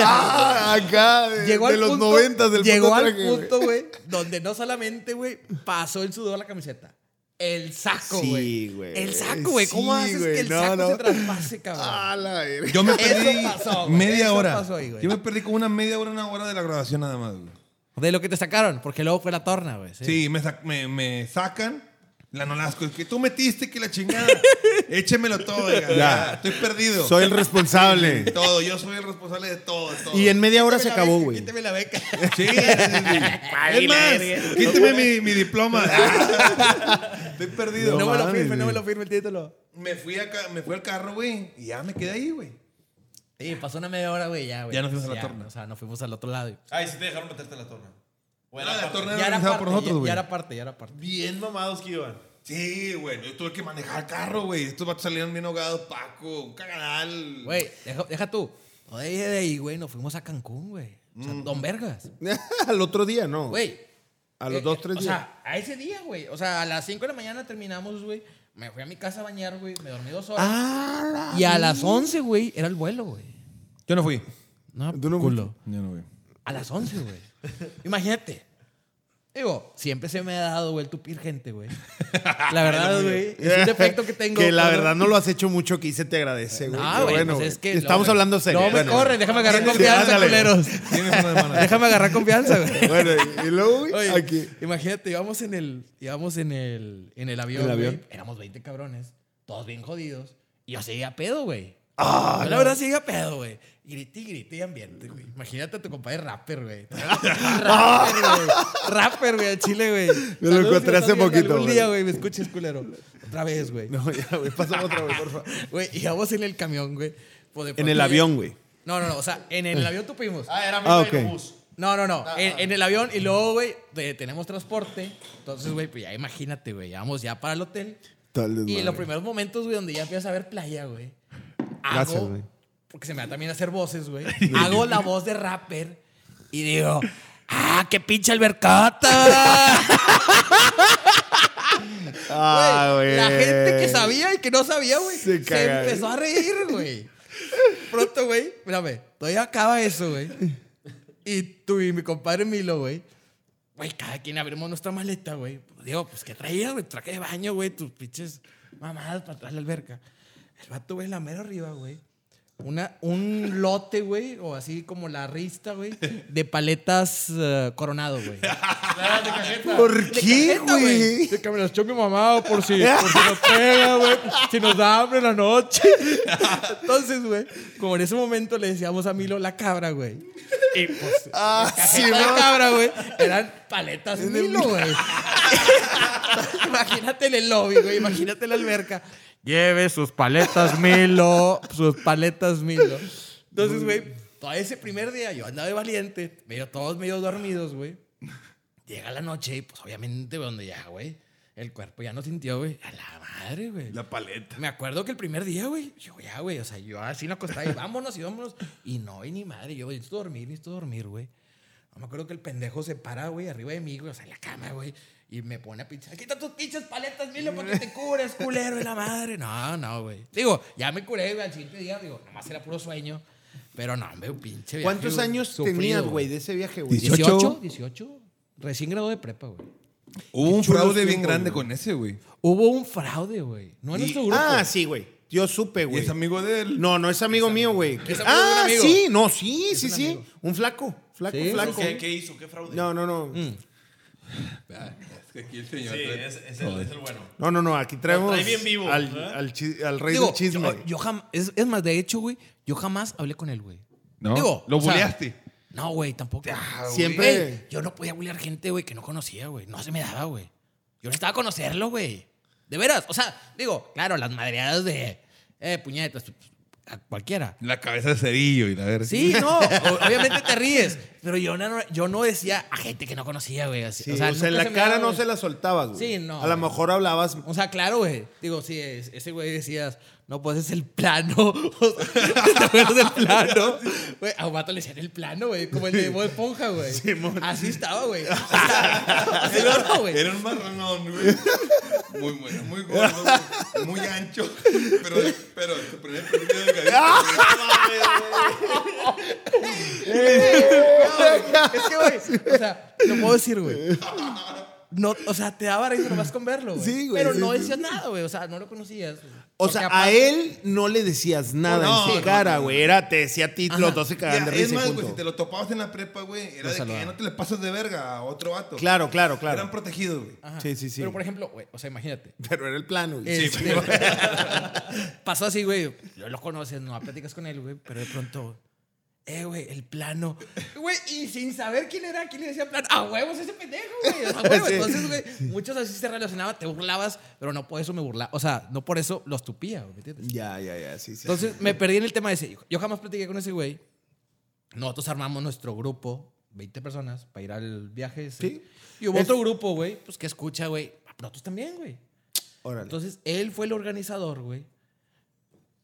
S1: Ah, acá, de,
S4: Llegó
S1: de
S4: al
S1: los
S4: punto-
S1: noventas del
S4: Llegó
S1: puto
S4: al
S1: traje, güey.
S4: punto, güey, donde no solamente, güey, pasó el sudor a la camiseta. El saco,
S1: Sí,
S4: güey.
S1: güey.
S4: El saco, güey. ¿Cómo
S1: Sí,
S4: haces
S1: güey.
S4: que el
S1: No,
S4: saco
S1: no.
S4: se traspase, cabrón?
S1: Ah, la verga.
S2: Yo me
S4: Eso
S2: perdí
S4: pasó, güey.
S2: media
S4: Eso
S2: hora.
S4: pasó ahí, güey.
S2: Yo me perdí como una media hora, una hora de la grabación nada más, güey.
S4: De lo que te sacaron, porque luego fue la torna, güey. Sí.
S2: Sí, me, sac- me, me sacan. La nolasco, es que tú metiste que la chingada. Échemelo todo, oiga, ya. Estoy perdido.
S1: Soy el responsable.
S2: todo, yo soy el responsable de todo, de todo.
S1: Y en media hora se acabó, güey.
S4: Quítame la beca.
S2: Sí, sí, sí. es más, quíteme mi, mi diploma. Estoy perdido.
S4: No, me lo
S1: mames,
S4: firme, no me
S1: güey.
S4: lo firme el título.
S2: Me fui, a ca- me fui al carro, güey, y ya me quedé ahí, güey.
S4: Sí, pasó una media hora, güey, ya, güey.
S2: Ya nos fuimos a la torna.
S4: torna. O sea, nos fuimos al otro lado. güey.
S5: Ay, sí te dejaron meterte a la torna. O en
S2: Ah,
S5: la
S2: la
S5: parte.
S2: torna.
S4: Ya era
S2: organizado
S4: parte,
S2: por nosotros,
S4: ya-
S2: güey.
S4: ya era parte, ya era parte.
S5: Bien mamados que iban.
S2: Sí, güey, yo tuve que manejar el carro, güey. Estos vatos salieron bien ahogados, Paco, un cagadal.
S4: Güey, deja, deja tú. Todavía de ahí, güey, nos fuimos a Cancún, güey. O sea, Don Vergas.
S1: al otro día, no.
S4: Güey.
S1: A los
S4: eh,
S1: dos,
S4: eh,
S1: tres
S4: O sea, a ese día, güey. O sea, a las 5 de la mañana terminamos, güey. Me fui a mi casa a bañar, güey. Me dormí dos horas.
S1: Ah,
S4: y a las 11, güey, era el vuelo, güey.
S2: Yo no fui.
S4: No,
S1: ¿Tú no
S4: culo.
S2: Yo no fui.
S4: A las 11, güey. Imagínate. Digo, siempre se me ha dado, güey, el tupir gente, güey. La verdad, güey. Es un defecto que tengo.
S1: Que la
S4: pero-
S1: verdad no lo has hecho mucho, que se te agradece, güey.
S4: Ah,
S1: Pero
S4: güey,
S1: bueno,
S4: pues es
S1: güey,
S4: que
S1: Estamos
S4: luego-
S1: hablando serio.
S4: No me
S1: Bueno,
S4: corren, déjame agarrar
S1: Sí,
S4: confianza,
S1: ándale.
S4: culeros.
S2: Tienes una hermana.
S4: Déjame agarrar confianza, güey.
S1: Bueno, y luego, güey,
S4: Oye,
S1: aquí.
S4: Imagínate, íbamos en el, íbamos en el, en el avión,
S1: ¿El
S4: güey.
S1: avión?
S4: Éramos 20 cabrones, todos bien jodidos. Y yo seguía pedo, güey.
S1: Ah,
S4: yo, la verdad seguía pedo, güey. Grité y grité y ambiente, güey. Imagínate a tu compadre rapper, güey. rapper, güey. Rapper, güey, al chile, güey.
S1: lo
S4: Saludos,
S1: encontré
S4: si estás
S1: hace
S4: viendo
S1: poquito,
S4: Algún
S1: güey.
S4: día, güey, me escuches, culero. Otra vez, güey.
S1: No, ya, güey, pasamos otra vez, por favor.
S4: Güey, íbamos en el camión, güey. Pues de
S1: En
S4: pronto
S1: el
S4: ya-
S1: avión, güey.
S4: No, no, no. O sea, en el avión tupimos.
S5: Ah, era mi
S1: Ah,
S5: ah,
S1: ok.
S5: bus.
S4: No, no, no. en, en el avión y luego, güey, de- tenemos transporte. Entonces, güey, pues ya imagínate, güey. Ya vamos ya para el hotel.
S1: Todo el
S4: Y en
S1: desmadre.
S4: los primeros momentos, güey, donde ya empiezas a ver playa, güey.
S1: Gracias,
S4: Hago,
S1: güey.
S4: porque se me da también hacer voces, güey. hago la voz de rapper y digo, ¡ah, qué pinche albercata!
S1: Ah, güey.
S4: La gente que sabía y que no sabía, güey,
S1: Se
S4: se,
S1: caga.
S4: empezó a reír, güey. Pronto, güey, espérame, todavía acaba eso, güey. Y tú y mi compadre Milo, güey, güey, cada quien abrimos nuestra maleta, güey. Digo, pues, ¿qué traías, güey? Traje de baño, güey, tus pinches mamadas para atrás de la alberca. El vato, güey, la mera arriba, güey. Una, un lote, güey, o así como la rista, güey, de paletas eh, coronado, güey.
S1: ¿Por
S4: De
S1: qué,
S4: cajeta,
S1: güey?
S4: De que me las echó mi mamá o por si, por si nos pega, güey. Si nos da hambre en la noche. Entonces, güey, como en ese momento le decíamos a Milo la cabra, güey. Y pues,
S1: Ah, sí,
S4: cajeta de
S1: ¿no?
S4: cabra, güey. Eran paletas Milo, güey. imagínate en el lobby, güey. Imagínate la alberca. Lleve sus paletas Milo. Sus paletas Milo. Entonces, güey, todo ese primer día yo andaba de valiente. Medio, todos medio dormidos, güey. Llega la noche y pues obviamente, güey, donde ya, güey, el cuerpo ya no sintió, güey. A la madre, güey.
S2: La paleta.
S4: Me acuerdo que el primer día, güey, yo ya, güey, o sea, yo así en la costada y vámonos y vámonos. Y no, y ni madre, yo, güey, necesito dormir, necesito dormir, güey. No me acuerdo que el pendejo se para, güey, arriba de mí, güey, o sea, en la cama, güey, y me pone a pinchar. Quita tus pinches paletas, Milo, para que te cures, culero, y la madre. No, no, güey. Digo, ya me curé, güey, al siguiente día, digo, nomás era puro sueño. Pero no, hombre, un pinche viaje,
S1: ¿Cuántos
S4: güey,
S1: años
S4: sufrido,
S1: tenías, güey, de ese viaje, güey?
S4: 18, 18. Recién graduado de prepa, güey.
S2: Hubo un
S1: chulos
S2: fraude bien
S1: tiempos,
S2: grande
S1: güey.
S2: con ese, güey.
S4: Hubo un fraude, güey. No en
S2: Y-
S4: nuestro grupo.
S1: Ah, sí, güey. Yo supe,
S2: Y
S1: güey.
S2: es amigo de él.
S1: No, no es amigo mío, güey.
S4: Es amigo de un
S1: Ah,
S4: amigo.
S1: sí, no, sí, sí,
S4: un
S1: sí.
S4: amigo.
S1: Un flaco, flaco,
S4: Sí,
S1: flaco.
S5: ¿Qué, ¿Qué hizo? ¿Qué fraude?
S1: No, no, no.
S2: Ah, que aquí el señor.
S5: Sí,
S2: trae-
S5: es, es el, es el bueno.
S1: No, no, no, aquí traemos
S5: Lo trae bien vivo,
S1: al,
S5: ¿verdad?
S1: al chi- al rey
S4: Digo,
S1: del chisme.
S4: Yo, yo jam- es, es más, de hecho, güey, yo jamás hablé con él, güey.
S2: No,
S4: Digo,
S2: lo
S4: o sea,
S2: buleaste.
S4: No, güey, tampoco.
S1: Siempre-
S4: Güey, yo no podía bullear gente, güey, que no conocía, güey. No se me daba, güey. Yo necesitaba conocerlo, güey. De veras. O sea, digo, claro, las madreadas de eh, puñetas, a cualquiera.
S2: La cabeza de cerillo y la verga.
S4: Sí, no, o- obviamente te ríes. Pero yo no, yo no decía a gente que no conocía, güey. así.
S1: Sí, o sea,
S4: nunca
S1: en la
S4: se me
S1: cara
S4: daba,
S1: no
S4: güey.
S1: se la soltabas, güey.
S4: Sí, no,
S1: A lo
S4: güey.
S1: mejor hablabas.
S4: O sea, claro, güey. Digo, sí, es- ese güey decías, no, pues es el plano. O sea, ¿Te acuerdas del plano? Güey, a un vato le decían el plano, güey. Como el de Bob Esponja, güey. Así estaba, güey. O sea, así no, no, güey.
S2: Era un marranón, güey. Muy, muy, muy gordo, güey. muy ancho. Pero, pero, su primer principio de
S4: Ah. Es que, güey, o sea, no puedo decir, güey. No, o sea, te daba risa nomás con verlo, güey.
S1: Sí, güey,
S4: Pero
S1: sí,
S4: no
S1: sí.
S4: decías nada, güey. O sea, no lo conocías. güey.
S1: O
S4: Porque
S1: sea, a
S4: aparte-
S1: él no le decías nada
S2: No,
S1: en su
S2: no,
S1: cara,
S2: no.
S1: güey. Era, te decía a ti, los dos se cagaban de
S2: es
S1: risa. y
S2: más,
S1: punto.
S2: güey, si te lo topabas en la prepa, güey, era
S4: Lo
S2: de que
S4: saludaba.
S2: no te le pasas de verga a otro vato.
S1: Claro, claro,
S2: Eran
S1: claro.
S2: protegidos, güey.
S4: Ajá.
S1: Sí, sí, sí.
S4: Pero, por ejemplo, güey, o sea, imagínate.
S1: Pero era el plano, güey.
S4: Este,
S1: Sí, güey.
S4: pasó así, güey. Yo lo conoces, no platicas con él, güey, pero de pronto. Eh, güey, el plano. Güey, y sin saber quién era, quién le decía plano. ¡A huevos ese pendejo, güey! ¡A huevos!
S1: Sí.
S4: Entonces, güey, muchos así se relacionaban, te burlabas, pero no por eso me burlaba. O sea, no por eso los tupía, güey, ¿me entiendes?
S1: Ya, ya, ya, sí, sí.
S4: Entonces me perdí en el tema ese. Yo jamás platiqué con ese güey. Nosotros armamos nuestro grupo, 20 personas, para ir al viaje. ese.
S1: Sí.
S4: Y hubo
S1: Es-
S4: otro grupo, güey, pues que escucha, güey. Nosotros también, güey.
S1: Órale.
S4: Entonces, él fue el organizador, güey,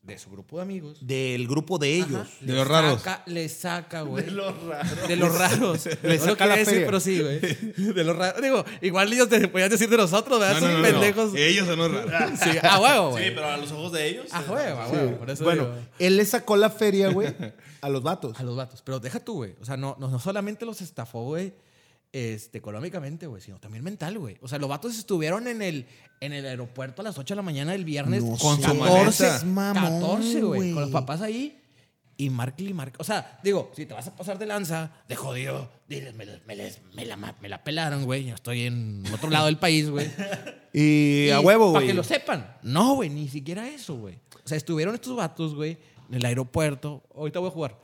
S4: de su grupo de amigos.
S1: Del grupo de ellos.
S4: Ajá.
S2: De
S4: Le
S2: los raros.
S4: saca- Le saca, güey. De,
S5: Lo raro.
S4: los raros.
S1: Le
S4: no
S1: saca
S4: lo quería
S1: la
S4: decir,
S1: feria.
S4: pero sí, güey. De los raros. Digo, igual ellos te podían decir de nosotros, ¿verdad?
S2: No, no,
S4: Sí,
S2: no, no.
S4: pendejos.
S2: Ellos son los raros.
S4: Sí, a huevo, güey.
S5: Sí, pero a los ojos de ellos.
S4: Eh, A
S5: eh,
S4: huevo, a huevo. Por eso
S1: bueno,
S4: digo,
S1: él le sacó la feria, güey, a los vatos.
S4: a los vatos. Pero deja tú, güey. O sea, no, no, no solamente los estafó, güey. Este, económicamente, güey, sino también mental, güey. O sea, los vatos estuvieron en el, en el aeropuerto a las 8 de la mañana del viernes
S1: No
S2: Con su
S4: 14,
S2: maleta.
S1: Mamón,
S4: 14, güey.
S1: güey.
S4: Con los papás ahí. Y Markley y Mark. O sea, digo, si te vas a pasar de lanza, de jodido, diles, me, les- me les- me la, ma- me la pelaron, güey. Yo estoy en otro lado del país, güey.
S1: Y, a huevo,
S4: Para
S1: güey.
S4: que lo sepan. No, güey, ni siquiera eso, güey. O sea, estuvieron estos vatos, güey, en el aeropuerto. Ahorita voy a jugar.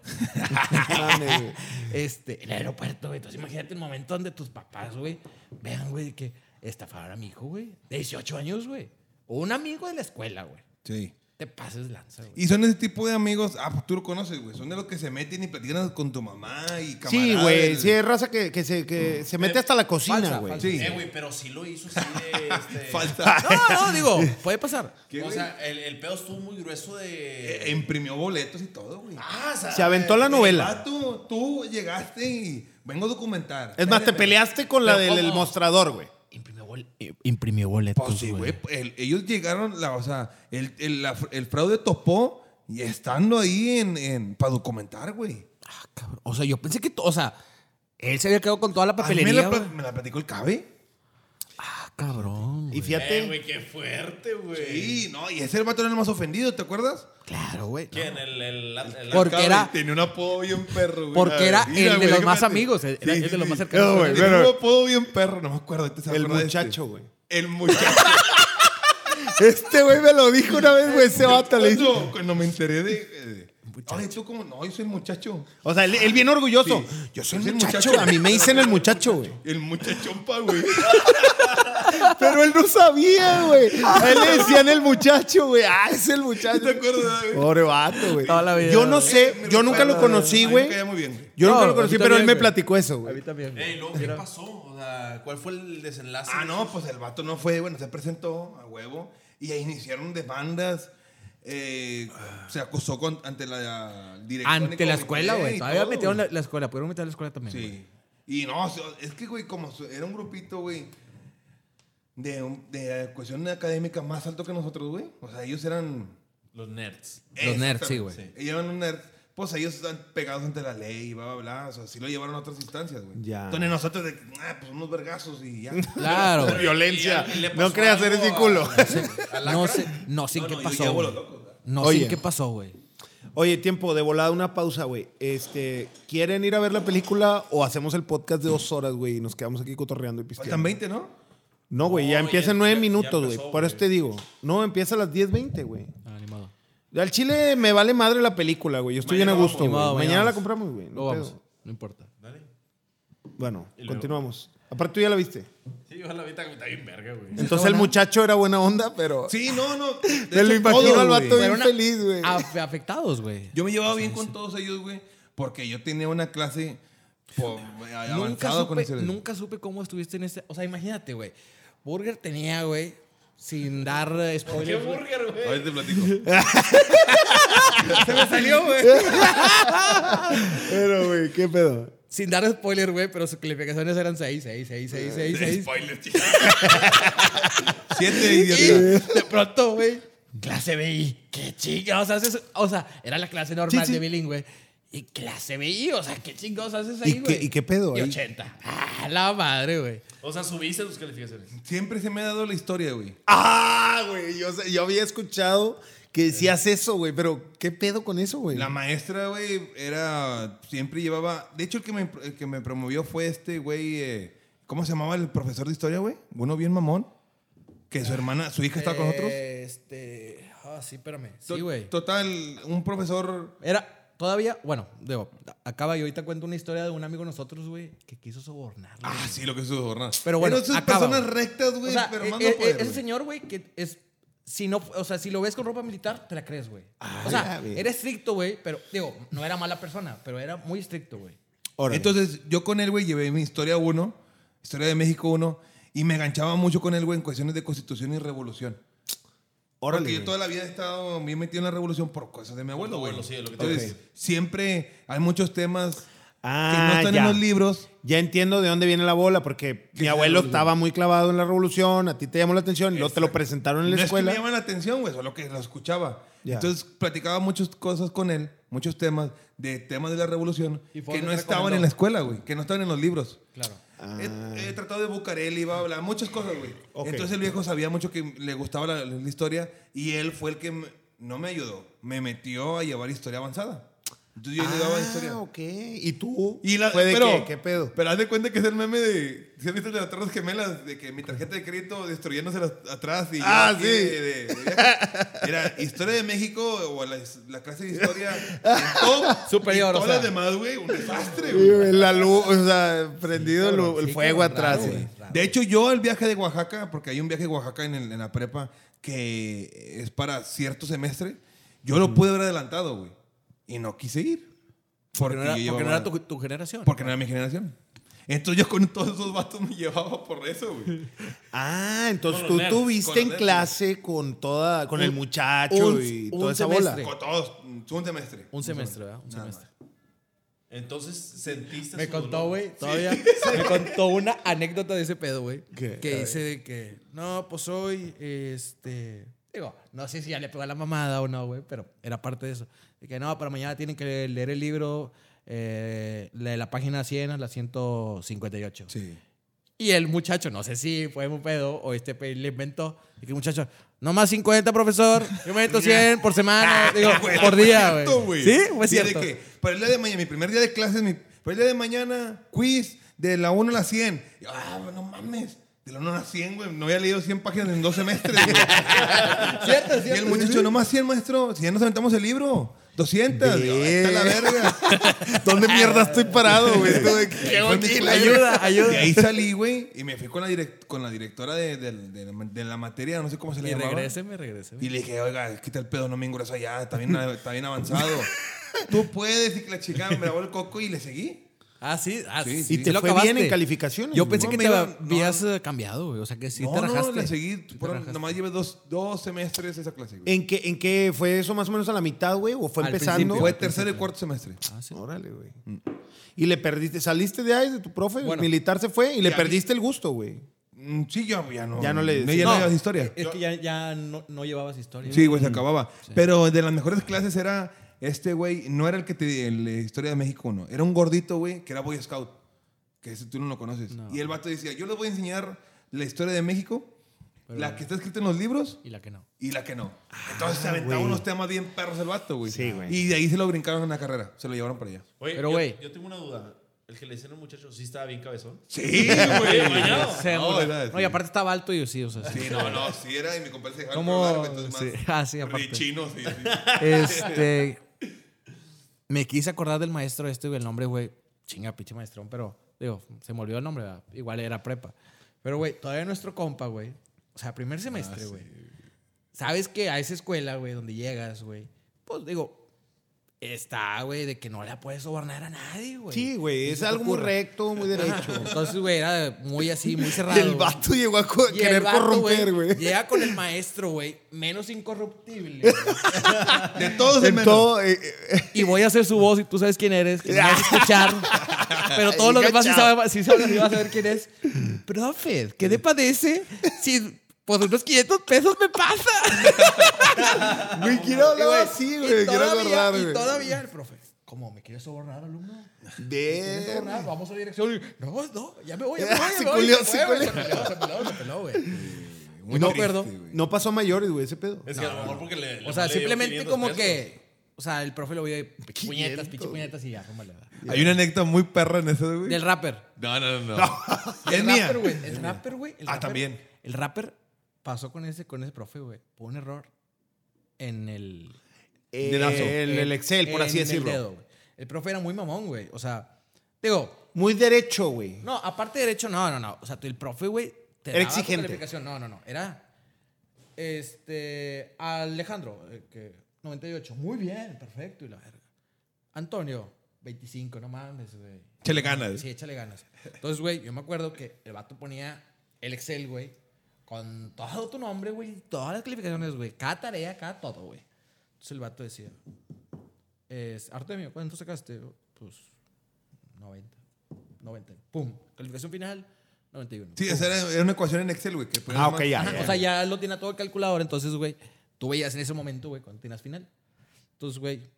S1: Mames, güey.
S4: este, en el aeropuerto, güey. Entonces, imagínate el momento donde tus papás, güey, vean, güey, que estafaron a mi hijo, güey. De 18 años, güey. O un amigo de la escuela, güey.
S2: Sí.
S4: Te pases de lanza, güey.
S2: Y son ese tipo de amigos, ah, pues tú lo conoces, güey. Son de los que se meten y platican con tu mamá y camaradas.
S1: Sí, güey.
S2: del-
S1: Sí, es raza que, que se, que se mete hasta la cocina,
S4: falsa,
S1: güey.
S4: falsa.
S2: Sí.
S5: Eh, güey, pero sí lo hizo así de. Este,
S2: Falta.
S4: No, no, digo, puede pasar.
S2: ¿Qué,
S5: o
S2: güey?
S5: sea, el, el pedo estuvo muy grueso de.
S2: Eh, imprimió boletos y todo, güey.
S5: Ah, o sea,
S1: Se aventó la novela.
S2: Vato, tú llegaste y vengo a documentar.
S1: Es más, te peleaste con la
S4: Pero
S1: del
S4: ¿cómo?
S1: mostrador, güey.
S4: Imprimió, bol- eh, imprimió boletos,
S2: Pues sí, güey. el- ellos llegaron, la, o sea, el, el, la- el fraude topó y estando ahí en, para documentar, güey.
S4: Ah, cabrón. O sea, yo pensé que, to- o sea, él se había quedado con toda la
S2: A mí Me
S4: papelería,
S2: la, pla-
S4: güey.
S2: me la platicó el cabe.
S4: Ah, cabrón.
S1: Y
S4: güey.
S1: fíjate.
S5: Eh, güey, qué fuerte, güey.
S2: Sí, no, y ese vato era el más ofendido, ¿te acuerdas?
S4: Claro, güey. no.
S5: ¿Quién? El. el, el, el-
S4: Por- Porque
S2: Cabe
S4: era-
S2: Tenía un apodo bien perro, güey.
S4: Porque
S2: Ah,
S4: era
S2: mira,
S4: el de
S2: güey,
S4: los
S2: déjame
S4: más
S2: te-
S4: amigos, era el de los más cercanos.
S1: No, güey,
S2: Tenía
S1: pero-
S2: un apodo bien perro, no me acuerdo. ahorita se va a
S1: El
S2: acordar de este.
S1: muchacho, güey.
S2: El muchacho.
S1: Este güey me lo dijo una vez, güey, ese vato le dijo.
S2: Cuando, cuando me enteré de. eh, Ay, tú como. No, yo soy el muchacho.
S1: O sea, él, él bien orgulloso.
S2: Sí.
S1: Yo soy el
S2: Soy el
S1: muchacho.
S2: muchacho.
S1: A mí me dicen el muchacho, güey.
S2: El muchachompa, güey.
S1: Pero él no sabía, güey. A él le decían el muchacho, güey. Ah, es el muchacho.
S2: ¿Te acuerdas, güey?
S1: Pobre vato, güey.
S4: Toda la vida.
S1: Yo no sé, yo nunca lo conocí,
S2: A mí
S1: güey.
S2: Me caía muy bien.
S1: Yo nunca
S4: No,
S1: lo conocí,
S4: a mí
S1: pero él
S4: también,
S1: me
S4: güey.
S1: platicó eso,
S4: A
S1: güey.
S4: mí también. güey.
S5: Eh, luego, ¿qué pasó? O sea, ¿cuál fue el desenlace?
S2: Ah, no, pues el vato no fue, bueno, se presentó a huevo y ahí iniciaron demandas. eh, se acusó con, ante la dirección.
S4: Ante la escuela, güey. Todavía metieron
S2: la.
S4: la, la escuela. Pudieron meter a la escuela también. güey.
S2: Sí. Y no, o sea, es que, güey, como su- era un grupito, güey, de, un- de cuestión académica más alto que nosotros, güey. O sea, ellos eran.
S5: Los nerds.
S4: Los nerds, sí, güey.
S2: Exactamente, Ellos eran un nerd. Pues ellos están pegados ante la ley y bla, bla, bla. O sea, sí lo llevaron a otras instancias, güey.
S1: Ya.
S2: Entonces nosotros, de, ah, pues unos vergazos y ya.
S4: Claro, güey.
S1: Violencia.
S5: Y- y le
S1: No
S5: pasó
S1: creas,
S5: algo
S1: eres mi
S5: a-
S1: culo.
S4: No sé, no sé en
S2: No,
S4: qué
S2: no, yo
S4: pasó.
S2: llevo
S4: güey.
S2: los locos, güey.
S4: No
S1: Oye.
S4: sé en qué pasó, güey.
S1: Oye, tiempo, de volada una pausa, güey. Este, ¿quieren ir a ver la película o hacemos el podcast de dos horas, güey? Y nos quedamos aquí cotorreando y
S2: Faltan
S1: pisteando.
S2: 20, ¿no?
S1: No, güey, ya
S5: No,
S1: empieza
S5: ya-
S1: en nueve
S5: ya- ya
S1: minutos, güey.
S5: empezó,
S1: Por eso
S5: güey.
S1: te digo. No, empieza a las 10.20, güey.
S4: Ah, ni modo.
S1: Al chile me vale madre la película, güey. Yo estoy
S5: Mañana
S1: bien a gusto,
S4: vamos,
S1: güey.
S4: vamos,
S1: Mañana la
S4: vamos.
S1: compramos, güey.
S4: No
S1: No
S4: vamos.
S1: pedo.
S4: No importa.
S5: Dale.
S1: Bueno,
S5: luego.
S1: continuamos. Aparte tú ya la viste.
S5: Sí, ojalá ahorita está bien verga, güey.
S1: Entonces el muchacho era buena onda, pero...
S2: Sí, no, no.
S1: Te lo
S2: hecho,
S1: imagino
S2: todos,
S1: al
S2: güey.
S1: vato bien
S4: Fueron a-
S1: feliz, güey.
S4: Af- afectados, güey.
S2: Yo me llevaba bien con todos ellos, güey, porque yo tenía una clase po- eh,
S4: Nunca
S2: avanzado con
S4: supe,
S2: ese.
S4: nunca supe cómo estuviste en ese. O sea, imagínate, güey. Burger tenía, güey. Sin dar eh, spoilers. güey.
S5: burger, güey?
S2: Ahorita te platico.
S4: Se me salió, güey.
S1: Pero, güey, qué pedo.
S4: Sin dar spoiler, güey, pero sus calificaciones eran 6, 6, 6, 6, 6, 6.
S5: Spoiler, chica.
S2: Siete,
S4: Y
S2: idiota.
S4: de pronto, güey, clase BI. Qué chingados haces. O sea, era la clase normal
S1: Sí, sí.
S4: de bilingüe. Y clase BI, o sea, qué chingados haces
S1: ¿Y
S4: ahí,
S1: qué-
S4: güey.
S1: y qué pedo
S4: Y
S1: ahí?
S4: 80. Ah, la madre, güey.
S5: O sea, subiste tus calificaciones.
S2: Siempre se me ha dado la historia, güey.
S1: Ah, güey, yo, sé- yo había escuchado que decías eso, güey, pero ¿qué pedo con eso, güey?
S2: La maestra, güey, era. Siempre llevaba. De hecho, el que me, el que me promovió fue este, güey. eh, ¿Cómo se llamaba el profesor de historia, güey? Uno bien mamón. Que su hermana, su hija estaba con otros.
S4: Este. Ah, sí, espérame.
S2: To-
S4: Eh, Sí, güey.
S2: Total, un profesor.
S4: Era todavía, bueno, digo, acaba y ahorita cuento una historia de un amigo de nosotros, güey, que quiso sobornar.
S2: Ah, sí, lo que es su jornada.
S4: Pero bueno,
S2: esas
S4: acaba,
S2: personas
S4: güey.
S2: rectas, güey,
S4: o sea,
S2: pero
S4: eh,
S2: más no
S4: eh,
S2: poder,
S4: ese
S2: güey.
S4: señor, güey, que es. Si no, o sea, si lo ves con ropa militar, te la crees, güey.
S1: Ah,
S4: o
S1: ya,
S4: sea,
S1: güey.
S4: era estricto, güey, pero digo, no era mala persona, pero era muy estricto, güey.
S1: Órale.
S2: Entonces, yo con él, güey, llevé mi historia 1, historia de México 1, y me enganchaba mucho con él, güey, en cuestiones de constitución y revolución.
S1: Órale,
S2: Porque yo
S1: güey.
S2: toda la vida he estado bien metido en la revolución por cosas de mi abuelo,
S5: tu
S2: güey.
S5: abuelo, sí, es lo que te
S2: Entonces,
S1: digo.
S2: siempre hay muchos temas que no
S1: Ah,
S2: están
S1: ya.
S2: en los libros.
S1: Ya entiendo de dónde viene la bola, porque mi
S2: es
S1: abuelo
S2: la revolución?
S1: estaba muy clavado en la revolución, a ti te llamó la atención, y luego te lo presentaron en la
S2: no
S1: escuela.
S2: es que me llama la atención, güey, solo que lo escuchaba.
S1: Ya.
S2: Entonces, platicaba muchas cosas con él, muchos temas, de temas de la revolución,
S4: Y fue
S2: que no
S4: donde te
S2: estaban
S4: recomendó.
S2: en la escuela, güey, que no estaban en los libros.
S4: Claro.
S2: He, he tratado de Bucareli, iba a hablar muchas cosas, güey.
S1: Ah. Ok.
S2: Entonces el viejo sabía mucho que le gustaba la, la historia y él fue el que me- no me ayudó, me metió a llevar historia avanzada. Entonces yo
S1: Ah,
S2: llevaba historia.
S1: ok. ¿Y tú?
S2: Y la,
S1: ¿Fue de
S2: pero,
S1: qué? ¿Qué pedo?
S2: Pero haz de cuenta que es el meme de. ¿Se han visto el de las Torres Gemelas? De que mi tarjeta de crédito destruyéndose las- atrás. Y yo
S1: Ah,
S2: aquí
S1: sí.
S2: de- de- de viaje. era Historia de México o la, la clase de historia en top.
S4: Superior,
S2: Y
S4: o
S2: todas
S4: sea.
S2: las demás, güey. Un desastre,
S1: Sí,
S2: güey.
S1: güey, la luz, o sea, prendido el-
S4: cabrón,
S1: el
S4: sí,
S1: fuego
S4: cabrón,
S1: atrás.
S4: raro,
S1: güey.
S4: güey.
S2: De hecho, yo el viaje de Oaxaca, porque hay un viaje de Oaxaca en, el- en la prepa que es para cierto semestre, yo lo pude haber adelantado, güey. Y no quise ir.
S4: Porque no era,
S2: yo
S4: porque no
S2: llevaba-
S4: era tu, tu generación.
S2: porque no era mi Ah, generación. Entonces yo con todos esos vatos me llevaba por eso, güey.
S1: Ah, entonces
S5: Con
S1: tú
S5: los nerds,
S2: con
S1: tuviste en
S2: los nerds.
S1: clase con toda, con el muchacho
S4: un-
S1: y
S4: un
S1: toda esa
S4: semestre.
S1: bola.
S2: Con todos, un semestre.
S4: Un semestre, ¿verdad? Un
S2: Nada
S4: semestre.
S5: Entonces
S2: Este
S5: sentiste
S4: Me
S5: su
S4: contó,
S5: dolor.
S4: güey, todavía. Me contó una anécdota de ese pedo, güey.
S1: ¿Qué? A
S4: Que
S1: ver.
S4: dice de que, no, pues hoy, este. Digo, no sé si ya le pegó la mamada o no, güey, pero era parte de eso. De que no, para mañana tienen que leer el libro eh, de la página 100 a la 158.
S2: Sí.
S4: Y el muchacho, no sé si fue un pedo o este pe- le inventó. Y que el muchacho, nomás 50, profesor. Yo me invento 100 por semana, digo, por día, güey. Sí, fue
S2: Sí, de
S4: cierto.
S2: que, para el día de mañana, mi primer día de clases, mi, para el día de mañana, quiz de la 1 a la 100. Y yo, ah, no mames. De la 1 a la 100, güey. No había leído 100 páginas en dos semestres, güey.
S4: Cierto,
S2: Y el
S4: cierto.
S2: muchacho, nomás 100, maestro. Si ya nos aventamos el libro. 200. Digo, "Ahí está la verga.
S1: ¿Dónde mierda estoy parado, güey? Tú de-
S2: Ahí fue mi escuela,
S4: ayuda,
S2: güey.
S4: ayuda.
S2: De ahí salí, güey, y me fui con la, direct- con la directora de, de- de- de la materia, no sé cómo se le
S4: Y
S2: llamaba.
S4: regréseme, regréseme.
S2: Y le dije, oiga, quita el pedo, no me engruesa ya, está bien, está bien avanzado. Tú puedes, y que la chica me grabó el coco y le seguí.
S4: Ah, sí, ah,
S2: Sí,
S4: sí,
S2: sí.
S1: Y te
S4: lo
S1: fue
S4: acabaste.
S1: bien en calificaciones.
S4: Yo
S1: güey.
S4: pensé
S2: No,
S4: que
S2: me
S4: te
S2: iba-
S4: habías eh, cambiado, güey. O sea, que sí te
S2: no, no,
S4: rajaste.
S2: le seguí.
S4: Sí te
S2: fueron-
S4: rajaste.
S2: nomás llevé dos, dos semestres esa clase, güey.
S1: ¿En qué, ¿En qué fue eso más o menos a la mitad, güey? ¿O fue
S4: Al
S1: empezando?
S4: principio.
S2: Fue tercero y cuarto semestre.
S4: Ah, sí.
S1: Órale, güey. Y le perdiste, saliste de ahí de tu profe, el
S4: Bueno.
S1: militar se fue y le
S2: Ya.
S1: perdiste el gusto, güey.
S2: Mm, Sí, yo ya no.
S1: Ya no le-
S2: ya
S1: No.
S2: no llevas historia.
S4: Es que ya, ya no, no llevabas historia.
S2: Sí, güey, se acababa. Pero de las mejores clases era este güey, no era el que te el, eh, Historia de México, no. Era un gordito, güey, que era Boy Scout. Que ese tú no lo conoces.
S4: No.
S2: Y el vato decía, yo les voy a enseñar la historia de México, la que está escrita en los libros
S4: Y la que no.
S2: y la que no. Entonces se aventaba
S1: güey.
S2: unos temas bien perros el vato, güey.
S1: Sí, güey.
S2: Y de ahí se lo brincaron en la carrera. Se lo llevaron para allá.
S5: Oye,
S4: Pero,
S5: yo-
S4: güey.
S5: Yo tengo una duda. El que le dicen al muchacho, sí estaba bien cabezón.
S2: Sí, güey.
S5: bañado.
S4: Se
S2: No,
S4: murió.
S2: era-
S4: No, y aparte estaba alto y sí, o sea. sí.
S2: Sí, no, no, sí era y mi compadre se dejaba
S4: ¿Cómo?
S2: enfermar, güey, entonces
S4: Sí.
S2: más.
S4: Ah, sí, aparte.
S2: Richino, sí, sí.
S4: Este. Me quise acordar del maestro este, güey, el nombre, güey. Chinga, pinche maestrón, pero, digo, se me olvidó el nombre, ¿verdad? igual era prepa. Pero, güey, todavía nuestro compa, güey. O sea, primer semestre,
S1: Ah,
S4: güey. Sabes que a esa escuela, güey, donde llegas, güey, pues digo, está, güey, de que no la puedes sobornar a nadie, güey.
S1: Sí, güey,
S4: ¿Qué
S1: es
S4: Pues, se te
S1: algo muy
S4: ocurre?
S1: recto, muy derecho.
S4: Entonces, güey, era muy así, muy cerrado.
S1: el
S4: güey.
S1: vato llegó a co-
S4: Y el
S1: querer
S4: vato,
S1: corromper, güey.
S4: Llega con el maestro, güey, menos incorruptible. güey.
S2: De todos el
S1: En
S2: menos.
S1: todo, eh, eh,
S4: y voy a hacer su voz y tú sabes quién eres, que no vas a escuchar. Pero todos los demás sí saben, sí saben, sí vas a saber quién es. Profe, ¿qué le padece si por unos 500 pesos me pasa?
S1: güey, quiero
S4: Y, güey,
S1: hablar así,
S4: y
S1: güey. Quiero
S4: todavía-
S1: acordar,
S4: Y
S1: güey.
S4: todavía el profe, ¿cómo me quieres sobornar, alumno? ¿Me quieres
S1: Ver.
S4: sobornar? Vamos a la dirección. y, No, no, ya me voy, ya me
S1: Ya,
S4: voy. ya
S1: se
S4: me voy".
S1: culió,
S4: Y
S1: se
S4: fue, güey,
S1: culió.
S4: peló, se peló, se peló, güey.
S2: Muy triste,
S4: No acuerdo.
S2: güey.
S1: No pasó a mayores, güey, ese pedo.
S5: Es que a lo mejor porque le. le
S4: O sea,
S5: le dio
S4: simplemente
S5: 500
S4: como
S5: pesos.
S4: que. O sea, el profe lo vio de puñetas, pinche puñetas y ya, ¿cómo le da?
S2: Hay una anécdota muy perra en eso, güey.
S4: Del rapper.
S2: No, no, no, no.
S4: El
S2: Es mía.
S4: rapper, güey. El rapper, güey. el
S2: Ah,
S4: rapper-
S2: también.
S4: El rapper pasó con ese, con ese profe, güey. Fue un error en el.
S2: Dedazo.
S1: El, el Excel, por
S4: en
S1: así
S4: el
S1: decirlo.
S4: dedo, güey. el profe era muy mamón, güey. O sea, digo,
S1: Muy derecho, güey.
S4: no, aparte de derecho, no, no, no. O sea, tú, el profe, güey, te
S1: Era
S4: daba tu
S1: exigente.
S4: calificación. No, no, no. Era. Este. Alejandro, eh, que 98. Muy bien, perfecto. Y la verga. Antonio, 25, no mames, güey.
S2: Échale ganas.
S4: Sí, échale ganas. Entonces, güey, yo me acuerdo que el vato ponía el Excel, güey, con todo tu nombre, güey, todas las calificaciones, güey, cada tarea, cada todo, güey. Entonces el vato decía, es, Artemio, ¿cuánto sacaste? Pues 90. 90. Pum. Calificación final, 91.
S2: Sí, esa era, era una ecuación en Excel, güey. que ponías
S1: Ah,
S2: más-
S1: ok, ya.
S4: Ajá,
S1: ya.
S4: o sea, ya lo tenía todo el calculador, entonces, güey, tú veías en ese momento, güey, cuando tenías final. Entonces, güey,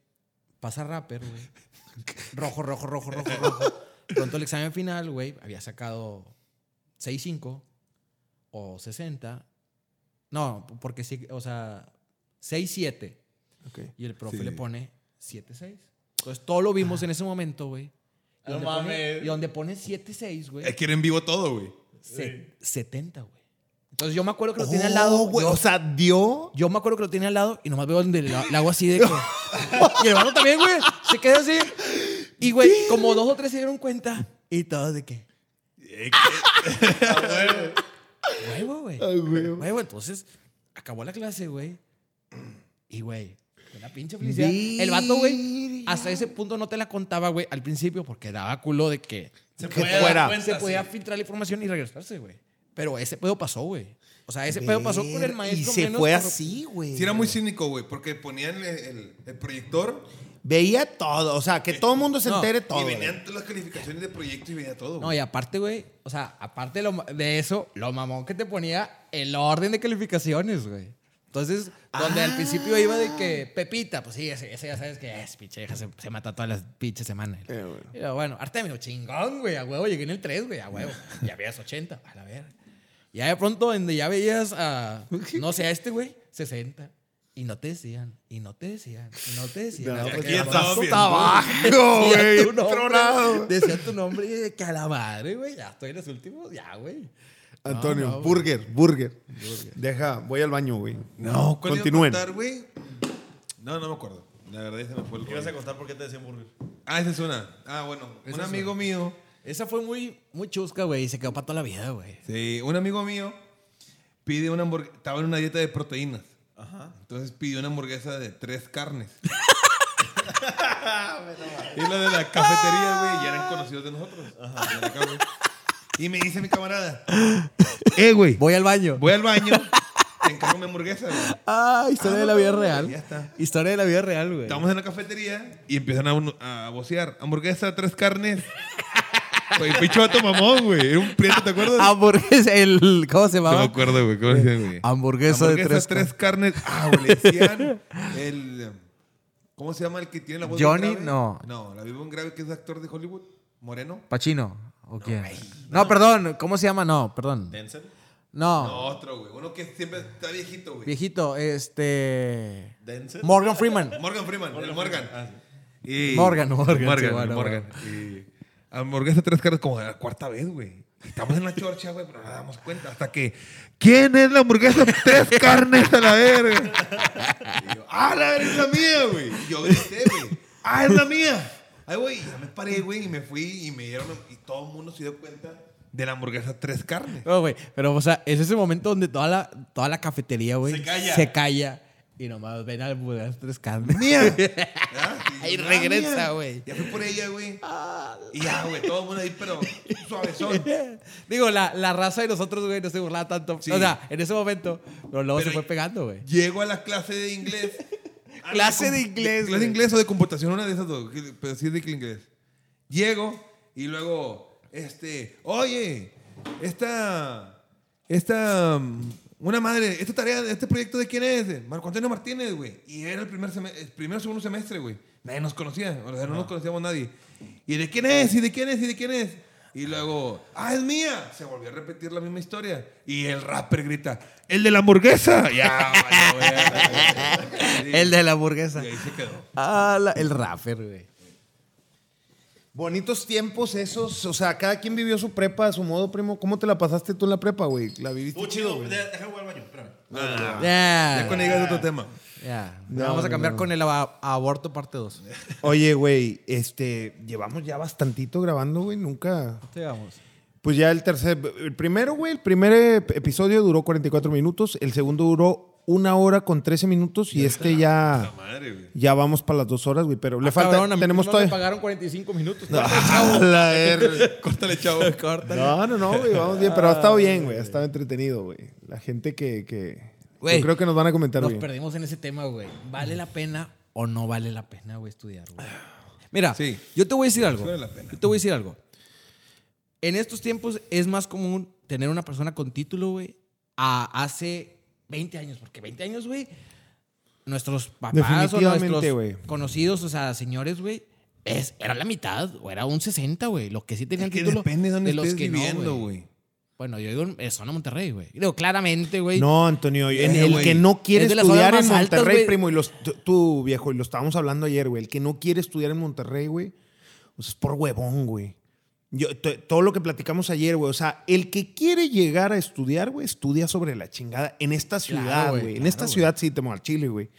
S4: pasa rapper, güey. Rojo, rojo, rojo, rojo, rojo. Pronto el examen final, güey, había sacado 6.5 o 60. No, porque sí, o sea, 6.7.
S1: Ok.
S4: Y el profe
S2: Sí.
S4: le pone 7.6. Entonces, todo lo vimos en ese momento, güey. Y
S5: No
S4: donde pone-
S5: mames.
S4: Y donde pone 7.6, güey.
S2: Es que era en vivo todo, güey.
S4: se- 70, güey. Entonces, yo me acuerdo que lo tenía al lado.
S1: Oh, güey.
S4: yo-
S1: O sea, dio.
S4: yo me acuerdo que lo tiene al lado y nomás veo donde le, le hago así de que. y el vato también, güey. Se queda así. Y, güey, como dos o tres se dieron cuenta. Y todos de que.
S2: Eh,
S4: Huevo, güey.
S1: Ay, güey.
S4: Huevo, entonces acabó la clase, güey. Y, güey, una pinche felicidad. El vato, güey, hasta ese punto no te la contaba, güey, al principio porque daba culo de que
S5: Se
S1: Que
S5: puede dar
S1: fuera.
S5: cuenta,
S4: se podía
S5: sí.
S4: filtrar la información y regresarse, güey. Pero ese pedo pasó, güey. O sea, ese pedo pasó con el maestro.
S1: Y se
S4: menos
S1: fue
S4: corrupto.
S1: así, güey.
S2: Sí, era muy cínico, güey, porque ponían el, el- el proyector
S1: Veía todo. O sea, que todo el mundo se
S4: No,
S1: entere todo.
S2: y
S1: güey.
S2: venían todas las calificaciones de proyecto y veía todo.
S4: No,
S2: güey.
S4: y aparte, güey, o sea, aparte de, lo ma- de eso, lo mamón que te ponía el orden de calificaciones, güey. Entonces, donde
S2: Ah.
S4: al principio iba de que Pepita, pues sí, ese, ese ya sabes que es pinche vieja, se, se mata todas las pinches semanas.
S1: Eh, bueno.
S4: Y yo, bueno, Artemio, chingón, güey, a huevo, llegué en el 3, güey, a huevo. Ya veías 80, a la verga. Ya de pronto, donde ya veías a, no sé, a este güey, 60. Y no te decían, y no te decían, y no te decían.
S1: No,
S4: Hasta
S1: pues
S4: que
S2: ya
S4: la
S2: estaba
S4: mamá-
S2: bien.
S1: Tabaco, Oh,
S4: Decía tu
S1: güey.
S4: nombre,
S1: Tronado.
S4: Decía tu nombre y de que a la madre, eh, güey. Ya estoy en los últimos, ya, güey.
S1: Antonio,
S4: No, no, güey.
S1: burger, burger, Deja, voy al baño, güey.
S2: No, ¿cuál iba a
S1: continúen.
S2: contar, güey? No, no me acuerdo. La verdad, se me fue el
S5: ¿Qué ibas a
S2: rollo.
S5: contar por qué te decían burger?
S2: Ah, esa es una. Ah, bueno.
S4: Esa
S2: un
S4: es
S2: amigo mío.
S4: Esa fue muy, muy chusca, güey. Y se quedó para toda la vida, güey.
S2: Sí, un amigo mío pide una hamburguesa. Estaba en una dieta de proteínas.
S5: Ajá.
S2: Entonces pidió una hamburguesa de tres carnes. y la de la cafetería, güey, ya eran conocidos de nosotros. De acá, güey. Y me dice mi camarada, eh, güey,
S4: Voy al baño.
S2: voy al baño, te encargo mi hamburguesa, güey.
S4: Ah, historia de la vida real.
S2: ya está.
S4: Historia de la vida real, güey.
S2: Estamos en la cafetería y empiezan a, un- a vocear, hamburguesa, tres carnes. Güey, pinche vato mamón, güey. Era un prieto, ¿te
S4: Ah,
S2: acuerdas?
S4: Hamburguesa, el. ¿Cómo se
S2: No me
S4: llamaba?
S2: acuerdo, güey. ¿Cómo decían, güey?
S4: Hamburguesa, Eh, de tres.
S2: tres carnes. Ah, güey, le decían el... ¿Cómo se llama el que tiene la voz bien
S4: Johnny,
S2: grave?
S4: no.
S2: No, la vivo en grave que es actor de Hollywood. Moreno.
S4: Pachino. ¿O quién? No, perdón. ¿Cómo se llama? No, perdón.
S5: ¿Denzel?
S4: No.
S2: No, otro, güey. Uno que siempre está viejito, güey.
S4: Viejito, este.
S5: ¿Denzel?
S4: Morgan Freeman.
S2: Morgan Freeman, el Morgan.
S5: Ah, sí.
S2: Y-
S4: Morgan, Morgan, sí,
S2: Morgan, el
S4: bueno,
S2: Morgan. Y- Hamburguesa tres caras como de la cuarta vez, güey. Estamos en la chorcha, güey, pero no nos damos cuenta. Hasta que, ¿quién es la hamburguesa tres carnes a la verga? Y yo, ¡Ah, la verga es la mía, güey! Y yo grité, güey. ¡Ah, es la mía! Ay, güey, ya me paré, güey, y me fui y me dieron. Y todo el mundo se dio cuenta de la hamburguesa tres carnes.
S4: No, güey, pero, o sea, es ese momento donde toda la, toda la cafetería, güey,
S5: Se calla.
S4: calla y nomás ven al Budán tres carnes.
S2: ¡Mía! ¿Ah? Y
S4: Ahí
S2: yo, "Ah,
S4: regresa,
S2: mía".
S4: güey.
S2: Ya fui por ella, güey. Y ya, güey, todo el mundo ahí, pero suavezón.
S4: Digo, la, la raza de nosotros, güey, no se burlaba tanto.
S2: Sí.
S4: O sea, en ese momento, pero luego
S2: Pero
S4: se fue
S2: y-
S4: pegando, güey.
S2: Llego a la clase de inglés. Ah,
S4: Clase
S2: no,
S4: de
S2: com-
S4: inglés,
S2: Clase de
S4: güey.
S2: inglés o de computación, una de esas dos. que- Pero sí es de inglés. Llego y luego, este, oye, esta, esta, mm, una madre, esta tarea, este proyecto de quién es? Marco Antonio Martínez, güey. Y era el primer, seme- el primer o segundo semestre, güey. Nadie nos conocía, o sea, no nos conocíamos nadie. ¿Y de quién es? ¿Y de quién es? ¿Y de quién es? Y luego, ¡ah, es mía! Se volvió a repetir la misma historia. Y el rapper grita, ¡el de la hamburguesa! Ya, valió, güey.
S4: El de la hamburguesa.
S2: Y ahí se quedó.
S4: Ah, la- el rapper, güey.
S1: Bonitos tiempos esos. O sea, cada quien vivió su prepa a su modo, primo. ¿Cómo te la pasaste tú en la prepa, güey? ¿La viviste?
S5: Estuvo chido. De- Deja jugar al baño, espérame.
S4: Ya.
S2: Ah. Ya con ella es otro tema.
S4: ya.
S1: No,
S4: Vamos a
S1: no,
S4: cambiar
S1: no.
S4: con el ab- aborto parte 2.
S1: Oye, güey, este, llevamos ya bastantito grabando, güey. Nunca.
S4: Te vamos.
S1: Pues ya el tercer. El primero, güey, el primer ep- episodio duró 44 minutos. El segundo duró una hora con 13 minutos. Y este ya.
S2: Madre, güey.
S1: Ya vamos para las dos horas, güey. Pero le falta.
S4: Ah, Cabrón, a mí
S1: tenemos
S4: no me
S1: todavía.
S4: pagaron 45 minutos.
S1: Ah, la verga.
S2: Córtale, chavo.
S4: Corta.
S1: No, no, no, güey, vamos bien, pero ha estado bien, güey, ha estado entretenido, güey. La gente que, que
S4: Ah, Güey,
S1: yo creo que nos van a comentar
S4: Nos
S1: bien.
S4: perdimos en ese tema, güey. ¿Vale la pena o no vale la pena, güey, estudiar, güey? Mira,
S2: Sí.
S4: yo te voy a decir algo.
S2: Vale la pena.
S4: Yo te voy a decir algo. En estos tiempos es más común tener una persona con título, güey, a hace 20 años. Porque 20 años, güey, nuestros papás o
S1: Definitivamente,
S4: nuestros
S1: güey.
S4: conocidos, o sea, señores, güey, es, era la mitad o era un 60, güey. Los que sí tenían
S2: Es que
S4: título
S2: depende de dónde
S4: los
S2: estés
S4: que no,
S2: viviendo, güey.
S4: Bueno, yo digo, en- eh, zona Monterrey, güey. Digo, claramente, güey.
S1: No, Antonio, en
S2: Eh,
S1: el
S2: güey.
S1: que no quiere
S4: Es de las
S1: estudiar
S4: zonas
S1: en
S4: más altas,
S1: Monterrey,
S4: güey.
S1: primo, y los, tú- tú, viejo, y lo estábamos hablando ayer, güey, el que no quiere estudiar en Monterrey, güey, o sea, es por huevón, güey. Yo, to- todo lo que platicamos ayer, güey, o sea, el que quiere llegar a estudiar, güey, estudia sobre la chingada en esta ciudad, güey.
S4: güey,
S1: en
S4: claro,
S1: esta
S4: güey.
S1: ciudad sí te muevo al Chile, güey.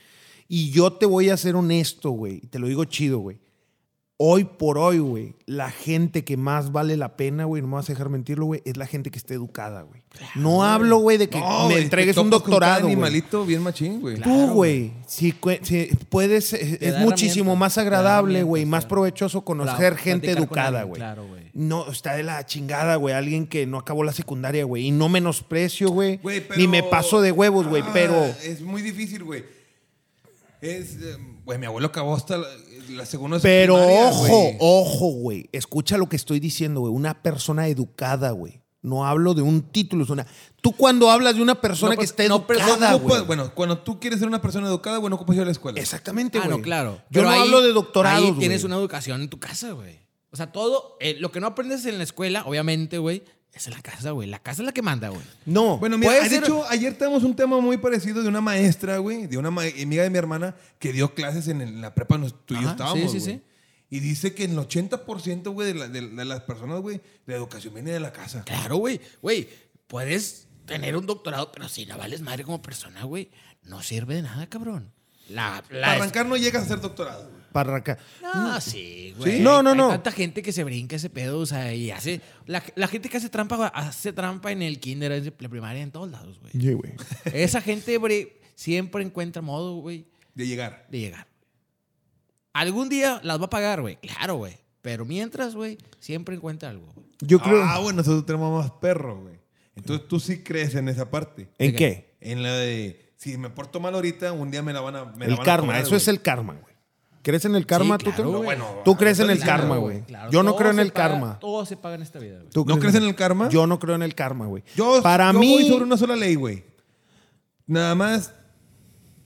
S1: Y yo te voy a ser honesto, güey, y te lo digo chido, güey. Hoy por hoy, güey, la gente que más vale la pena, güey, no me vas a dejar mentirlo, güey, es la gente que está educada, güey. No hablo, güey, de que
S2: No,
S1: me
S2: güey,
S1: entregues
S2: te
S1: un
S2: topas con cada
S1: doctorado, güey.
S2: animalito bien machín, güey.
S4: Claro.
S1: Tú, güey, si, cue- si puedes, eh,
S4: Te
S1: es
S4: da
S1: muchísimo
S4: herramientas,
S1: más
S4: te da
S1: agradable,
S4: herramientas,
S1: güey, y más
S4: claro.
S1: provechoso conocer
S4: Pla-
S1: gente
S4: platicar con
S1: educada,
S4: alguien,
S1: güey.
S4: claro, güey.
S1: No, está de la chingada, güey, alguien que no acabó la secundaria, güey, y no menosprecio, güey,
S2: Güey, pero-
S1: ni me paso de huevos, güey,
S2: Ah,
S1: pero...
S2: Es muy difícil, güey. Es. eh, Güey, mi abuelo acabó hasta la, la segunda
S4: Pues
S2: de
S1: Pero
S2: primaria,
S1: ojo,
S2: güey.
S1: ojo, güey. Escucha lo que estoy diciendo, güey. Una persona educada, güey. No hablo de un título. Es una... Tú cuando hablas de una persona
S4: No,
S1: que
S4: pues,
S1: está
S4: no, pero
S1: educada,
S2: No
S1: güey.
S2: ocupas- bueno, cuando tú quieres ser una persona educada, bueno, ocupas ir a la escuela.
S1: Exactamente,
S4: Ah,
S1: güey.
S4: no, claro.
S1: Yo
S4: Pero
S1: no
S4: ahí-
S1: hablo de doctorados,
S4: Ahí
S1: güey.
S4: tienes una educación en tu casa, güey. O sea, todo eh, lo que no aprendes en la escuela, obviamente, güey, es en la casa, güey. La casa es la que manda, güey.
S1: No.
S2: Bueno, mira,
S4: Puede
S2: de
S4: ser-
S2: hecho, ayer tenemos un tema muy parecido de una maestra, güey, de una ma- amiga de mi hermana que dio clases en, el- la prepa donde tú y yo
S4: Ajá,
S2: estábamos,
S4: sí, sí,
S2: güey.
S4: sí.
S2: Y dice que el 80%, güey, de, la- de- de las personas, güey, la educación viene de la casa.
S4: Claro, güey. Güey, puedes tener un doctorado, pero si no vales madre como persona, güey, no sirve de nada, cabrón. La, la
S2: Para arrancar no llegas a ser doctorado. güey.
S1: Para acá.
S4: No, sí, güey.
S1: Mm. Sí. No, no,
S4: Hay
S1: no.
S4: tanta gente que se brinca ese pedo, o sea, y hace. La, la gente que hace trampa, güey, hace trampa en el kinder, en la primaria, en todos lados, güey.
S1: Yeah, güey.
S4: Esa gente, güey, siempre encuentra modo, güey,
S2: De llegar.
S4: de llegar. Algún día las va a pagar, güey. Claro, güey. Pero mientras, güey, siempre encuentra algo. güey.
S1: Yo creo...
S2: Ah, bueno, nosotros tenemos más perro, güey. Entonces tú sí crees en esa parte.
S1: ¿En
S4: ok.
S1: qué?
S2: En la de, si me porto mal ahorita, un día me la van a... me la
S1: El
S2: van a
S1: karma.
S2: cobrar,
S1: eso
S2: güey.
S1: es el karma, güey. ¿Crees en el karma
S4: Sí,
S1: tú?
S4: claro,
S1: Teo?
S4: güey.
S1: Tú crees en el
S4: Claro,
S1: karma, güey. Yo no
S4: Todo
S1: creo en
S4: se
S1: el
S4: paga-
S1: karma.
S4: Todo se paga en esta vida, güey.
S1: ¿Tú
S2: ¿No crees en el karma?
S1: Yo no creo en el karma, güey.
S2: Yo,
S1: Para
S2: yo
S1: mí...
S2: voy sobre una sola ley, güey. Nada más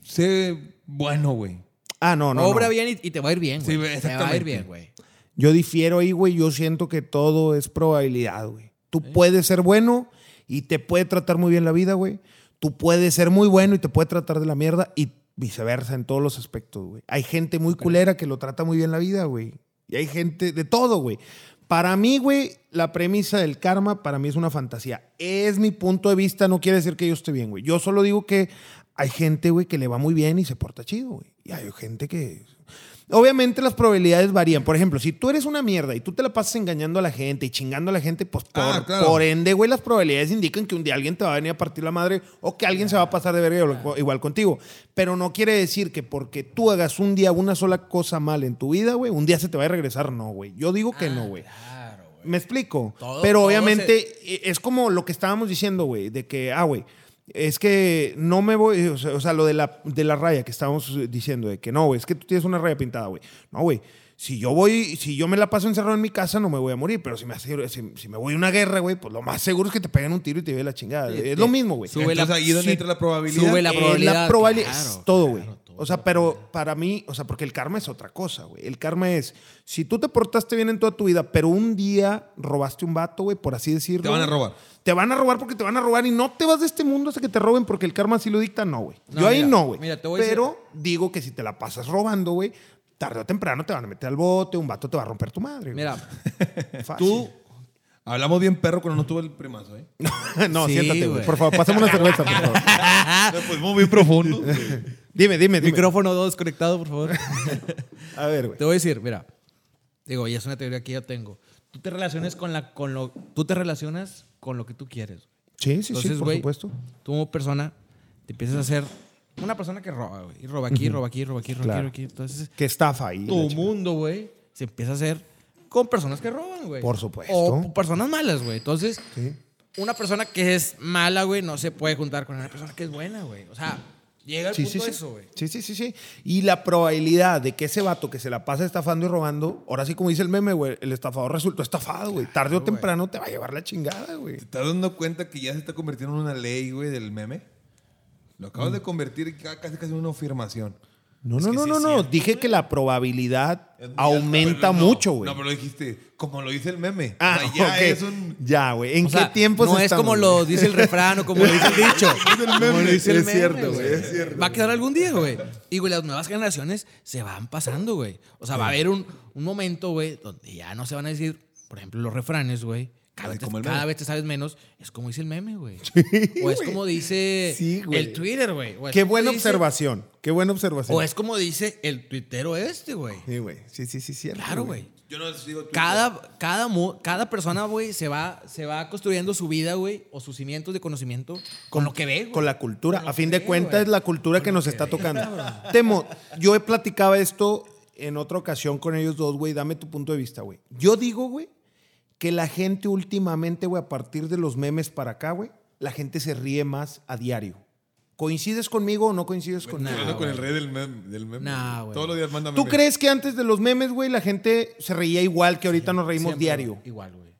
S2: sé bueno, güey.
S1: Ah, no, no.
S4: Obra
S1: no.
S4: bien y, y te va a ir bien,
S2: Sí,
S4: güey. te va a
S2: exactamente.
S4: ir bien, güey.
S1: Yo difiero ahí, güey. Yo siento que todo es probabilidad, güey. Tú puedes ser bueno y te puede tratar muy bien la vida, güey. Tú puedes ser muy bueno y te puede tratar de la mierda y viceversa en todos los aspectos, güey. Hay gente muy culera que lo trata muy bien la vida, güey. Y hay gente de todo, güey. Para mí, güey, la premisa del karma para mí es una fantasía. Es mi punto de vista, no quiere decir que yo esté bien, güey. Yo solo digo que hay gente, güey, que le va muy bien y se porta chido, güey. Y hay gente que... Obviamente las probabilidades varían. Por ejemplo, si tú eres una mierda y tú te la pasas engañando a la gente y chingando a la gente, pues por,
S2: Ah, claro.
S1: por ende, güey, las probabilidades indican que un día alguien te va a venir a partir la madre o que alguien se va a pasar de verga igual- igual contigo. Pero no quiere decir que porque tú hagas un día una sola cosa mal en tu vida, güey, un día se te va a regresar. No, güey. Yo digo que no, güey.
S3: Claro, güey.
S1: Me explico.
S3: Todo-
S1: Pero
S3: todo
S1: obviamente eh, es como lo que estábamos diciendo, güey, de que, ah, güey, es que no me voy, o sea, o sea, lo de la, de la raya que estábamos eh, diciendo, de que no, güey, es que tú tienes una raya pintada, güey. No, güey. Si yo voy, si yo me la paso encerrado en mi casa, no me voy a morir. Pero si me, hace- si, si me voy a una guerra, güey, pues lo más seguro es que te peguen un tiro y te lleve la chingada.
S4: Sí,
S1: es
S4: sí.
S1: lo mismo, güey.
S4: Sube la-
S2: Entonces ahí es donde
S4: sí,
S2: entra la probabilidad.
S4: sube la-
S1: Eh,
S4: probabilidad,
S1: probabilidad
S4: claro,
S1: es todo, güey.
S4: claro, todo.
S1: o sea, pero para mí, o sea, porque el karma es otra cosa, güey. El karma es, si tú te portaste bien en toda tu vida, pero un día robaste un vato, güey, por así decirlo.
S2: Te van a robar.
S1: Te van a robar porque te van a robar y no te vas de este mundo hasta que te roben porque el karma sí lo dicta, no, güey.
S4: No,
S1: Yo ahí
S4: mira,
S1: no, güey.
S4: mira, te voy a decir-
S1: Pero digo que si te la pasas robando, güey, tarde o temprano te van a meter al bote, un vato te va a romper tu madre. güey.
S4: Mira,
S1: Fácil.
S4: tú
S2: Hablamos bien perro cuando no tuve el primazo, ¿eh?
S1: no,
S4: Sí,
S1: siéntate, güey.
S4: güey.
S1: Por favor, pásame una cerveza, por favor.
S4: Ah.
S2: Pues muy profundo.
S1: Dime, dime, dime.
S4: Micrófono 2 conectado, por favor.
S1: A ver, güey.
S4: te voy a decir, mira. Digo, y es una teoría que yo tengo. Tú te relacionas con la con lo tú te relacionas con lo que tú quieres.
S1: Sí, sí, sí,
S4: Entonces,
S1: por
S4: güey,
S1: supuesto.
S4: tú como persona te empiezas a hacer una persona que roba, güey, y roba aquí, roba aquí, roba aquí, roba aquí,
S1: Claro.
S4: roba aquí. Entonces,
S1: Que estafa ahí. la
S4: tu
S1: chingada.
S4: mundo, güey, se empieza a hacer con personas que roban, güey.
S1: Por supuesto.
S4: O personas malas, güey. Entonces,
S1: Sí.
S4: una persona que es mala, güey, no se puede juntar con una persona que es buena, güey. O sea, llega al
S1: Sí,
S4: punto
S1: sí, sí.
S4: de eso, güey.
S1: Sí, sí, sí, sí. Y la probabilidad de que ese vato que se la pasa estafando y robando, ahora sí como dice el meme, güey, el estafador resultó estafado, güey. Tarde o temprano te va a llevar la chingada, güey.
S2: ¿Te estás dando cuenta que ya se está convirtiendo en una ley, güey, del meme? Lo acabas de convertir ca- casi casi en una afirmación.
S1: No,
S5: Es
S1: no,
S5: que
S1: no,
S5: sí
S1: no,
S5: es
S1: no.
S5: cierto,
S1: Dije que la probabilidad
S5: Es muy
S1: aumenta
S2: Pero no,
S1: mucho, güey.
S2: No, pero lo dijiste como lo dice el meme.
S1: Ah,
S2: O sea, ya
S1: ok.
S2: es un...
S1: Ya, güey. ¿En
S4: O
S1: qué
S4: sea,
S1: tiempo
S4: No es como lo dice el refrán o como lo dice el dicho. Como lo dice el
S1: Es
S4: meme,
S1: cierto, güey, es
S4: Va a quedar algún día, güey. Y, güey, las nuevas generaciones se van pasando, güey. O sea, va a haber un, un momento, güey, donde ya no se van a decir, por ejemplo, los refranes, güey. Cada,
S2: Así
S4: vez te,
S2: como el
S4: cada
S2: meme.
S4: vez te sabes menos. Es como dice el meme, güey. o es como dice
S1: Sí, güey.
S4: el Twitter, güey. O es
S1: Qué
S4: como
S1: buena
S4: dice-
S1: observación. Qué buena observación.
S4: O es como dice el tuitero este, güey.
S1: Sí, güey. Sí, sí, sí, cierto.
S4: Claro, güey.
S2: Yo no les digo Twitter.
S4: Cada, cada, mu- cada persona, güey, se va, se va construyendo su vida, güey, o sus cimientos de conocimiento con lo que ve, güey.
S1: Con la cultura.
S4: Con lo
S1: A fin de
S4: que ve,
S1: cuentas
S4: güey.
S1: es la cultura que nos está tocando. Temo, yo he platicado esto en otra ocasión con ellos dos, güey. Dame tu punto de vista, güey. Yo digo, güey, que la gente últimamente, güey, a partir de los memes para acá, güey, la gente se ríe más a diario. ¿Coincides conmigo o no coincides
S2: Estoy
S1: conmigo?
S2: hablando
S4: Nah,
S2: con el
S4: Ah, güey.
S2: rey del meme. Del meme.
S4: Nah, güey.
S2: Todos los días manda
S1: ¿Tú
S2: memes.
S1: crees que antes de los memes, güey, la gente se reía igual que ahorita nos reímos
S4: Siempre,
S1: diario?
S4: güey. Igual, güey.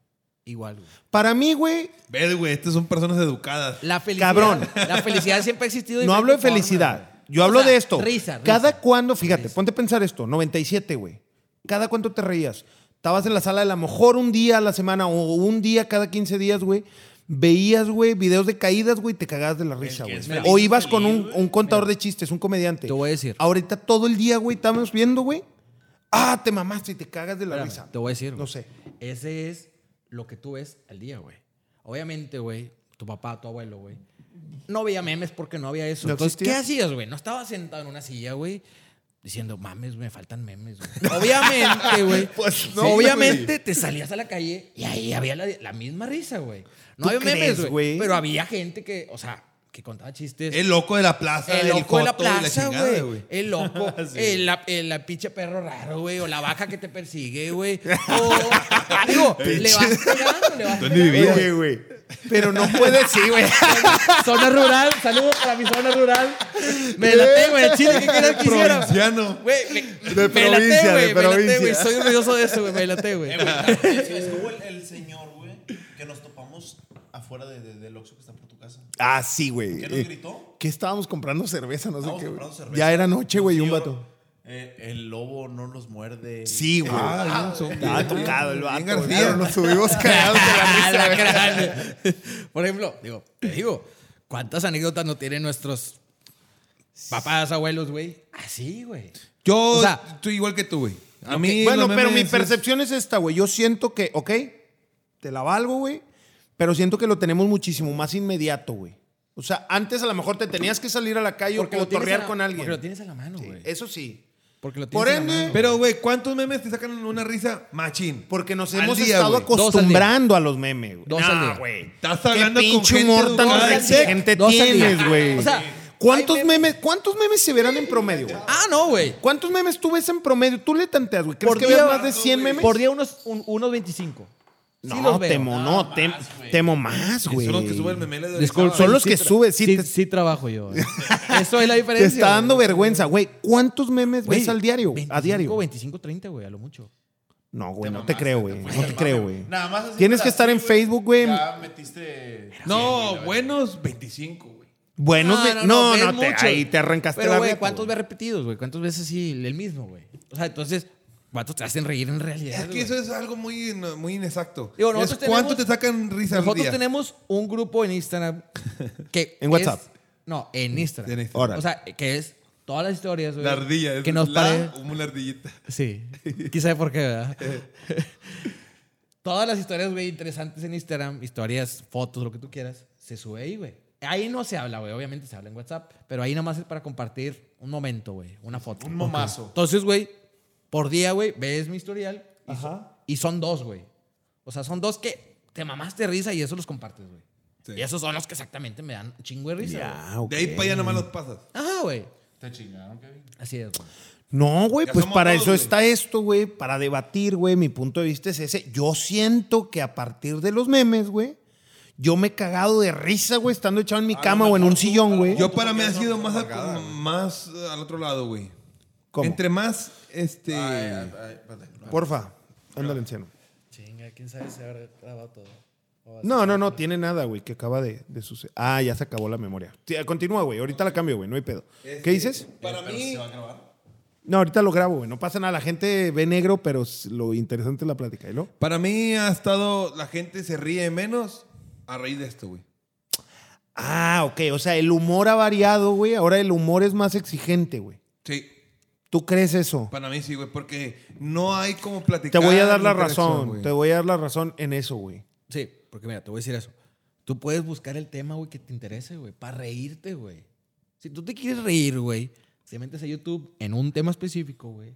S4: Igual, güey.
S1: Para mí, güey,
S2: Ves, güey, estas son personas educadas.
S4: La felicidad.
S1: Cabrón.
S4: La felicidad siempre ha existido.
S1: No hablo de
S4: diferente
S1: felicidad.
S4: forma, güey.
S1: Yo
S4: O
S1: hablo
S4: sea,
S1: de esto.
S4: Risa, risa.
S1: Cada cuándo, fíjate, ponte a pensar esto. 97, güey. Cada cuánto te reías. Estabas en la sala de la mejor un día a la semana o un día cada 15 días, güey. Veías, güey, videos de caídas, güey, y te cagabas de la risa,
S5: que
S1: güey.
S5: es feliz
S1: O
S5: es
S1: ibas
S5: feliz,
S1: con un,
S5: güey.
S1: un contador de chistes, un comediante.
S4: Te voy a decir.
S1: Ahorita todo el día, güey, estamos viendo, güey. Ah, te mamaste y te cagas de la
S4: Espérame,
S1: risa.
S4: Te voy a decir.
S1: No
S4: güey.
S1: sé.
S4: Ese es lo que tú ves al día, güey. Obviamente, güey, tu papá, tu abuelo, güey, no veía memes porque no había eso.
S1: No
S4: Entonces, ¿qué
S1: existía.
S4: hacías, güey? No estaba sentado en una silla, güey. Diciendo, mames, me faltan memes. güey. Obviamente, güey.
S1: Pues no,
S4: obviamente te salías a la calle y ahí había la, la misma risa, güey. No
S1: ¿Tú
S4: había
S1: crees,
S4: memes,
S1: güey?
S4: güey. Pero había gente que, o sea, que contaba chistes.
S2: El loco de la plaza.
S4: El loco de la
S2: joto y
S4: plaza,
S2: chingada,
S4: güey. El loco. el, la, el la pinche perro raro, güey. O la vaca que te persigue, güey. O. Digo, le vas pegando, le vas
S2: Tú ni
S4: pegando.
S2: vivías.
S1: Oye, güey. Pero no puede sí, güey.
S4: Zona rural. Saludos para mi zona rural. Me la tengo en el chile. ¿Qué quieres que quisiera?
S2: Provinciano.
S4: Güey, me,
S1: De
S4: me la
S1: provincia,
S4: tengo,
S1: de
S4: güey. Me la
S1: provincia.
S4: tengo, güey. Soy orgulloso de eso, güey. Me la tengo, güey.
S5: Eh, güey, también es- es como el, el señor, güey, que nos topamos afuera de, de- del Oxxo que está por tu casa.
S1: Ah, sí, güey.
S5: ¿Qué nos
S1: Eh,
S5: gritó?
S1: que estábamos comprando cerveza, no sé
S5: Estábamos
S1: qué. güey.
S5: comprando cerveza.
S1: Ya era noche, güey, y un
S5: Sí,
S1: vato.
S5: eh, el lobo no los muerde.
S1: Sí, güey.
S2: Ah, bien, son
S1: Estaba
S2: bien.
S1: tocado el vato.
S2: Bien
S1: güey.
S2: García.
S1: Nos subimos cagados de la risa.
S4: la
S1: güey.
S4: gran. Por ejemplo, digo, te digo, ¿cuántas anécdotas no tienen nuestros papás, abuelos, güey? Así, güey.
S2: Yo
S4: O sea-
S2: estoy igual que tú, güey. A mí.
S1: bueno,
S2: los
S1: pero mi
S2: memes es-
S1: percepción es esta, güey. Yo siento que, ok, te la valgo, güey, pero siento que lo tenemos muchísimo más inmediato, güey. O sea, antes a lo mejor te tenías que salir a la calle o
S4: lo tienes a
S1: cotorrear
S4: la-
S1: con
S4: Porque lo
S1: alguien.
S4: tienes a la mano,
S1: Sí,
S4: güey.
S1: Eso sí.
S4: Porque lo tienes
S1: Por
S4: a la
S1: ende,
S4: mano.
S2: Pero, güey, ¿cuántos memes te sacan una risa machín?
S1: porque nos
S2: Al
S1: hemos
S2: día,
S1: estado
S2: güey.
S1: acostumbrando a los memes, güey.
S4: Dos al día.
S1: güey.
S2: Estás
S1: Qué
S2: hablando con
S1: pinche
S2: gente
S1: humor tan
S2: educada.
S1: exigente
S4: Dos al día.
S1: tienes, güey.
S4: O sea,
S1: ¿cuántos
S4: hay
S1: memes, cuántos memes se verán en promedio? güey?
S4: Ah, no, güey.
S1: ¿Cuántos memes tú ves en promedio? Tú le tanteas, güey. ¿Crees
S4: Por
S1: que
S4: día,
S1: veas más de 100 memes?
S4: Por día unos, un- unos 25. Sí
S1: No,
S4: los veo.
S1: temo, no, tem- temo más, güey.
S2: Son los que suben memeles de
S4: Disculpa.
S1: Son los
S4: Sí
S1: que
S4: tra-
S1: subes, sí,
S4: Sí,
S1: te-
S4: sí trabajo yo. güey. Eso es la
S1: Te
S4: diferencia.
S1: está dando
S4: güey.
S1: vergüenza, güey. ¿Cuántos memes
S4: Güey,
S1: ves al diario? a
S4: 25,
S1: diario.
S4: 25, 30, güey, a lo mucho.
S1: No, güey, no te
S5: mamaste,
S1: creo, güey. No
S5: fuiste
S1: te
S5: al
S1: creo,
S5: mame.
S1: güey.
S5: Nada más así
S1: Tienes
S5: por
S1: que estar en
S5: así, güey,
S1: Facebook, güey.
S5: Ya metiste.
S2: No, buenos 25, güey.
S1: Buenos
S4: Ah,
S1: ve- no, no,
S4: ves
S1: te-
S4: mucho.
S1: ahí te arrancaste
S4: Pero,
S1: la
S4: güey,
S1: reta,
S4: ¿cuántos
S1: güey.
S4: ves repetidos, güey? ¿Cuántas veces sí el mismo, güey? O sea, entonces, ¿cuántos te hacen reír en realidad?
S2: Es que
S4: güey?
S2: eso es algo muy, no, muy inexacto.
S4: Digo,
S2: es
S4: nosotros
S2: cuánto te
S4: tenemos-
S2: sacan risa al
S4: Nosotros
S2: día.
S4: tenemos un grupo en Instagram que.
S1: En
S4: es-
S1: WhatsApp.
S4: no, en Instagram.
S2: En Instagram.
S1: Órale.
S4: O sea, que es todas las historias, güey.
S2: La ardilla. Es
S4: Que nos
S2: la,
S4: pare-
S2: Una ardillita.
S4: Sí. Quién sabe por qué, ¿verdad? Todas las historias, güey, interesantes en Instagram, historias, fotos, lo que tú quieras, se sube ahí, güey. Ahí no se habla, güey. Obviamente se habla en WhatsApp, pero ahí nomás es para compartir un momento, güey. Una foto.
S5: Un momazo.
S4: Ok. Entonces, güey, por día, güey, ves mi historial y, son, y son dos, güey. O sea, son dos que te mamaste de risa y eso los compartes, güey.
S2: Sí.
S4: Y esos son los que exactamente me dan un chingo de risa.
S1: Ya,
S4: güey.
S1: ok.
S2: De ahí para allá nomás los pasas.
S4: Ajá, güey.
S5: Te chingaron, Kevin.
S4: Así es, güey.
S1: No, güey,
S2: Ya
S1: pues
S2: somos
S1: para
S2: todos,
S1: eso
S2: güey.
S1: está esto, güey, para debatir, güey. Mi punto de vista es ese. Yo siento que a partir de los memes, güey, yo me he cagado de risa, güey, estando echado en mi cama o en un sillón, güey.
S2: Ah, Yo para mí ha
S5: Porque
S2: sido
S5: son
S2: más, al-
S5: propagada, güey.
S2: más eh, al otro lado, güey.
S1: ¿Cómo?
S2: Entre más, este...
S5: Ay, ay, ay, espérate.
S1: Porfa, ándale, anciano.
S3: Chinga, quién sabe si habrá grabado todo.
S2: Oh,
S1: No, no, no, tiene nada, güey, que acaba de, de suceder. Ah, ya se acabó la memoria. Sí, eh, Continúa, güey, ahorita la cambio, güey, no hay pedo. ¿Qué dices?
S2: para
S5: Pero
S2: mí...
S5: se va a grabar.
S1: No, ahorita lo grabo, güey, no pasa nada. La gente ve negro, pero s- lo interesante es la plática, ¿y lo?
S2: Para mí ha estado... La gente se ríe menos a raíz de esto, güey.
S1: Ah, ok, o sea, el humor ha variado, güey, ahora el humor es más exigente, güey.
S2: Sí.
S1: ¿Tú crees eso?
S2: Para mí sí, güey. Porque no hay como platicar.
S1: Te voy a dar la
S2: interacción,
S1: razón,
S2: güey.
S1: te voy a dar la razón en eso, güey.
S4: Sí, porque mira, te voy a decir eso. Tú puedes buscar el tema, güey, que te interese, güey, para reírte, güey. Si tú te quieres reír, güey, te metes a YouTube en un tema específico, güey.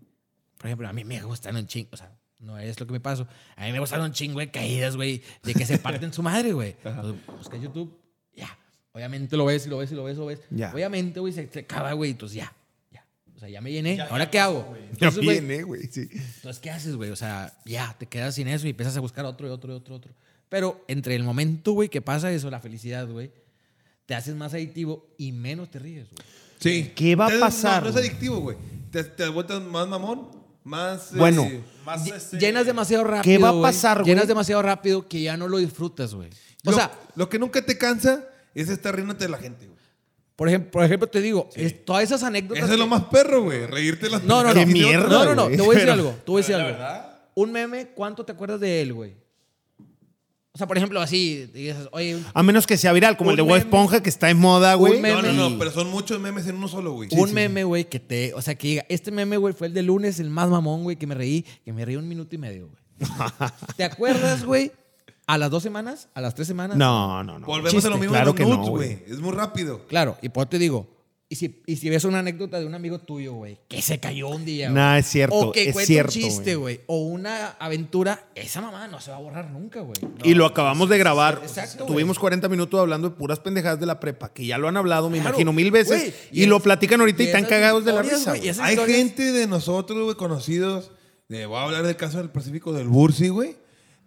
S4: Por ejemplo, a mí me gustan un chingo, o sea, no es lo que me pasó. A mí me gustan un chingo de caídas, güey, de que se parten su madre, güey. Entonces, Busca YouTube, ya. Obviamente lo ves y lo ves y lo ves y lo ves.
S1: Ya.
S4: Obviamente, güey, se te acaba, güey, entonces ya, ya. O sea, ya me llené. ¿Ahora qué hago? Entonces, güey,
S1: viene, güey, sí.
S4: entonces, ¿qué haces, güey? O sea, ya, te quedas sin eso y empiezas a buscar otro y otro y otro otro. Pero entre el momento, güey, que pasa eso, la felicidad, güey, te haces más adictivo y menos te ríes, güey.
S2: Sí.
S1: ¿Qué va a
S2: Entonces,
S1: pasar,
S2: No, no es
S1: güey?
S2: adictivo, güey. Te, te vueltas más mamón, más...
S1: Bueno.
S5: Más
S4: Lle-
S5: este-
S4: Llenas demasiado rápido.
S1: Ah, va a
S4: güey.
S1: pasar, güey?
S4: Llenas demasiado rápido que ya no lo disfrutas, güey. O sea,
S2: lo que nunca te cansa es estar riéndote de la gente, güey.
S4: por ejemplo, por ejemplo te digo, es- todas esas anécdotas.
S2: Eso es lo
S4: que-
S2: más perro, güey. Reírte de las
S4: No, no, no.
S1: Qué mierda,
S4: No, no, no.
S1: güey.
S4: Te voy a decir
S1: Pero-
S4: algo. Te voy a decir
S5: la
S4: algo.
S5: verdad.
S4: Un meme, ¿cuánto te acuerdas de él, güey? O sea, por ejemplo, así, dices, oye, un
S1: A menos que sea viral, como
S4: Un
S1: el de Bob
S4: meme.
S1: Esponja, que está en moda, güey.
S4: Un
S2: No, no,
S4: meme.
S2: no, pero son muchos memes en uno solo, güey.
S4: un meme, güey, que te. O sea, que diga, este meme, güey, fue el de lunes, el más mamón, güey, que me reí, que me reí un minuto y medio, güey. ¿Te acuerdas, güey? ¿A las dos semanas? ¿A las tres semanas?
S1: No, no, no.
S2: Volvemos a
S1: Chiste,
S2: lo mismo
S1: claro
S2: de
S1: que
S2: los
S1: no,
S2: nudes,
S1: güey.
S2: güey. Es muy rápido.
S4: Claro, y por eso te digo, y si, y si ves una anécdota de un amigo tuyo, güey, que se cayó un día. güey,
S1: Nah, es cierto,
S4: O que
S1: es
S4: cuenta
S1: cierto,
S4: un chiste,
S1: güey.
S4: güey. O una aventura, esa mamá no se va a borrar nunca, güey.
S1: y lo acabamos de grabar.
S4: Exacto,
S1: Tuvimos 40 minutos hablando de puras pendejadas de la prepa, que ya lo han hablado, me
S4: Claro,
S1: imagino, mil veces.
S4: güey,
S1: y
S4: y
S1: lo
S4: es-
S1: platican ahorita y
S4: y
S1: están
S4: esas
S1: cagados de la
S4: historias,
S1: risa.
S4: güey,
S1: güey.
S4: esas
S2: Hay
S4: historias-
S2: gente de nosotros, güey, conocidos. De, voy a hablar del caso del Pacífico del Bursi, güey.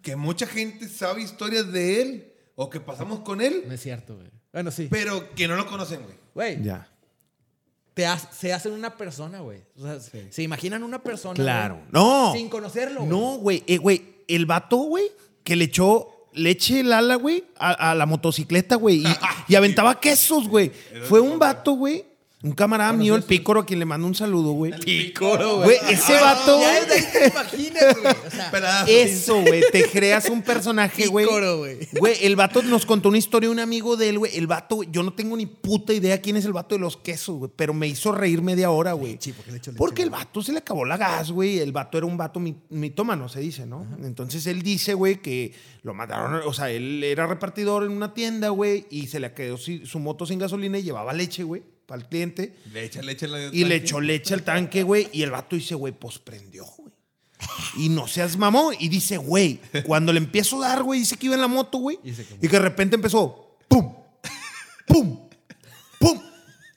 S2: Que mucha gente sabe historias de él o que pasamos con él,
S4: No es cierto, güey. Bueno, sí.
S2: pero que no lo conocen, güey.
S4: Güey,
S1: Ya.
S4: te ha- se hacen una persona, güey. O sea, se imaginan una persona.
S1: Claro.
S4: güey,
S1: No.
S4: Sin conocerlo, güey.
S1: No, güey. Eh, güey, el vato, güey, que le echó leche el ala, güey, a, a la motocicleta, güey. Y, y aventaba quesos, güey. Fue un vato, güey, Un camarada mío, el pícoro, a quien le mando un saludo, güey.
S3: Picoro,
S1: Güey, ese
S4: Ah,
S1: vato,
S3: Ya
S1: güey.
S3: desde ahí te imaginas, güey. O sea,
S2: Pelazo.
S1: Eso, güey, te creas un personaje, güey.
S3: Pícoro, güey.
S1: Güey, el vato nos contó una historia un amigo de él, güey. El vato, güey, yo no tengo ni puta idea quién es el vato de los quesos, güey, pero me hizo reír media hora, güey.
S3: Sí, ¿por qué le echó leche,
S1: Porque el
S3: güey?
S1: vato se le acabó la gas, güey. El vato era un vato mi- mitómano, se dice, ¿no? Entonces él dice, güey, que lo mataron, o sea, él era repartidor en una tienda, güey, y se le quedó si- su moto sin gasolina y llevaba leche, güey, para el cliente.
S2: Le echa leche a la-
S1: Y le echó leche al tanque, güey. Y el vato dice, güey, pues prendió, güey. Y no seas mamón. Y dice, güey, cuando le empiezo a dar, güey, dice que iba en la moto, güey.
S4: Y se quemó.
S1: Y que de repente empezó, pum, pum, pum.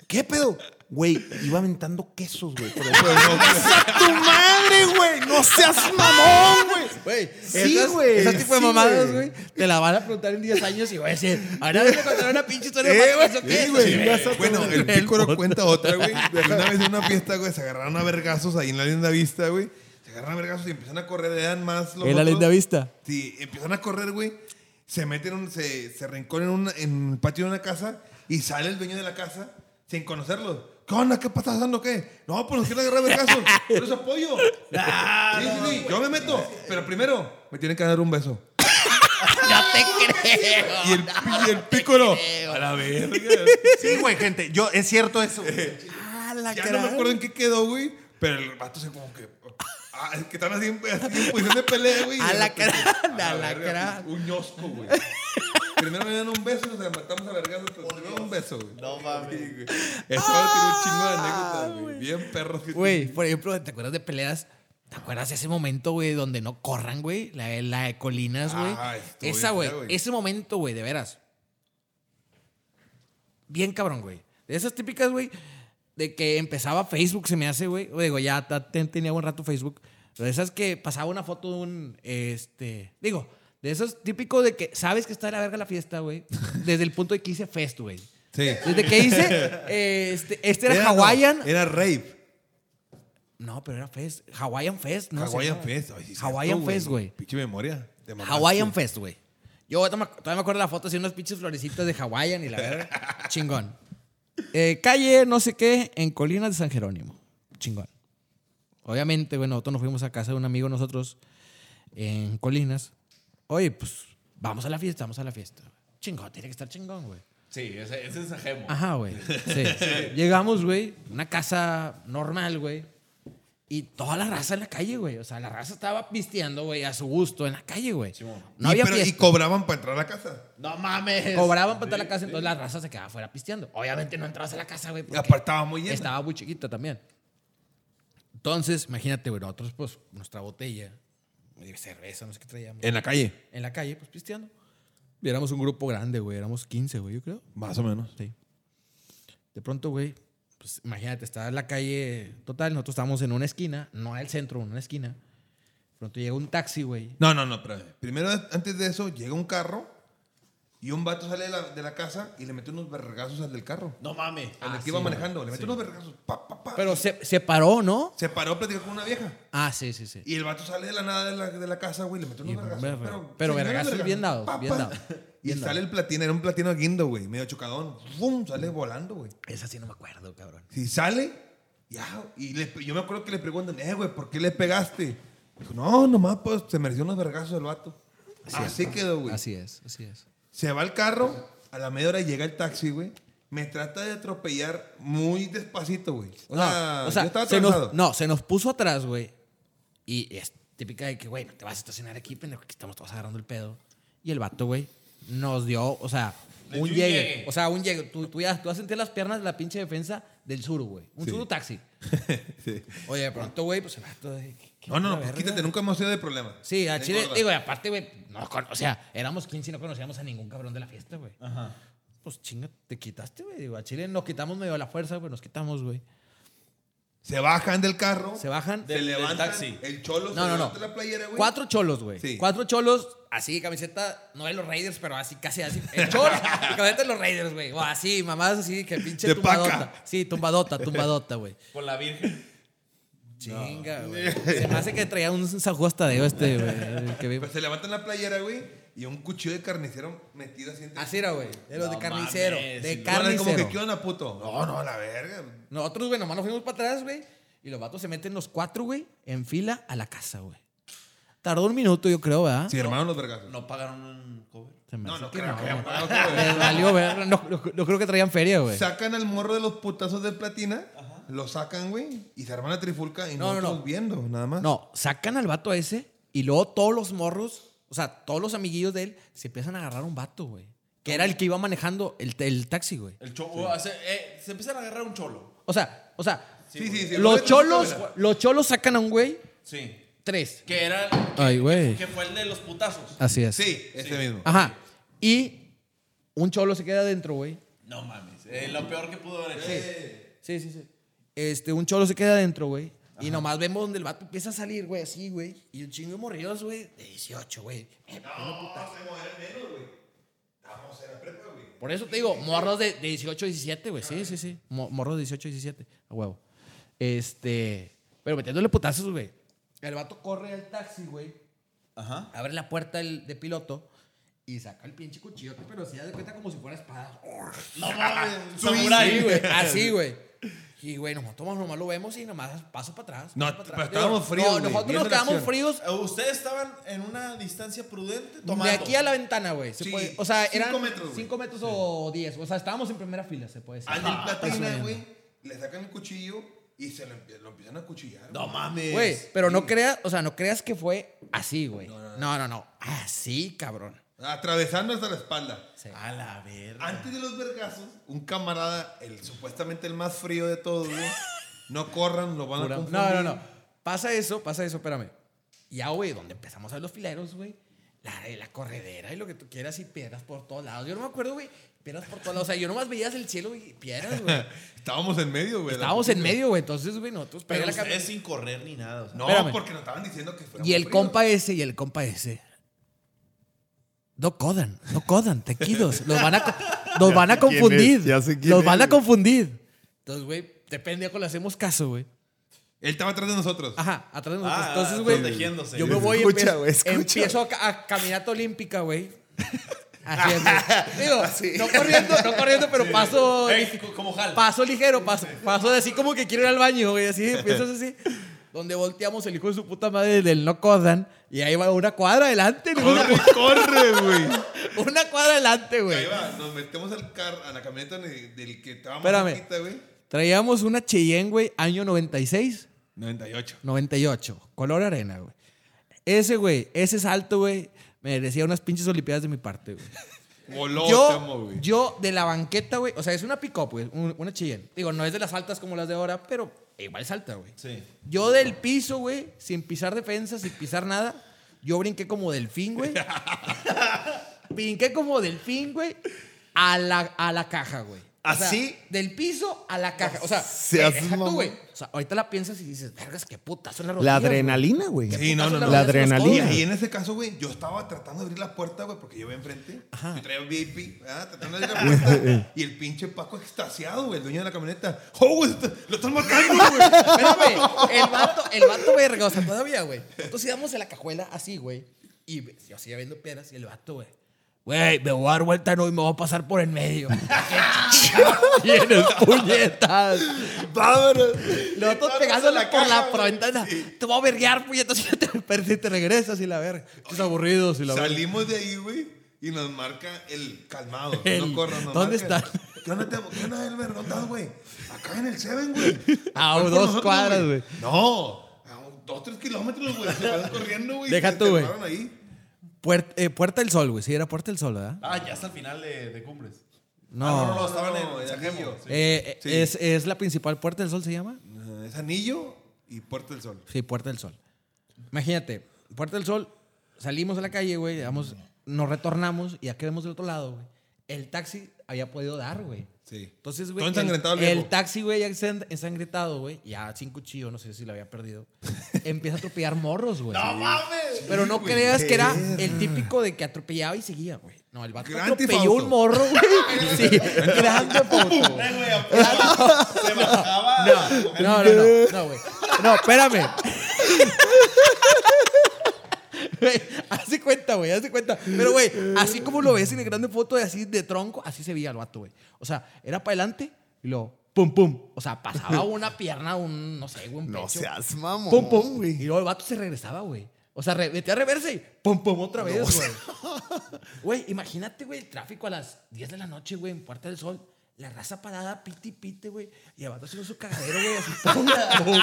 S1: ¿Qué pedo? Güey, iba aventando quesos, güey. por el- ¡A tu madre, güey! ¡No seas mamón, güey!
S4: Güey,
S1: Sí,
S4: esas-
S1: güey,
S4: Esos tipos de
S1: sí,
S4: mamadas,
S1: güey.
S4: güey, te la van a preguntar en 10 años y voy a decir, ahora me contaron una pinche historia
S1: Eh,
S4: de eso
S1: sí, güey,
S4: qué, güey.
S1: ya está
S2: Bueno,
S1: todo
S2: el pícoro cuenta otra, güey. Una vez en una fiesta, güey, se agarraron a vergazos ahí en la linda vista, güey. Se agarran a vergazos y empiezan a correr, le dan más los
S4: En la
S2: otros.
S4: linda vista.
S2: Sí, empiezan a correr, güey. Se meten, en un- se, se rinconan en, un- en el patio de una casa y sale el dueño de la casa sin conocerlos. ¿Qué onda? ¿Qué pasa pasando? ¿Qué? No, pues nos quieren agarrar a vergazos. Yo les apoyo. Sí, sí, sí, yo me meto. Pero primero, me tienen que dar un beso.
S3: No te creo.
S2: Y el, y el pícoro. A la verga.
S1: Sí, güey, gente. Yo, es cierto eso. güey.
S3: Ah, la
S2: Ya
S3: cara.
S2: no me acuerdo en qué quedó, güey. Pero el vato se como que. Ah, es que están así, en- así en posición de pelea, güey. y de
S3: Alacrán,
S2: repente, a la verga, pues,
S3: alacrán.
S2: Un ñosco, güey. Primero me dan un beso, nos matamos a vergas. Pero primero un beso, güey.
S5: No mames.
S2: Eso ahora tiene un chingo de anécdotas, güey. Bien perros. que-
S4: Ah, Güey, por ejemplo, ¿te acuerdas de peleas? ¿Te acuerdas ese momento, güey, donde no corran, güey? La, la de colinas, güey.
S2: Ah, estuvo
S4: Esa,
S2: bien
S4: güey.
S2: fea, güey.
S4: Ese momento, güey, de veras. Bien cabrón, güey. De esas típicas, güey, de que empezaba Facebook, se me hace, güey. O Digo, ya ta- ten- tenía buen rato Facebook. Pero de esas que pasaba una foto de un, este... Digo, de esos típicos de que sabes que está de la verga la fiesta, güey. Desde el punto de que hice fest, güey.
S2: Sí.
S4: Desde que hice... eh, este, este era,
S2: no,
S4: Hawaiian.
S2: era rape.
S4: No, pero era Fest. Hawaiian Fest, ¿no?
S2: Hawaiian
S4: Se llama.
S2: Fest. Ay, sí, cierto,
S4: Hawaiian Fest, güey.
S2: Pinche memoria. te mamaste.
S4: Hawaiian Fest, güey. Yo todavía me- todavía me acuerdo de la foto, así unas pinches florecitas de Hawaiian y la verdad. Chingón. Eh, calle, no sé qué, en Colinas de San Jerónimo. Chingón. Obviamente, bueno, nosotros nos fuimos a casa de un amigo nosotros en Colinas. Oye, pues, vamos a la fiesta, vamos a la fiesta. Chingón, tiene que estar chingón, güey.
S5: Sí, ese, ese es ajemo.
S4: Ajá, güey. Sí. Llegamos, güey, una casa normal, güey. Y toda la raza en la calle, güey. O sea, la raza estaba pisteando, güey, a su gusto en la calle, güey. No
S2: Y
S4: había
S2: pero- y
S4: fiesta.
S2: cobraban para entrar a la casa.
S5: No mames.
S4: Cobraban para entrar a la casa, entonces la raza se quedaba afuera pisteando. Obviamente no entrabas a la casa, güey.
S2: Y
S4: porque
S2: apartaba muy bien.
S4: Estaba muy chiquita también. Entonces, imagínate, güey, nosotros, pues, nuestra botella, de cerveza, no sé qué traíamos.
S2: En la calle.
S4: En la calle, pues, pisteando. Y éramos un grupo grande, güey. Éramos 15, güey, yo creo.
S2: Más o menos.
S4: Sí. De pronto, güey, pues imagínate, está en la calle total, nosotros estábamos en una esquina, no en el centro, en una esquina. De pronto llega un taxi, güey.
S2: No, no, no, pero primero, antes de eso, llega un carro y un vato sale de la, de la casa y le mete unos vergazos al del carro.
S5: No mames.
S2: Al
S4: Ah.
S2: del que iba manejando, le mete unos vergazos. Pa, pa, pa.
S4: Pero se, se paró, ¿no?
S2: se paró a platicar con una vieja.
S4: Ah, sí, sí, sí.
S2: Y el vato sale de la nada de la, de la casa, güey, le mete
S4: Y-
S2: unos vergazos.
S4: pero-
S2: Pero,
S4: pero
S2: señores
S4: vergazos bien dados,
S2: pa,
S4: bien
S2: pa.
S4: dados,
S2: Y sale el platino, era un platino guindo, güey, medio chocadón. ¡Fum! Sale volando, güey.
S4: Esa sí no me acuerdo, cabrón.
S2: Si sale, ya. Y le- yo me acuerdo que le preguntan, eh, güey, ¿por qué le pegaste? Dijo, no, nomás, pues, se mereció unos vergazos el vato. Así, quedó, güey.
S4: Así es, así es.
S2: Se va el carro, a la media hora llega el taxi, güey. Me trata de atropellar muy despacito, güey. O, sea,
S4: no, o sea,
S2: Ah, yo estaba
S4: se
S2: atrasado.
S4: nos, no, se nos puso atrás, güey. Y es típica de que, güey, no te vas a estacionar aquí, pendejo, que estamos todos agarrando el pedo. Y el vato, güey, nos dio, o sea,
S5: Le
S4: un
S5: dio un
S4: llegue.
S5: llegue.
S4: O sea, un llegue. Tú, tú ya tú vas a sentir las piernas de la pinche defensa del sur, güey. Un
S2: Sí.
S4: suru taxi.
S2: Sí.
S4: Oye, de pronto, güey, pues el vato. de-
S2: No, no,
S4: la
S2: no, pues
S4: verga.
S2: quítate, nunca hemos sido de problema.
S4: Sí, a
S2: Te
S4: Chile,
S2: engordas.
S4: digo, y aparte, güey, no, con- o sea, éramos 15 y no conocíamos a ningún cabrón de la fiesta, güey.
S2: Ah.
S4: Ajá. Pues chinga, te quitaste, güey. Digo, a Chile nos quitamos medio a la fuerza, güey, nos quitamos, güey.
S2: Se bajan del carro.
S4: Se bajan.
S2: se
S5: Del- del
S2: levantan.
S5: taxi.
S2: El cholo se
S4: No, no, no.
S2: levanta la playera, güey.
S4: Cuatro cholos, güey.
S2: Sí.
S4: Cuatro cholos, así, camiseta, no de los Raiders, pero así, casi así. El cholo y camiseta de los Raiders, güey. O así, mamadas así, que pinche
S2: De
S4: tumbadota.
S2: paca.
S4: Sí, tumbadota, tumbadota, güey.
S5: Con la virgen.
S4: Chinga, güey. Se me hace que traía un sanjuastadeo este, güey. el que vi.
S2: Pues se levantan la playera, güey. y un cuchillo de carnicero metido así entre...
S3: Así era, güey. De los de carnicero.
S5: mames,
S3: de
S5: sí.
S2: Órale, Como que,
S3: carnicero.
S2: ¿qué onda, puto? No, no, la verga.
S4: Nosotros, güey, nomás nos fuimos para atrás, güey. Y los vatos se meten los cuatro, güey, en fila a la casa, güey. Tardó un minuto, yo creo, ¿verdad?
S2: Sí, hermano, los vergazos.
S5: No pagaron un cover.
S4: Se me
S2: No,
S4: hace
S2: no
S4: que
S2: creo que
S4: güey.
S2: haya pagado, güey.
S4: Les valió ver. No, no- no creo que traían feria, güey.
S2: Sacan al morro de los putazos de platina, lo sacan, güey, y se arma la trifulca y
S4: No, no,
S2: no,
S4: no.
S2: viendo, nada más.
S4: No, sacan al vato ese y luego todos los morros, o sea, todos los amiguillos de él, se empiezan a agarrar a un vato, güey. Que era el que iba manejando el, el taxi, güey.
S5: El cholo. o sea, eh, se empiezan a agarrar un cholo.
S4: O sea, o sea,
S2: Sí, sí, sí.
S4: los
S2: Ahorita
S4: cholos,
S2: sí, mira.
S4: los cholos sacan a un güey,
S5: Sí.
S4: tres.
S5: Que era.
S4: Ay, güey.
S5: Que fue el de los putazos.
S4: Así es.
S2: Sí, este mismo.
S4: Ajá. Y un cholo se queda adentro, güey.
S5: No mames. eh, lo peor que pudo haber hecho.
S4: Sí, sí, sí. Este, un cholo se queda adentro, güey. Y nomás vemos donde el vato empieza a salir, güey, así, güey. Y un chingo de morrillos, güey, de 18, güey. Eh, Por eso te digo, morros de, de 18, 17, güey. Sí, sí, sí. Mo- morros de 18, 17. A huevo. Este. Pero metiéndole putazos, güey. El vato corre al taxi, güey.
S5: Ajá.
S4: Abre la puerta del- de piloto y saca el pinche cuchillo, pero se da de cuenta como si fuera espada.
S5: No mames.
S4: Sí,
S5: Samurái,
S4: sí,
S5: güey.
S4: Así, güey. Y, güey, nomás, tomamos, nomás lo vemos y nomás paso para atrás. paso
S2: No,
S4: para atrás.
S2: pero estábamos
S4: Digo,
S2: fríos,
S4: no,
S2: güey,
S4: nosotros
S2: viendo
S4: nos
S2: la
S4: quedamos
S2: acción.
S4: fríos
S5: Eh, Ustedes estaban en una distancia prudente tomando.
S4: de aquí a la ventana, güey. se
S2: Sí,
S4: puede- O sea,
S2: cinco
S4: eran
S2: metros, güey.
S4: 5 metros o 10. O sea, estábamos en primera fila, se puede decir.
S2: Al del platina,
S4: Presumiendo.
S2: güey, le sacan el cuchillo y se lo, empie- lo empiezan a cuchillar.
S5: No mames.
S4: Güey, pero no creas, o sea, no creas que fue así, güey. No, no, no. Así, cabrón.
S2: Atravesando hasta la espalda.
S4: Sí.
S5: A la verga.
S2: Antes de los vergazos, un camarada, el supuestamente el más frío de todos, güey, no corran,
S1: Ah,
S2: lo van a
S4: Pura-
S2: confundir.
S4: No, no, no. Pasa eso, pasa eso, espérame. Ya, güey, donde empezamos a ver los fileros, güey. La, la corredera y lo que tú quieras y piedras por todos lados. Yo no me acuerdo, güey. Piedras por todos lados. O sea, yo nomás veías el cielo y piedras, güey.
S2: Estábamos en medio, güey. la
S4: Estábamos en
S2: putiza.
S4: medio, güey. Entonces, güey, nosotros
S5: Pero
S4: pegué la
S5: ustedes
S4: camioneta.
S5: sin correr ni nada. O sea,
S2: No,
S4: Espérame.
S2: porque nos estaban diciendo que fuéramos
S4: Y el
S2: fríos.
S4: compa ese, y el compa ese. No codan, no codan, tequidos. Los van a, co- los van a
S1: quién es,
S4: confundir.
S1: ya sé quién
S4: los
S1: es,
S4: van a
S1: güey.
S4: confundir. Entonces, güey, de pendejo le hacemos caso, güey.
S2: Él estaba atrás de nosotros.
S4: Ajá, atrás de nosotros.
S5: Ah,
S4: Entonces, güey.
S5: protegiéndose.
S4: Yo me voy y
S1: Escucha,
S4: empiezo,
S1: güey, escucha.
S4: empiezo a, ca- a caminata olímpica, güey. Así es, güey. Digo, no corriendo, no corriendo, pero paso.
S5: Ey, co- como jal.
S4: Paso ligero, paso, paso de así como que quiero ir al baño, güey, así, empiezas así. Donde volteamos el hijo de su puta madre del no corran y ahí va una cuadra adelante, güey, una,
S2: Corre, corre, güey.
S4: una cuadra adelante,
S2: Y Ahí
S4: güey.
S2: va, nos metemos al car, a la camioneta de- del que estábamos
S4: Espérame.
S2: cerquita, güey.
S4: Traíamos una Cheyenne, güey, año 96,
S2: 98.
S4: 98, color arena, güey. Ese, güey, ese salto, güey, merecía unas pinches olimpiadas de mi parte, güey.
S2: Voló, chamo,
S4: Yo,
S2: güey.
S4: yo de la banqueta, güey, o sea, es una pick-up, güey, un- una Cheyenne. Digo, no es de las altas como las de ahora, pero igual salta, güey.
S5: Sí.
S4: Yo del piso, güey, sin pisar defensa, sin pisar nada, yo brinqué como delfín, güey. brinqué como delfín, güey, a la, a la caja, güey. O sea,
S1: ¿Así?
S4: del piso a la caja. O sea,
S1: Se
S4: güey,
S1: hace
S4: deja tú,
S1: mamón.
S4: güey. O sea, ahorita la piensas y dices, vergas, qué puta, son las rodillas.
S1: La
S4: güey".
S1: adrenalina, güey.
S4: Qué
S2: Sí, no,
S4: putazo
S2: no,
S4: las
S1: La
S2: no.
S4: rodillas en los
S2: Y
S1: adrenalina.
S4: codos,
S2: ahí en ese caso, güey, yo estaba tratando de abrir la puerta, güey, porque yo voy enfrente. Yo traía VIP, ¿verdad? Tratando de abrir la puerta. y el pinche Paco extasiado, güey, el dueño de la camioneta. ¡Oh, güey! está- ¡Lo están matando, güey!
S4: Espérame, el vato, el vato verga, o sea, todavía, güey. Nosotros íbamos en la cajuela así, güey. Y ve- yo seguía viendo piedras y el vato, güey. Güey, me voy a dar vuelta no y me voy a pasar por en medio. ¿Qué chingados tienes, puñetas?
S1: Vámonos.
S4: Los otros
S2: Vamos
S4: pegándole
S2: a la
S4: por
S2: caja,
S4: la
S2: güey.
S4: ventana. Te voy a verguear, puñetas, y ya te perdí y te regresas y la verga. Estás aburrido, y la verga.
S2: Salimos de ahí, güey, y nos marca el calmado.
S4: El-
S2: No corran, nos
S4: ¿dónde
S2: marca el-
S4: están?
S2: ¿Qué onda, te, ¿Qué onda, Elber? ¿Dónde estás, güey? Acá en el Seven, güey.
S4: A
S2: Acá por
S4: dos
S2: nosotros,
S4: cuadras, güey.
S2: No, a un- dos, tres kilómetros, güey. Se van corriendo, güey.
S4: Deja
S2: se
S4: tú, güey.
S2: encerraron ahí.
S4: Puer- eh, puerta del Sol, güey. Sí, era Puerta del Sol, ¿verdad?
S5: Ah, ya hasta el final de, de cumbres.
S4: No.
S5: Ah, no, no, estaban
S2: No,
S5: en
S2: era
S5: Sanjemo.
S2: Anillo.
S5: sí.
S4: Eh, eh,
S2: Sí.
S4: es, es la principal Puerta del Sol, ¿se llama?
S2: Ah, Es anillo y Puerta del Sol.
S4: Sí, Puerta del Sol. Imagínate, Puerta del Sol, salimos a la calle, güey, digamos, nos retornamos y ya que vemos del otro lado, güey. El taxi había podido dar, güey.
S2: Sí.
S4: Entonces, güey.
S2: Todo
S4: el-
S2: ensangrentado el
S4: el,
S2: viejo.
S4: taxi, güey, ya ensan- ensangretado, güey. Ya sin cuchillo, no sé si lo había perdido. empieza a atropellar morros, güey.
S5: ¡No mames!
S4: Pero no
S2: güey.
S4: creas que era el típico de que atropellaba y seguía, güey. No, el vato
S2: Grand Theft
S4: atropelló
S2: Auto.
S4: un morro, güey. Sí, grande foto.
S5: Eh, güey, aparte, Se bajaba.
S4: No, no, no, no, güey. No, espérame. Güey, haz de cuenta, güey, haz de cuenta. Pero, güey, así como lo ves en el grande foto de así de tronco, así se veía el vato, güey. O sea, era para adelante y luego, pum, pum. O sea, pasaba una pierna, un, no sé, güey, un
S6: No
S4: pecho.
S6: seas mamón.
S4: Pum, pum, güey. Y luego el vato se regresaba, güey. O sea, re- metía a reversa y pum, pum, otra vez, güey. Güey, imagínate, güey, el tráfico a las 10 de la noche, güey, en Puerta del Sol. La raza parada, piti, pite, güey. Y el vato haciendo su cagadero, güey, así. pum, pum.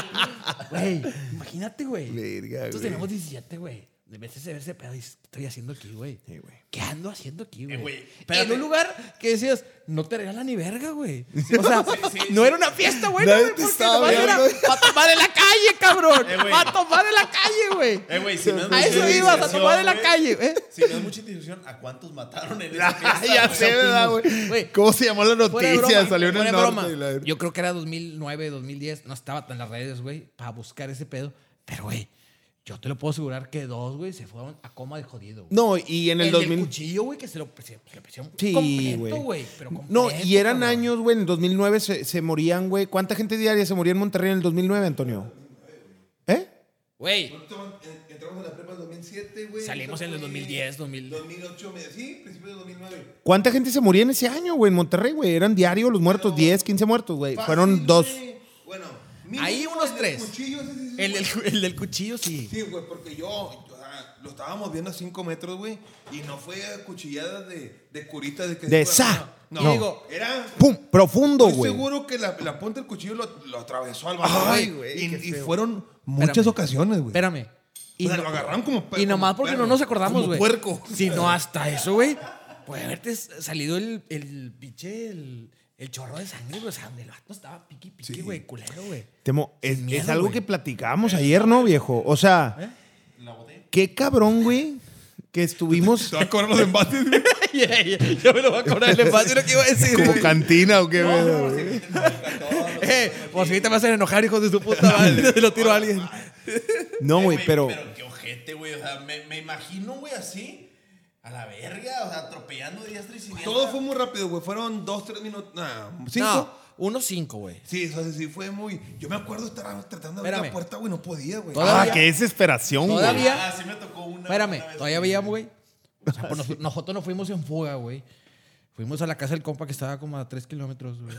S4: Güey, imagínate, güey.
S6: Verga,
S4: Nosotros
S6: güey.
S4: tenemos 17, güey. De veces se ve ese pedo y dices, ¿qué estoy haciendo aquí, güey?
S6: Sí, güey.
S4: ¿Qué ando haciendo aquí, güey?
S5: Eh, güey,
S4: en
S5: espérate.
S4: un lugar que decías, no te regalan ni verga, güey. O sea, no era una fiesta, güey.
S6: Nadie
S4: güey,
S6: te
S4: porque
S6: estaba
S4: nomás era
S6: viendo.
S4: para tomar en la calle, cabrón.
S5: Eh, güey.
S4: Para tomar en la calle, güey.
S5: Eh, güey, si no es
S4: A
S5: mucha
S4: eso ibas, a
S5: indignación,
S4: tomar en la
S5: güey,
S4: calle, ¿eh?
S5: Si no es mucha indignación, ¿a cuántos mataron en esa fiesta,
S6: ya
S5: güey?
S6: sé, ¿verdad,
S4: Güey.
S6: güey? ¿Cómo se llamó la
S4: Fuera
S6: noticia?
S4: de broma,
S6: Salió en
S4: fuera
S6: el
S4: de broma.
S6: norte. y la-
S4: Yo creo que era 2009, 2010. No estaba tan en las redes, güey, para buscar ese pedo. Pero, güey, yo te lo puedo asegurar que dos, güey, se fueron a coma de jodido. güey.
S1: No, y en el,
S4: del
S1: 2000.
S4: cuchillo, güey, que se lo, se, se lo pusieron
S1: Sí,
S4: completo,
S1: güey.
S4: güey. pero
S1: No,
S4: completo,
S1: y eran
S4: cabrón.
S1: años, güey. En el 2009 se, se morían, güey. ¿Cuánta gente diaria se moría en Monterrey en el 2009, Antonio? ¿Eh?
S4: Güey,
S2: Nosotros en- Entramos a la prepa en 2007, güey.
S4: Salimos en el 2010, 2000.
S2: 2008, me- sí, principios de 2009.
S1: ¿Cuánta gente se moría en ese año, güey, en Monterrey, güey? Eran diarios los muertos, 10, 15 muertos, güey.
S2: Fácil,
S1: Fueron dos.
S2: güey. Bueno,
S4: Ahí unos
S2: el
S4: tres.
S2: cuchillo, ese sí, sí, güey.
S4: el, del cu- el del cuchillo sí.
S2: Sí, güey, porque yo, yo, ah, lo estábamos viendo a 5 metros, güey, y no fue cuchillada de, de curita de que
S1: De
S2: se-
S1: sa.
S2: No,
S1: No.
S2: digo, era
S1: ¡Pum! Profundo,
S2: Estoy
S1: güey.
S2: seguro que la, la punta del cuchillo lo, lo atravesó al
S6: Ay,
S2: balón.
S6: güey,
S2: güey.
S6: qué
S2: Y, y
S6: feo.
S2: fueron muchas
S4: Espérame.
S2: ocasiones, güey.
S4: Espérame.
S2: O sea, lo agarraron como per-
S4: Y nomás
S2: como
S4: porque
S2: perro.
S4: no nos acordamos,
S2: Como
S4: güey.
S2: puerco.
S4: Si no, hasta eso, güey. Puede haberte s- salido el, el pinche, el, el chorro de sangre, güey. O sea, donde el vato estaba piqui, piqui, güey, culero, güey.
S1: Temo, es,
S4: Sin miedo,
S1: es algo
S4: güey. ¿Eh?
S1: que platicábamos ayer, ¿no, viejo? O sea, qué cabrón, güey, que estuvimos
S2: Se van a cobrar los embates, güey.
S4: Yo me lo voy a cobrar el espacio, lo que iba a decir,
S6: Como cantina o qué, güey.
S4: Eh, pues ahorita me hacen enojar, hijos de su puta madre. lo tiro a alguien.
S1: No, güey, pero...
S5: Pero qué ojete, güey. O sea, me, me imagino, güey, así. A la verga. O sea, atropellando diestra y siniestra.
S2: Todo fue muy rápido, güey. Fueron dos, tres minutos. Nah, cinco.
S4: No, uno cinco, güey.
S2: Sí, eso sí fue muy. Yo me acuerdo estar tratando de abrir
S4: Espérame.
S2: la puerta, güey. No podía, güey.
S4: Toda-
S6: Ah,
S4: Todavía-
S6: qué desesperación, güey.
S4: Todavía.
S5: Ah, sí me tocó una.
S4: Espérame,
S5: una vez.
S4: todavía veíamos, güey. O sea, pues nos- nosotros nos fuimos en fuga, güey. Fuimos a la casa del compa que estaba como a 3 kilómetros, güey.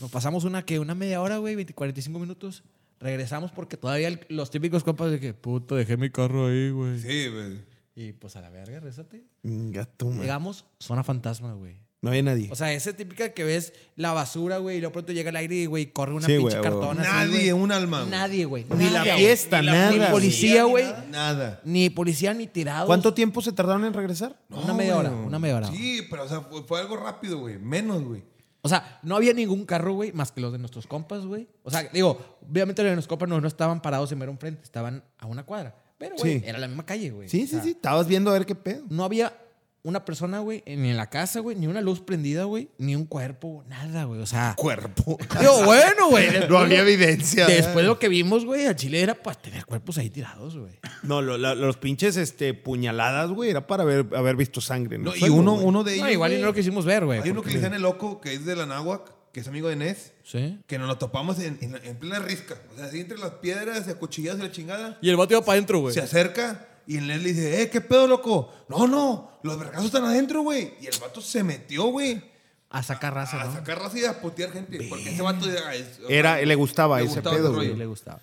S4: Nos pasamos una que una media hora, güey, 20, 45 minutos. Regresamos porque todavía el- los típicos compas de que, puta, dejé mi carro ahí, güey.
S2: Sí, güey.
S4: Y pues a la verga, rezate.
S1: Venga, tú, man.
S4: Llegamos, zona fantasma, güey.
S1: No había nadie.
S4: O sea, esa típica que ves la basura, güey, y luego pronto llega el aire y, güey, corre una
S1: Sí, güey,
S4: pinche
S1: a huevo.
S4: cartona. así,
S2: Nadie,
S4: güey.
S2: un alma. güey.
S4: Nadie, güey.
S1: ni la
S4: Nadie, güey.
S1: fiesta,
S5: Ni la-
S1: nada.
S5: ni
S1: güey.
S4: policía, güey.
S2: Nada.
S4: Ni policía ni tirados.
S1: ¿Cuánto tiempo se tardaron en regresar?
S4: Una media
S2: güey.
S4: hora, una media hora.
S2: Sí, pero o sea, fue, fue algo rápido, güey. Menos, güey.
S4: O sea, no había ningún carro, güey, más que los de nuestros compas, güey. O sea, digo, obviamente los de nuestros compas no, no estaban parados en mero enfrente, estaban a una cuadra. Pero, güey,
S1: Sí.
S4: era la misma calle, güey.
S1: Sí,
S4: O
S1: sí,
S4: sea,
S1: sí. Estabas viendo a ver qué pedo.
S4: No había una persona, güey, ni en la casa, güey, ni una luz prendida, güey, ni un cuerpo, nada, güey. O sea.
S6: Cuerpo.
S4: Digo, bueno, güey. después
S6: No había
S4: lo-
S6: evidencia.
S4: Después lo que vimos, güey, al Chile era para tener cuerpos ahí tirados, güey.
S1: No, lo- la- los pinches este, puñaladas, güey, era para haber, haber visto sangre. en
S2: No,
S1: el
S2: y
S1: fuego,
S2: uno,
S1: güey.
S2: uno de ellos.
S4: No, igual y
S2: güey,
S4: no lo quisimos ver, güey.
S2: Hay uno que
S4: porque-
S2: le dicen el loco, que es de la náhuac, que es amigo de Ness,
S4: Sí.
S2: que nos lo topamos en, en la- en plena risca. O sea, así entre las piedras, acuchilladas y la chingada.
S4: Y el vato iba para adentro, güey.
S2: Se acerca y Ness le dice, eh, ¿qué pedo, loco? No, no, los vergazos están adentro, güey. Y el vato se metió, güey.
S4: A sacar raza,
S2: A
S4: ¿no?
S2: sacar raza y a putear gente. Porque ese vato ya es-
S1: Era, le gustaba
S2: Le
S1: ese
S2: gustaba
S1: pedo,
S2: ese
S1: güey.
S2: rollo.
S4: Le gustaba.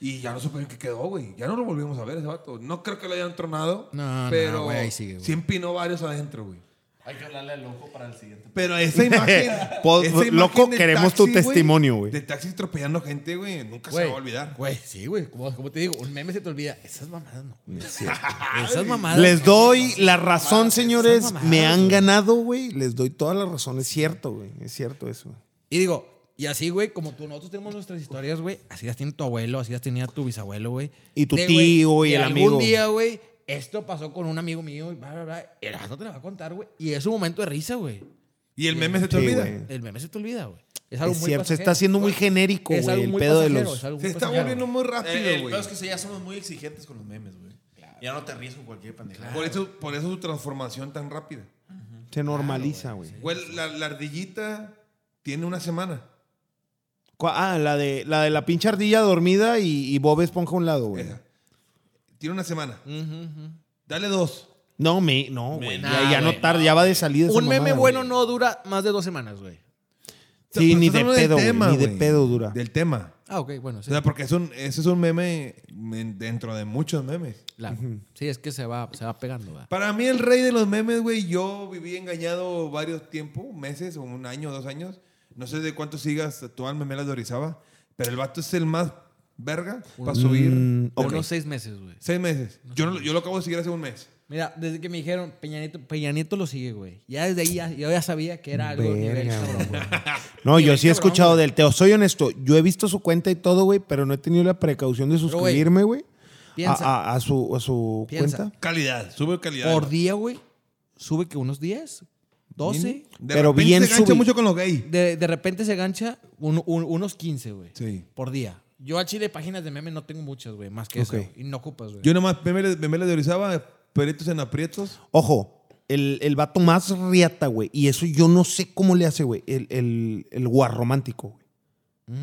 S2: Y ya no supe en qué quedó, güey. Ya no lo volvimos a ver ese vato. No creo que lo hayan tronado.
S4: No, no,
S2: pero
S4: güey, ahí sigue, güey.
S2: sí empinó varios adentro, güey.
S5: Hay que hablarle al loco para el siguiente.
S2: Pero esa imagen.
S1: Pod-
S2: esa
S1: loco,
S2: de
S1: queremos tu testimonio, güey.
S2: De taxi atropellando gente, güey. Nunca se va a olvidar.
S4: Güey, sí, güey. Como, como te digo, un meme se te olvida. Esas mamadas no. güey. Esas mamadas.
S1: Les doy la razón, señores.
S4: Son mamadas,
S1: Me han
S4: güey.
S1: ganado, güey. Les doy toda la razón. Es cierto, güey. Es cierto eso.
S4: Y digo, y así, güey, como tú, nosotros tenemos nuestras historias, güey. Así las tiene tu abuelo, así las tenía tu bisabuelo, güey.
S1: Y tu
S4: De, güey,
S1: tío y
S4: de
S1: el
S4: algún
S1: amigo.
S4: día, güey, esto pasó con un amigo mío y bla, bla, bla. El rato te la va a contar, güey. Y es un momento de risa, güey.
S2: Y el meme se te
S1: Sí,
S2: olvida.
S1: güey.
S4: El meme se te olvida, güey. Es algo
S1: Es
S4: muy
S1: cierto. Se está
S4: pasajero.
S1: haciendo muy genérico,
S4: Es
S1: güey.
S4: algo
S1: El
S4: muy
S1: pedo de
S4: pasajero,
S1: los.
S4: es algo
S2: Se
S4: muy
S2: está
S4: pasajero.
S2: volviendo muy rápido,
S5: Eh, el
S2: güey.
S5: pedo es que sí, ya somos muy exigentes con los memes, güey. Ya no te ríes con cualquier pendejada.
S2: Por eso, por eso su transformación tan rápida.
S1: Se normaliza, güey.
S2: Güey, la, la ardillita tiene una semana.
S1: ¿Cuá- Ah, la de la, de la
S2: Eh.
S1: pinche ardilla dormida y, y Bob Esponja a un lado, güey.
S2: Esa. Tiene una semana. Dale dos.
S1: No, me, no, güey.
S5: nah,
S1: ya, ya no
S5: güey,
S1: tarda, ya va de salida. esa
S4: Un meme
S1: mamada,
S4: bueno
S1: güey.
S4: no dura más de dos semanas, güey.
S1: Sí,
S2: Pero
S1: ni
S2: estás
S1: de
S2: hablando del
S1: pedo, güey,
S2: tema,
S1: ni de
S2: güey.
S1: pedo dura.
S2: Del tema.
S4: Ah, ok, bueno. Sí,
S2: O sea, porque es un, ese es un meme en- dentro de muchos memes.
S4: claro. sí es que se va, se va pegando, ¿verdad?
S2: Para mí el rey de los memes, güey, yo viví engañado varios tiempos, meses, o un año, dos años. No sé de cuánto sigas tú al memelas de Orizaba, pero el vato es el más verga para subir
S4: Pero unos seis meses, güey.
S2: seis meses. Yo, no lo- yo lo acabo de seguir hace un mes.
S4: Mira, desde que me dijeron Peña Nieto, Peña Nieto lo sigue, güey. Ya desde ahí ya- yo ya sabía que era algo nivel
S1: Verga,
S4: cabrón, güey.
S1: No, yo sí he
S4: Nivel cabrón,
S1: escuchado del Teo. Soy honesto, yo he visto su cuenta y todo, güey, pero no he tenido la precaución de
S4: güey,
S1: suscribirme, güey. A,
S4: piensa.
S1: a- a su, a su
S4: Piensa.
S1: cuenta.
S2: Calidad, sube calidad.
S4: Por día, güey, sube que unos 10, 12.
S2: De
S1: Pero
S2: repente
S1: bien
S2: se engancha
S1: subi-
S2: mucho con los gays.
S4: De, de repente se gancha un- un- unos 15, güey.
S2: Sí.
S4: Por día. Yo al chile páginas de memes no tengo muchas, güey. Más que eso.
S1: Ok.
S4: güey, Y no ocupas, güey.
S2: Yo nomás memelas, memelas de Orizaba, peritos en aprietos.
S1: Ojo, el, el vato más riata, güey. Y eso yo no sé cómo le hace, güey. El, el, el guarromántico, güey.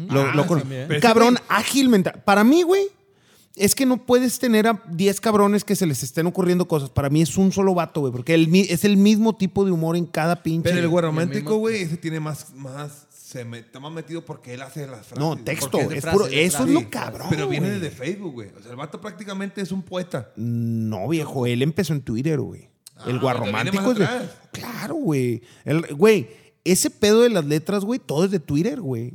S1: Lo-
S4: Ah,
S1: lo con-
S4: también.
S1: Un Cabrón, ágil mental. Para mí, güey, es que no puedes tener a 10 cabrones que se les estén ocurriendo cosas. Para mí es un solo vato, güey. Porque el, mi- es el mismo tipo de humor en cada pinche.
S2: Pero el güey
S4: el
S2: romántico,
S4: mismo-
S2: güey, ese tiene más, más, se me, está más metido porque él hace las frases.
S1: no, texto.
S4: porque es
S1: Es,
S4: de
S1: puro.
S4: frase, de
S1: Eso
S4: frase.
S1: es
S2: Sí,
S1: lo cabrón.
S2: Pero viene
S1: güey.
S2: desde Facebook, güey. O sea, el vato prácticamente es un poeta.
S1: No, viejo, él empezó en Twitter, güey. el guarromántico es
S2: viene
S1: de-
S2: más atrás.
S1: Claro, güey. El- Güey, ese pedo de las letras, güey, todo es de Twitter, güey.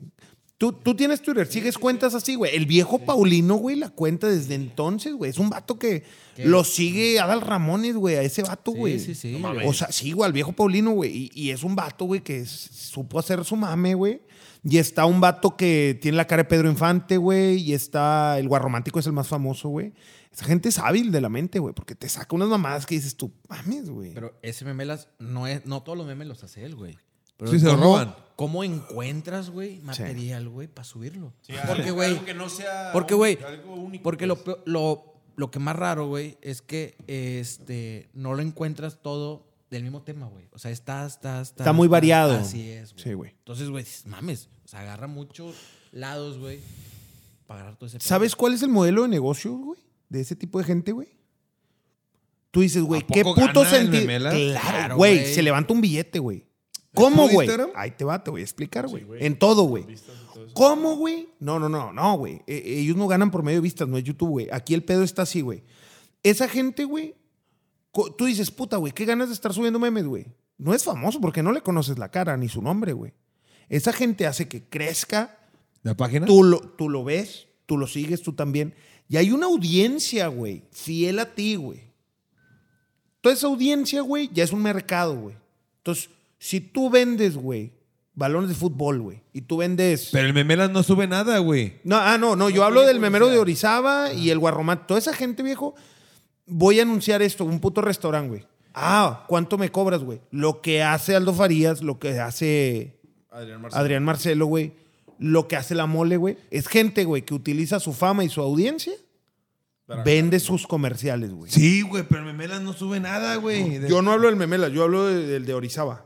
S1: Tú, tú tienes Twitter, sigues cuentas así, güey. El viejo Paulino, güey, la cuenta desde entonces, güey. Es un vato que lo sigue Adal Ramones, güey, a ese vato,
S4: Sí,
S1: güey.
S4: sí, sí,
S1: No
S4: güey.
S1: mames. O sea, sí, güey, al viejo Paulino, güey. Y, y es un vato, güey, que s- supo hacer su mame, güey. Y está un vato que tiene la cara de Pedro Infante, güey. Y está el guarromántico, es el más famoso, güey. Esa gente es hábil de la mente, güey, porque te saca unas mamadas que dices tú, mames, güey.
S4: Pero ese memelas no es, no todos los memes los hace él, güey. Pero
S2: Sí, se lo
S4: ¿cómo-
S2: roban.
S4: ¿Cómo encuentras, güey, material, güey, para subirlo?
S5: Sí,
S4: porque,
S5: algo-
S4: güey,
S5: algo que no sea
S4: porque,
S5: un-
S4: güey,
S5: algo único,
S4: porque lo,
S5: pues.
S4: peo- lo, lo que más raro, güey, es que este, no lo encuentras todo del mismo tema, güey. O sea, está, está, está.
S1: Está muy
S4: está-
S1: variado.
S4: Así es, güey.
S1: Sí, güey.
S4: Entonces, güey, dices, mames, o sea, agarra muchos lados, güey, para agarrar todo ese. pedo.
S1: ¿Sabes cuál es el modelo de negocio, güey? De ese tipo de gente, güey. Tú dices, güey,
S2: ¿A
S1: qué
S2: poco
S1: puto
S2: gana el
S1: sentido.
S2: memela?
S1: Claro,
S4: Claro,
S1: güey,
S4: güey.
S1: se levanta un billete, güey. ¿Cómo,
S2: ¿Por
S1: güey?
S2: Instagram?
S1: Ahí te va, te voy a explicar, güey. en todo, güey. ¿Cómo, güey? No, no, no, no, güey. Eh, eh, ellos no ganan por medio de vistas, no es YouTube, güey. Aquí el pedo está así, güey. Esa gente, güey, co- tú dices, puta, güey, qué ganas de estar subiendo memes, güey. No es famoso porque no le conoces la cara ni su nombre, güey. Esa gente hace que crezca
S2: ¿La página?
S1: Tú lo, tú lo ves, tú lo sigues, tú también. Y hay una audiencia, güey, fiel a ti, güey. Toda esa audiencia, güey, ya es un mercado, güey. Entonces, si tú vendes, güey, balones de fútbol, güey, y tú vendes...
S2: Pero el memelas no sube nada, güey.
S1: no, ah, no, no, yo hablo del memero de Orizaba y el guarromán. Toda esa gente, viejo, voy a anunciar esto, un puto restaurante, güey. Ah, ¿cuánto me cobras, güey? Lo que hace Aldo Farías, lo que hace
S5: Adrián Marcelo.
S1: Adrián Marcelo, güey, lo que hace la mole, güey, es gente, güey, que utiliza su fama y su audiencia, vende sus comerciales, güey.
S2: Sí, güey, pero el memelas no sube nada, güey. De-
S1: Yo no hablo del Memela, yo hablo de- del de Orizaba.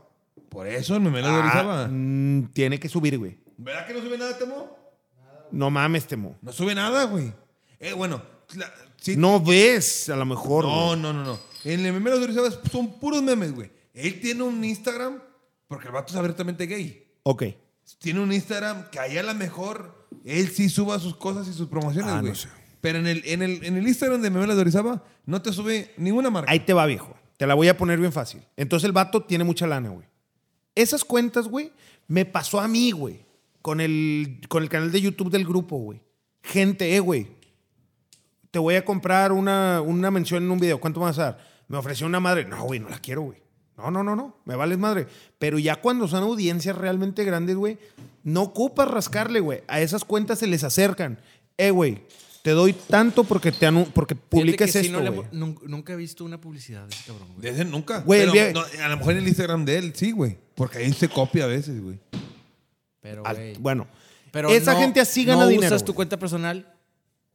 S2: Por eso el memelas de
S1: Ah,
S2: Orizaba.
S1: mm, tiene que subir, güey.
S2: ¿Verdad que no sube nada, Temo?
S1: No mames, Temo.
S2: No sube nada, güey. Eh, bueno, la- sí-
S1: No ves, a lo mejor.
S2: No,
S1: güey.
S2: no, no, no. En el memero de Orizaba son puros memes, güey. Él tiene un Instagram, porque el vato es abiertamente gay.
S1: Ok.
S2: Tiene un Instagram que allá a lo mejor él sí suba sus cosas y sus promociones,
S1: Ah,
S2: güey.
S1: no sé.
S2: Pero en el, en, el, en el Instagram de Memelas de Orizaba no te sube ninguna marca.
S1: Ahí te va, viejo. Te la voy a poner bien fácil. Entonces el vato tiene mucha lana, güey. Esas cuentas, güey, me pasó a mí, güey. Con el, con el canal de YouTube del grupo, güey. Gente, eh, güey. Te voy a comprar una, una mención en un video. ¿Cuánto vas a dar? Me ofreció una madre. No, güey, no la quiero, güey. No, no, no, no. Me vales madre. Pero ya cuando son audiencias realmente grandes, güey, no ocupas rascarle, güey. A esas cuentas se les acercan. Eh, güey, te doy tanto porque, te anu- porque publiques
S4: Fíjate que sí,
S1: esto,
S4: no le
S1: güey.
S4: hemos- nun- nunca he visto una publicidad de ese cabrón, güey.
S2: De ese nunca.
S1: Güey, el
S2: Pero,
S1: vie-
S2: no, a lo mejor en el Instagram de él, sí, güey. Porque ahí se copia a veces, güey.
S4: Pero,
S1: Al-
S4: güey.
S1: bueno,
S4: Pero
S1: esa
S4: no-
S1: gente así gana
S4: no
S1: dinero.
S4: usas tu
S1: güey.
S4: cuenta personal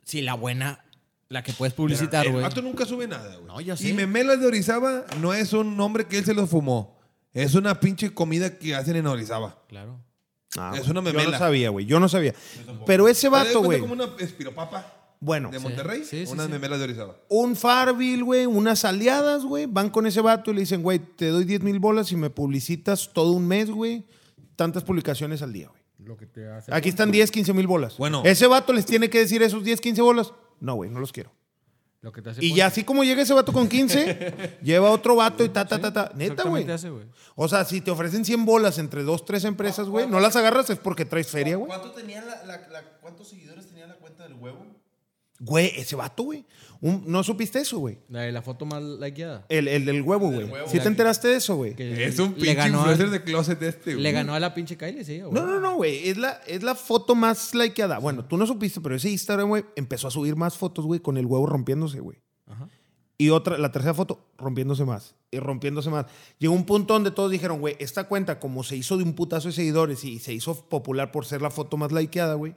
S4: si la buena, la que puedes
S2: Pero
S4: publicitar,
S2: El
S4: güey.
S2: vato nunca sube nada, güey.
S4: No, ya sé.
S2: Y Memelas de Orizaba no es un nombre que él se lo fumó. Es una pinche comida que hacen en Orizaba.
S4: Claro.
S1: Ah,
S2: Es
S1: güey.
S2: una
S1: Yo
S2: memela.
S1: no sabía, güey. Yo no sabía. Pero ese
S2: Haz de
S1: vato,
S2: cuenta
S1: güey.
S2: como una espiropapa.
S1: Bueno,
S2: de Monterrey,
S4: Sí, sí,
S2: unas
S4: sí.
S2: memelas de Orizaba.
S1: un Farville, güey, unas aliadas, güey, van con ese vato y le dicen, güey, te doy 10 mil bolas y me publicitas todo un mes, güey, tantas publicaciones al día, güey.
S7: Lo que te hace.
S1: Aquí están 10, 15 mil bolas.
S2: Bueno.
S1: Ese vato les tiene que decir esos 10, 15 bolas. No, güey, no los quiero.
S7: Lo que te hace pues,
S1: Y ya así como llega ese vato con 15, lleva otro vato y ta, ta, ta, ta. Neta, güey.
S7: Exactamente hace, güey.
S1: O sea, si te ofrecen 100 bolas entre dos, tres empresas, güey, no las agarras es porque traes feria, güey.
S5: ¿Cuánto tenía la, la- la- ¿Cuántos seguidores tenía la cuenta del huevo?
S1: Güey, ese vato, güey. Un- No supiste eso, güey.
S4: La de la foto más likeada.
S1: El, el del huevo, güey.
S5: huevo.
S1: ¿Sí te enteraste de eso, güey?
S4: Que
S2: Es un
S4: Eh, le
S2: pinche
S4: ganó a-
S2: influencer de closet este, güey.
S4: Le ganó a la pinche Kylie, sí. güey.
S1: No, no, no, güey. Es la, es la foto más likeada. Bueno, tú no supiste, pero ese Instagram, güey, empezó a subir más fotos, güey, con el huevo rompiéndose, güey. Y otra, la tercera foto, rompiéndose más. Y rompiéndose más. Llegó un punto donde todos dijeron, güey, esta cuenta, como se hizo de un putazo de seguidores y se hizo popular por ser la foto más likeada, güey.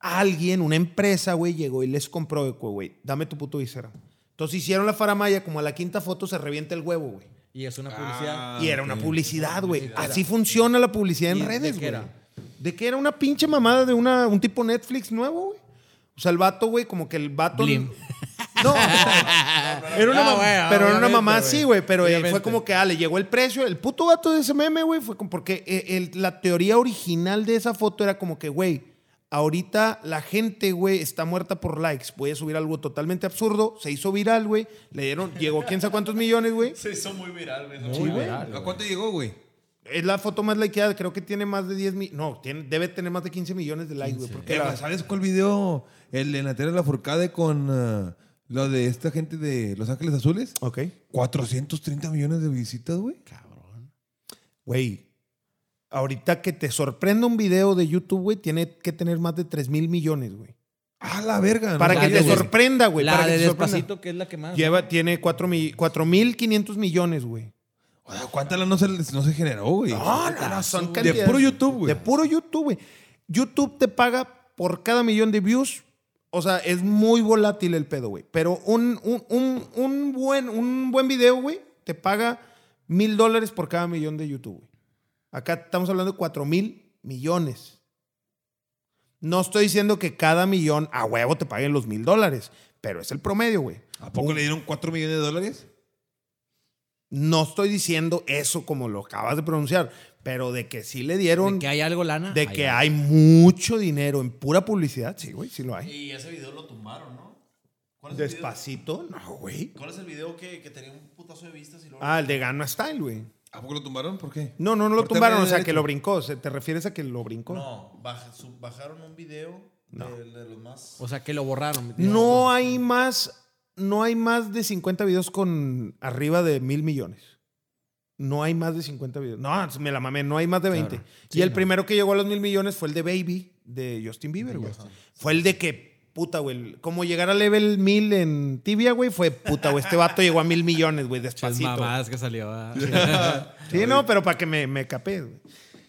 S1: Alguien, una empresa, güey, llegó y les compró, güey, dame tu puto Instagram. Entonces hicieron la faramaya, como a la quinta foto se revienta el huevo, güey.
S4: Y es una
S2: Ah,
S4: publicidad.
S1: Y era una publicidad, güey. Así funciona la publicidad
S4: ¿Y
S1: en
S4: de
S1: redes,
S4: qué
S1: güey.
S4: era?
S1: De que era una pinche mamada de una, un tipo Netflix nuevo, güey. O sea, el vato, güey, como que el vato.
S4: Blim.
S1: No, era una
S8: Ah,
S1: mam-
S8: güey,
S1: pero era una
S8: obviamente,
S1: mamá
S8: güey.
S1: sí, güey. Pero eh, fue
S8: Obviamente.
S1: como que, ah, le llegó el precio. El puto vato de ese meme, güey, fue como porque eh, el- la teoría original de esa foto era como que, güey, ahorita la gente, güey, está muerta por likes. Voy a subir algo totalmente absurdo. Se hizo viral, güey. Le dieron, llegó quién sabe cuántos millones, güey.
S5: Se hizo muy viral, güey.
S7: Muy viral,
S2: ¿A
S7: güey.
S2: cuánto llegó, güey?
S1: Es la foto más likeada, creo que tiene más de 10 millones. No, tiene, debe tener más de 15 millones de likes, güey. Porque
S2: Eh,
S1: la-
S2: güey, ¿Sabes cuál video? El de la tela de la Furcade con ah, lo de esta gente de Los Ángeles Azules.
S1: Ok.
S2: 430 millones de visitas, güey.
S1: Güey, ahorita que te sorprenda un video de YouTube, güey, tiene que tener más de 3 mil millones, güey.
S2: A la verga. ¿no?
S1: Para
S4: la
S1: que
S4: de
S1: te
S4: Des-
S1: sorprenda, güey.
S4: la
S1: Para que
S4: de
S1: te sorprenda.
S4: Despacito, que es la que más.
S1: Lleva, tiene 4 mil 4.500 millones, güey.
S2: O sea, ¿Cuánta lana no se, no se generó, güey?
S1: son
S2: Ah, De puro YouTube, güey.
S1: De puro YouTube, güey. YouTube te paga por cada millón de views. O sea, es muy volátil el pedo, güey. Pero un, un, un- un buen, un buen video, güey, te paga mil dólares por cada millón de YouTube, güey. Acá estamos hablando de cuatro mil millones. No estoy diciendo que cada millón a huevo te paguen los mil dólares, pero es el promedio, güey.
S2: ¿A poco le dieron 4 millones de dólares?
S1: No estoy diciendo eso como lo acabas de pronunciar, pero de que sí le dieron...
S4: De que hay algo lana.
S1: De
S4: hay
S1: que
S4: algo.
S1: hay mucho dinero en pura publicidad, sí, güey, sí lo hay.
S5: Y ese video lo tumbaron, ¿no? ¿Cuál es el video-
S1: Despacito, no, güey.
S5: ¿Cuál es el video que, que tenía un putazo de vistas y luego...
S1: Ah, el de Gangnam Style, güey.
S2: ¿A poco lo tumbaron? ¿Por qué?
S1: No, no, no lo
S2: Por
S1: tumbaron,
S2: tema
S1: o
S2: de
S1: sea, que
S2: derecho.
S1: lo brincó. ¿Se- ¿Te refieres a que lo brincó? No,
S5: No, baja- sub- bajaron un video de, de los más...
S4: O sea, que lo borraron.
S1: hay más, no hay más de 50 videos con arriba de mil millones. No hay más de 50 videos. No, me la mamé, no hay más de 20. y el primero que llegó a los mil millones fue el de Baby de Justin Bieber, güey. Fue el de que, puta, güey, como llegar a level mil en tibia, güey, fue puta, güey. Este vato llegó a mil millones, güey,
S4: Las
S1: despacito.
S4: mamadas Pues que salió. ah.
S1: Sí, no, pero para que me, me capé, güey.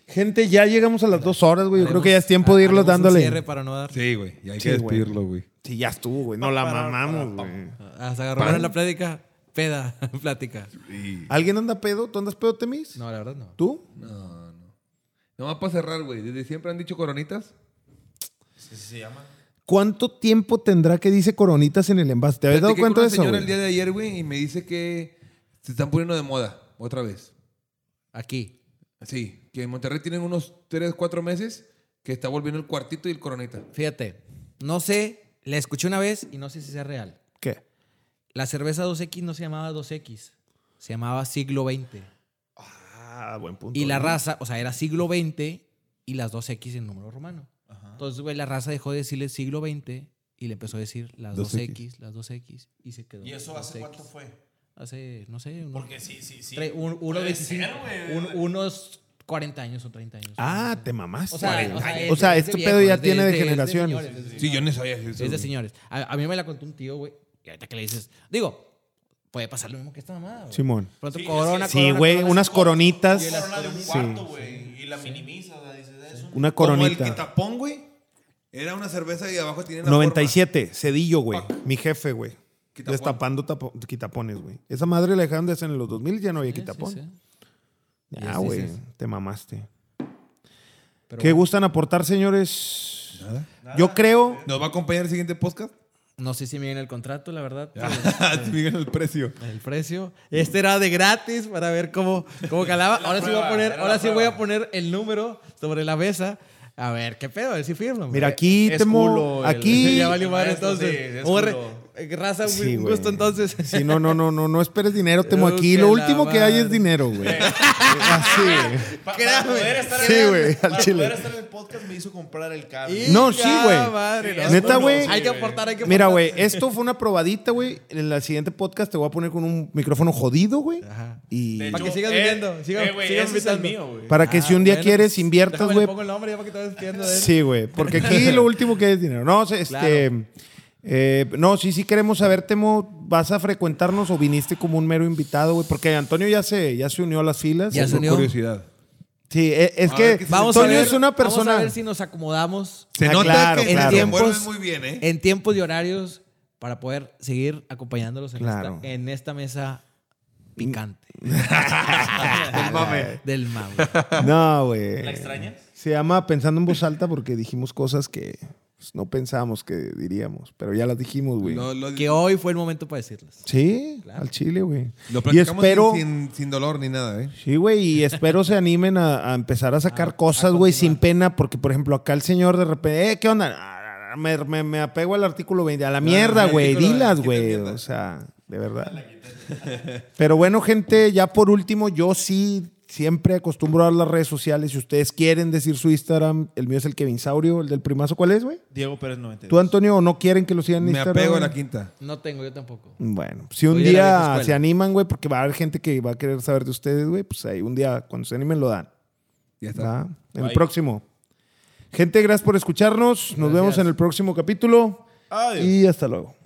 S1: Gente, ya llegamos a las dos horas, güey. Yo creo que ya es tiempo de
S4: Haremos
S1: irlos
S4: un
S1: dándole.
S4: cierre para no dar.
S2: Sí, güey. Y hay
S1: Sí,
S2: que
S1: güey.
S2: despedirlo, güey.
S1: Sí, ya estuvo, güey. No la mamamos, güey.
S4: Hasta agarraron la plática. Peda, plática.
S1: ¿Alguien anda pedo? ¿Tú andas pedo, Temis?
S4: No, la verdad no.
S1: ¿Tú?
S2: No, no. Nomás para cerrar, güey. Desde siempre han dicho coronitas.
S5: Sí, sí, se llama.
S1: ¿Cuánto tiempo tendrá que dice coronitas en el envase? ¿Te habías dado
S2: Platiqué con
S1: cuenta de
S2: una
S1: eso?
S2: señora
S1: güey?
S2: el día de ayer, güey, y me dice que se están poniendo de moda otra vez.
S4: Aquí.
S2: Sí, que en Monterrey tienen unos 3, 4 meses que está volviendo el cuartito y el coronita.
S4: Fíjate. No sé. La escuché una vez y no sé si sea real.
S1: ¿Qué?
S4: La cerveza 2X no se llamaba 2X. Se llamaba siglo XX.
S1: Ah, buen punto.
S4: Y la
S1: güey.
S4: raza, o sea, era siglo XX y las 2X en número romano. Entonces, güey, la raza dejó de decirle siglo XX y le empezó a decir las 2X, las 2X y se quedó.
S5: ¿Y eso
S4: las
S5: hace
S4: 2X.
S5: cuánto fue?
S4: Hace, no sé, unos,
S5: Porque sí, sí, sí.
S4: tre- un- unos
S5: Puede
S4: 25,
S5: ser, güey.
S4: un- unos 40 años o 30 años.
S1: Ah, te mamaste.
S4: o sea, o sea, es-
S1: O sea,
S4: es de
S1: este
S4: viejos,
S1: pedo ya
S4: es de-
S1: tiene
S4: es
S1: de
S4: de- es de
S1: generaciones.
S4: señores, es de
S2: Sí, yo no sabía eso.
S4: es de
S2: güey.
S4: señores. A, a mí me la contó un tío, güey. Y ahorita que le dices, digo, puede pasar lo mismo que esta mamada. güey.
S1: Simón.
S4: Pronto
S5: Sí,
S4: corona,
S1: Sí,
S4: corona,
S1: güey,
S4: corona, Eh,
S1: unas coronitas.
S5: Una corona de un
S1: Sí.
S5: cuarto, güey. Y la minimiza, o sea, dices, es un...
S1: Una
S2: Como el
S1: coronita.
S2: quitapón, güey. Era una cerveza y abajo tiene la
S1: 97, Cedillo, güey. Mi jefe, güey.
S2: Quitapón.
S1: Destapando tapo- quitapones, güey. Esa madre la dejaron de hacer en los 2000 ya no había
S4: Sí,
S1: quitapón.
S4: sí, sí. Y
S1: Ah,
S4: así
S1: güey,
S4: se-
S1: te mamaste.
S4: Pero
S1: ¿Qué
S4: bueno.
S1: gustan aportar, señores? Yo creo,
S2: forma. ¿Nos va a acompañar el siguiente podcast?
S4: No sé si me viene el contrato, la verdad.
S2: Sí, Miren el precio.
S4: El precio. Este era de gratis para ver cómo, cómo calaba. Ahora sí voy a poner, ahora sí voy a poner el número sobre la mesa. A ver, qué pedo, a ver si firma.
S1: Mira, aquí, Temo,
S5: culo el-
S1: aquí...
S4: ya valió madre
S5: Maestro,
S4: entonces.
S5: sí, es
S4: Vamos a re-
S5: culo.
S4: Raza, un
S1: Sí, güey.
S4: gusto entonces.
S1: Sí, no, no, no, no, no esperes dinero, Temo.
S4: Creo
S1: Aquí
S4: que
S1: lo
S4: la
S1: último que hay
S4: madre.
S1: es dinero, güey. Así, güey.
S5: Pa-
S4: Créame.
S5: Para poder estar
S1: Sí,
S5: en-
S1: güey, al
S5: para
S1: chile.
S5: poder estar en el podcast me hizo comprar el cable.
S4: Y
S1: No, sí,
S4: ya,
S1: güey.
S4: madre,
S5: Es
S4: no.
S1: Neta, güey.
S4: Hay que aportar, hay que
S1: Mira,
S4: aportar.
S1: güey, esto fue una probadita, güey. En el siguiente podcast te voy a poner con un micrófono jodido, güey. Y
S5: De
S4: Pa' que
S5: hecho,
S4: sigas
S5: eh,
S4: viviendo, sigan-
S5: eh, güey,
S4: sigan
S5: ese es el
S4: invitando.
S5: mío, güey.
S1: para que
S4: Ah,
S1: si un día
S4: bueno,
S1: quieres
S4: pues,
S1: inviertas,
S4: déjame le
S1: güey.
S4: pongo el nombre ya para que te vayas pidiendo de él.
S1: Sí, güey. Porque aquí lo último que hay es dinero. No, o sea, este.
S4: Claro.
S1: eh, no, sí, sí queremos saber, Temo, ¿vas a frecuentarnos o viniste como un mero invitado, güey? Porque Antonio ya se, ya se unió a las filas.
S4: Ya se
S1: Sí,
S4: unió.
S2: Curiosidad.
S1: eh, es
S2: A
S1: que
S2: ver qué se-
S4: Vamos
S1: Antonio
S4: a ver,
S1: es una
S4: Vamos a
S1: persona.
S4: ver si nos acomodamos
S2: Se
S1: Ah,
S2: nota
S1: claro,
S2: que
S1: claro.
S2: se envuelven
S4: Tiempos-
S2: muy bien, ¿eh?
S4: en tiempos y horarios para poder seguir acompañándolos en,
S1: Claro.
S4: esta, en esta mesa picante
S1: Mame.
S4: del mago.
S1: Ah, No, güey.
S5: ¿La extrañas?
S1: Se llama Pensando en Voz Alta porque dijimos cosas que pues, no pensábamos que diríamos, pero ya las dijimos, güey.
S2: Lo, lo-
S4: que hoy fue el momento para decirles.
S1: Sí,
S4: Claro.
S1: al chile, güey.
S2: lo
S1: Y
S2: platicamos
S1: espero,
S2: sin, sin dolor ni nada, ¿eh?
S1: sí, güey, y espero se animen a, a empezar a sacar cosas, güey, sin pena, porque, por ejemplo, acá el señor de repente, eh, ¿qué onda? Ah, Me, me- me apego al artículo 20, a la mierda,
S2: al
S1: güey,
S2: artículo
S1: dilas,
S2: 20,
S1: güey,
S2: mierda.
S1: o sea, de verdad. Pero bueno, gente, ya por último, yo sí siempre acostumbro a dar las redes sociales. Si ustedes quieren decir su Instagram, el mío es el Kevin Saurio, el del primazo, ¿cuál es, güey?
S5: Diego Pérez 92.
S1: ¿Tú, Antonio, o no quieren que lo sigan en
S2: Me
S1: Instagram?
S2: apego a
S1: güey?
S2: la quinta.
S4: No tengo, yo tampoco.
S1: Bueno, si un
S4: Soy de la vieja
S1: día
S4: escuela.
S1: se animan, güey, porque va a haber gente que va a querer saber de ustedes, güey, pues ahí un día cuando se animen lo dan.
S2: Ya está.
S1: ¿va? En el
S5: Bye.
S1: próximo. Gente, gracias por escucharnos. Nos vemos en el próximo capítulo.
S5: Adiós.
S1: Y hasta luego.